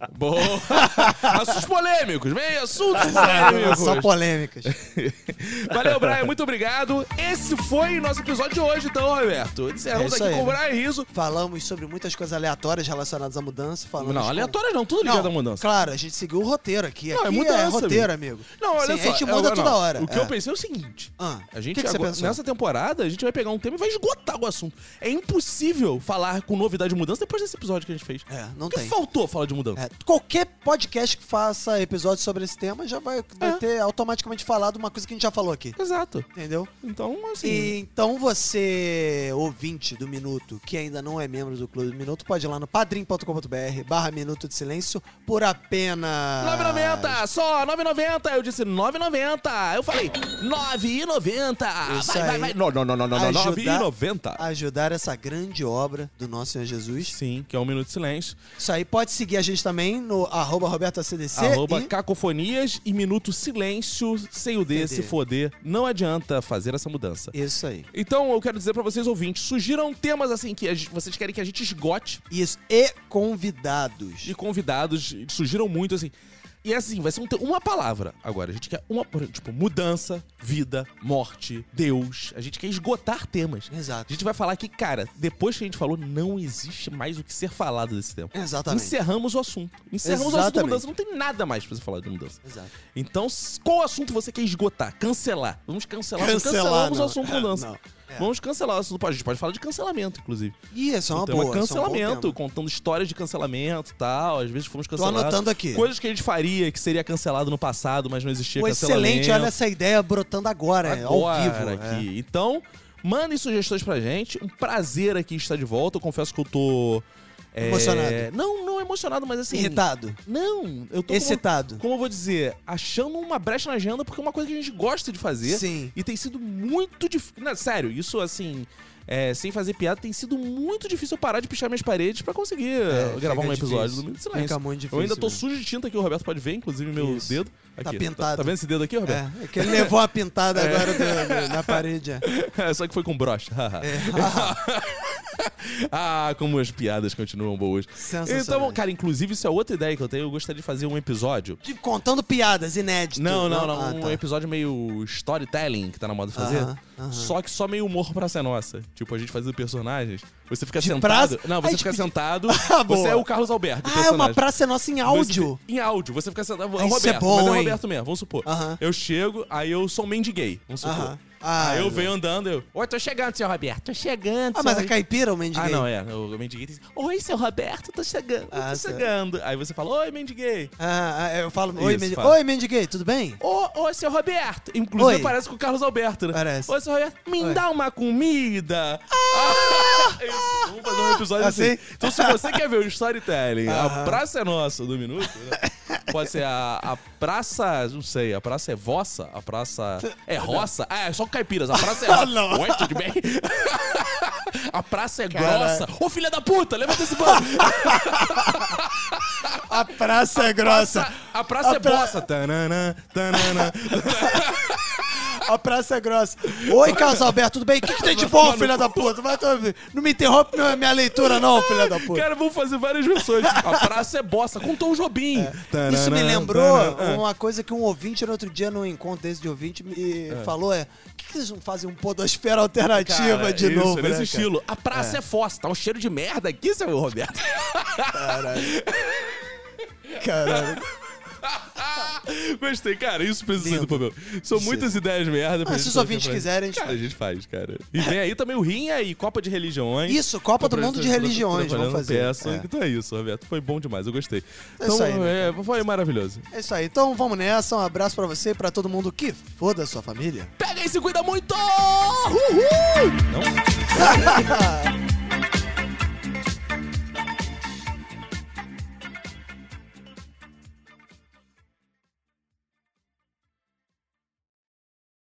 Ah,
Boa! assuntos polêmicos, vem assuntos
É, Só
polêmicos.
polêmicas.
Valeu, Brian, muito obrigado. Esse foi o nosso episódio de hoje, então, Roberto. Encerramos
É isso
aqui
aí,
com o
né?
Brian Riso.
Falamos sobre muitas coisas aleatórias relacionadas à mudança. Falamos
Não,
com-
aleatório não, tudo
Não,
ligado à mudança.
Claro, a gente seguiu o roteiro aqui.
Não, é
aqui
mudança,
é roteiro,
amigo.
amigo.
Não, olha
Sim,
só.
A gente muda
eu-
toda
não,
hora.
O que
é.
eu pensei é o seguinte.
Ah,
A gente
o que, que você
agora-
pensou?
nessa temporada, a gente vai pegar um tema e vai esgotar o assunto. É impossível falar com novidade de mudança depois desse episódio que a gente fez.
É, não
Porque
tem.
faltou falar de mudança.
É, qualquer podcast que faça episódio sobre esse tema já vai, vai
É.
ter automaticamente falado uma coisa que a gente já falou aqui.
Exato.
Entendeu?
Então, assim.
E então você, ouvinte do Minuto, que ainda não é membro do Clube do Minuto, pode ir lá no padrim.com.br barra Minuto de Silêncio por apenas...
9,90, só 9,90. Eu disse 9,90. Eu falei 9,90.
Isso
Vai, vai,
aí.
vai. Não, não, não, não, não, não.
Ajudar-
9,90.
Ajudar essa grande obra do nosso Senhor Jesus.
Sim, que é um minuto de silêncio.
Isso aí, pode seguir a gente também no arroba robertoacdc
Arroba
e...
cacofonias e minuto silêncio, sem o D,
Sem
se
D.
foder. Não adianta fazer essa mudança.
Isso aí.
Então, eu quero dizer pra vocês, ouvintes, sugiram temas assim que a gente- vocês querem que a gente esgote
Isso. E convidados.
de convidados, surgiram muito assim. E assim, vai ser um te- uma palavra agora. A gente quer uma, tipo, mudança, vida, morte, Deus. A gente quer esgotar temas. A
Exato.
gente vai falar que, cara, depois que a gente falou, não existe mais o que ser falado desse tema.
Exatamente.
Encerramos o assunto. Encerramos o assunto da
Exatamente.
mudança. Não tem nada mais pra você falar de mudança.
Exato.
Então, s- qual assunto você quer esgotar? Cancelar. Vamos cancelar. Nós
Cancelar,
cancelamos
não.
o assunto mudança.
É, não. É.
Vamos cancelar o assunto. A gente pode falar de cancelamento, inclusive.
Ih, essa é uma
Então,
boa. essa é um bom
cancelamento,
tema.
contando histórias de cancelamento e tal. Às vezes fomos
Tô
cancelados.
anotando aqui.
Coisas que a gente faria que seria cancelado no passado, mas não existia
Pô,
cancelamento.
excelente, olha essa ideia brotando agora, é, ao
Agora
vivo. é.
aqui. Então, mandem sugestões pra gente. Um prazer aqui estar de volta. Eu confesso que eu tô. é,
Emocionado.
Não, não emocionado, mas assim.
é. Irritado.
Não, eu tô.
Excitado.
Como, como eu vou dizer? Achando uma brecha na agenda, porque é uma coisa que a gente gosta de fazer.
Sim.
E tem sido muito difícil. Sério, isso assim. é, sem fazer piada, tem sido muito difícil eu parar de pichar minhas paredes pra conseguir eh,
É, fica
gravar um
difícil.
episódio do Minuto de Silêncio.
Fica muito difícil
eu ainda tô
mesmo.
sujo de tinta aqui, o Roberto pode ver, inclusive meu
Isso.
dedo.
Tá
Aqui,
pintado.
Tá, vendo esse dedo aqui, Roberto?
É, é que ele levou a pintada agora do- do- na parede. é.
É, Só que foi com brocha. ah, como as piadas continuam boas.
Sensacionais.
Então, cara, inclusive, isso é outra ideia que eu tenho. Eu gostaria de fazer um episódio.
De- Contando piadas, inédito.
Não, não, não.
Ah,
um
tá.
episódio meio storytelling que tá na moda fazer.
Aham, aham.
Só que só meio humor pra ser nossa. Tipo, a gente fazendo personagens. Você fica
De
sentado.
praça?
Não,
Ai,
você
de
fica
pedi-
sentado.
Ah, boa.
você é o Carlos Alberto. o
Ah, é uma
personagem.
praça nossa em áudio.
Você- em áudio, você fica sentado.
Ah, isso
Roberto,
é bom,
mas é o
hein?
Roberto mesmo, vamos supor.
Aham.
Eu chego, aí eu sou um mendiguei, vamos supor.
Aham. Ah,
aí eu
é.
venho andando, eu. Oi, tô chegando, seu Roberto, tô chegando.
Ah,
seu
mas é
Roberto."
caipira o mendigo.
Ah, não, é. O mendiguei tem Oi, seu Roberto, tô chegando,
Ah,
tô
certo.
chegando. Aí você fala, oi, mendiguei.
Ah, ah, eu falo, oi,
Isso,
mendigo.
fala.
Oi, mendiguei, tudo bem?
Ô, ô, seu Roberto. Inclusive
Oi.
parece com o Carlos Alberto, né?
Parece.
Ô, seu Roberto, me
Oi.
dá uma comida. Ah! Isso, vamos fazer um episódio assim.
Assim?
Então, se você quer ver o storytelling, a
Aham.
Praça é Nossa do Minuto, né? pode ser a, a Praça, não sei, a Praça é Vossa, a Praça é Roça. Ah, é só caipiras, a Praça é
Ah,
Roça. Oi, tudo bem? A Praça é Grossa. Ô, filha da puta, levanta esse banco.
A praça é grossa.
A Praça
A
é
pra-
Bossa. Tanana, tanana.
A praça é grossa. Oi, Carlos Alberto, tudo bem? O que, que tem de bom, filha da puta? Vai tomar- Não me interrompe minha, minha leitura, não, filha da puta.
Cara, vamos fazer várias versões. A praça é bossa, com Tom Jobim.
Isso me lembrou
Ah. É.
uma coisa que um ouvinte no outro dia, num encontro desse de ouvinte, me
Ah.
falou: é. Por que que vocês não fazem um podosfera alternativa
Cara,
de
isso,
novo?
Nesse
né, cara?
estilo. A praça é, fossa. Tá um cheiro de merda aqui, seu Roberto.
Caralho.
Ah, Gostei, cara. Isso precisa ser do
Lindo.
papel. São muitas ideias merda. pra
Ah,
gente
se os
fazer
ouvintes
pra-
quiserem, a gente
Cara,
faz.
a gente faz, cara. E vem aí também o Rinha e Copa de Religiões.
Isso, Copa do Mundo de Religiões,
Trabalhando
vamos fazer.
Peça.
É.
Então é isso, Roberto. Foi bom demais, eu gostei.
É
então,
isso aí, né,
é, foi maravilhoso.
É isso aí. Então vamos nessa. Um abraço pra você e pra todo mundo que foda a sua família.
Pega e se cuida muito! Uhul! Não?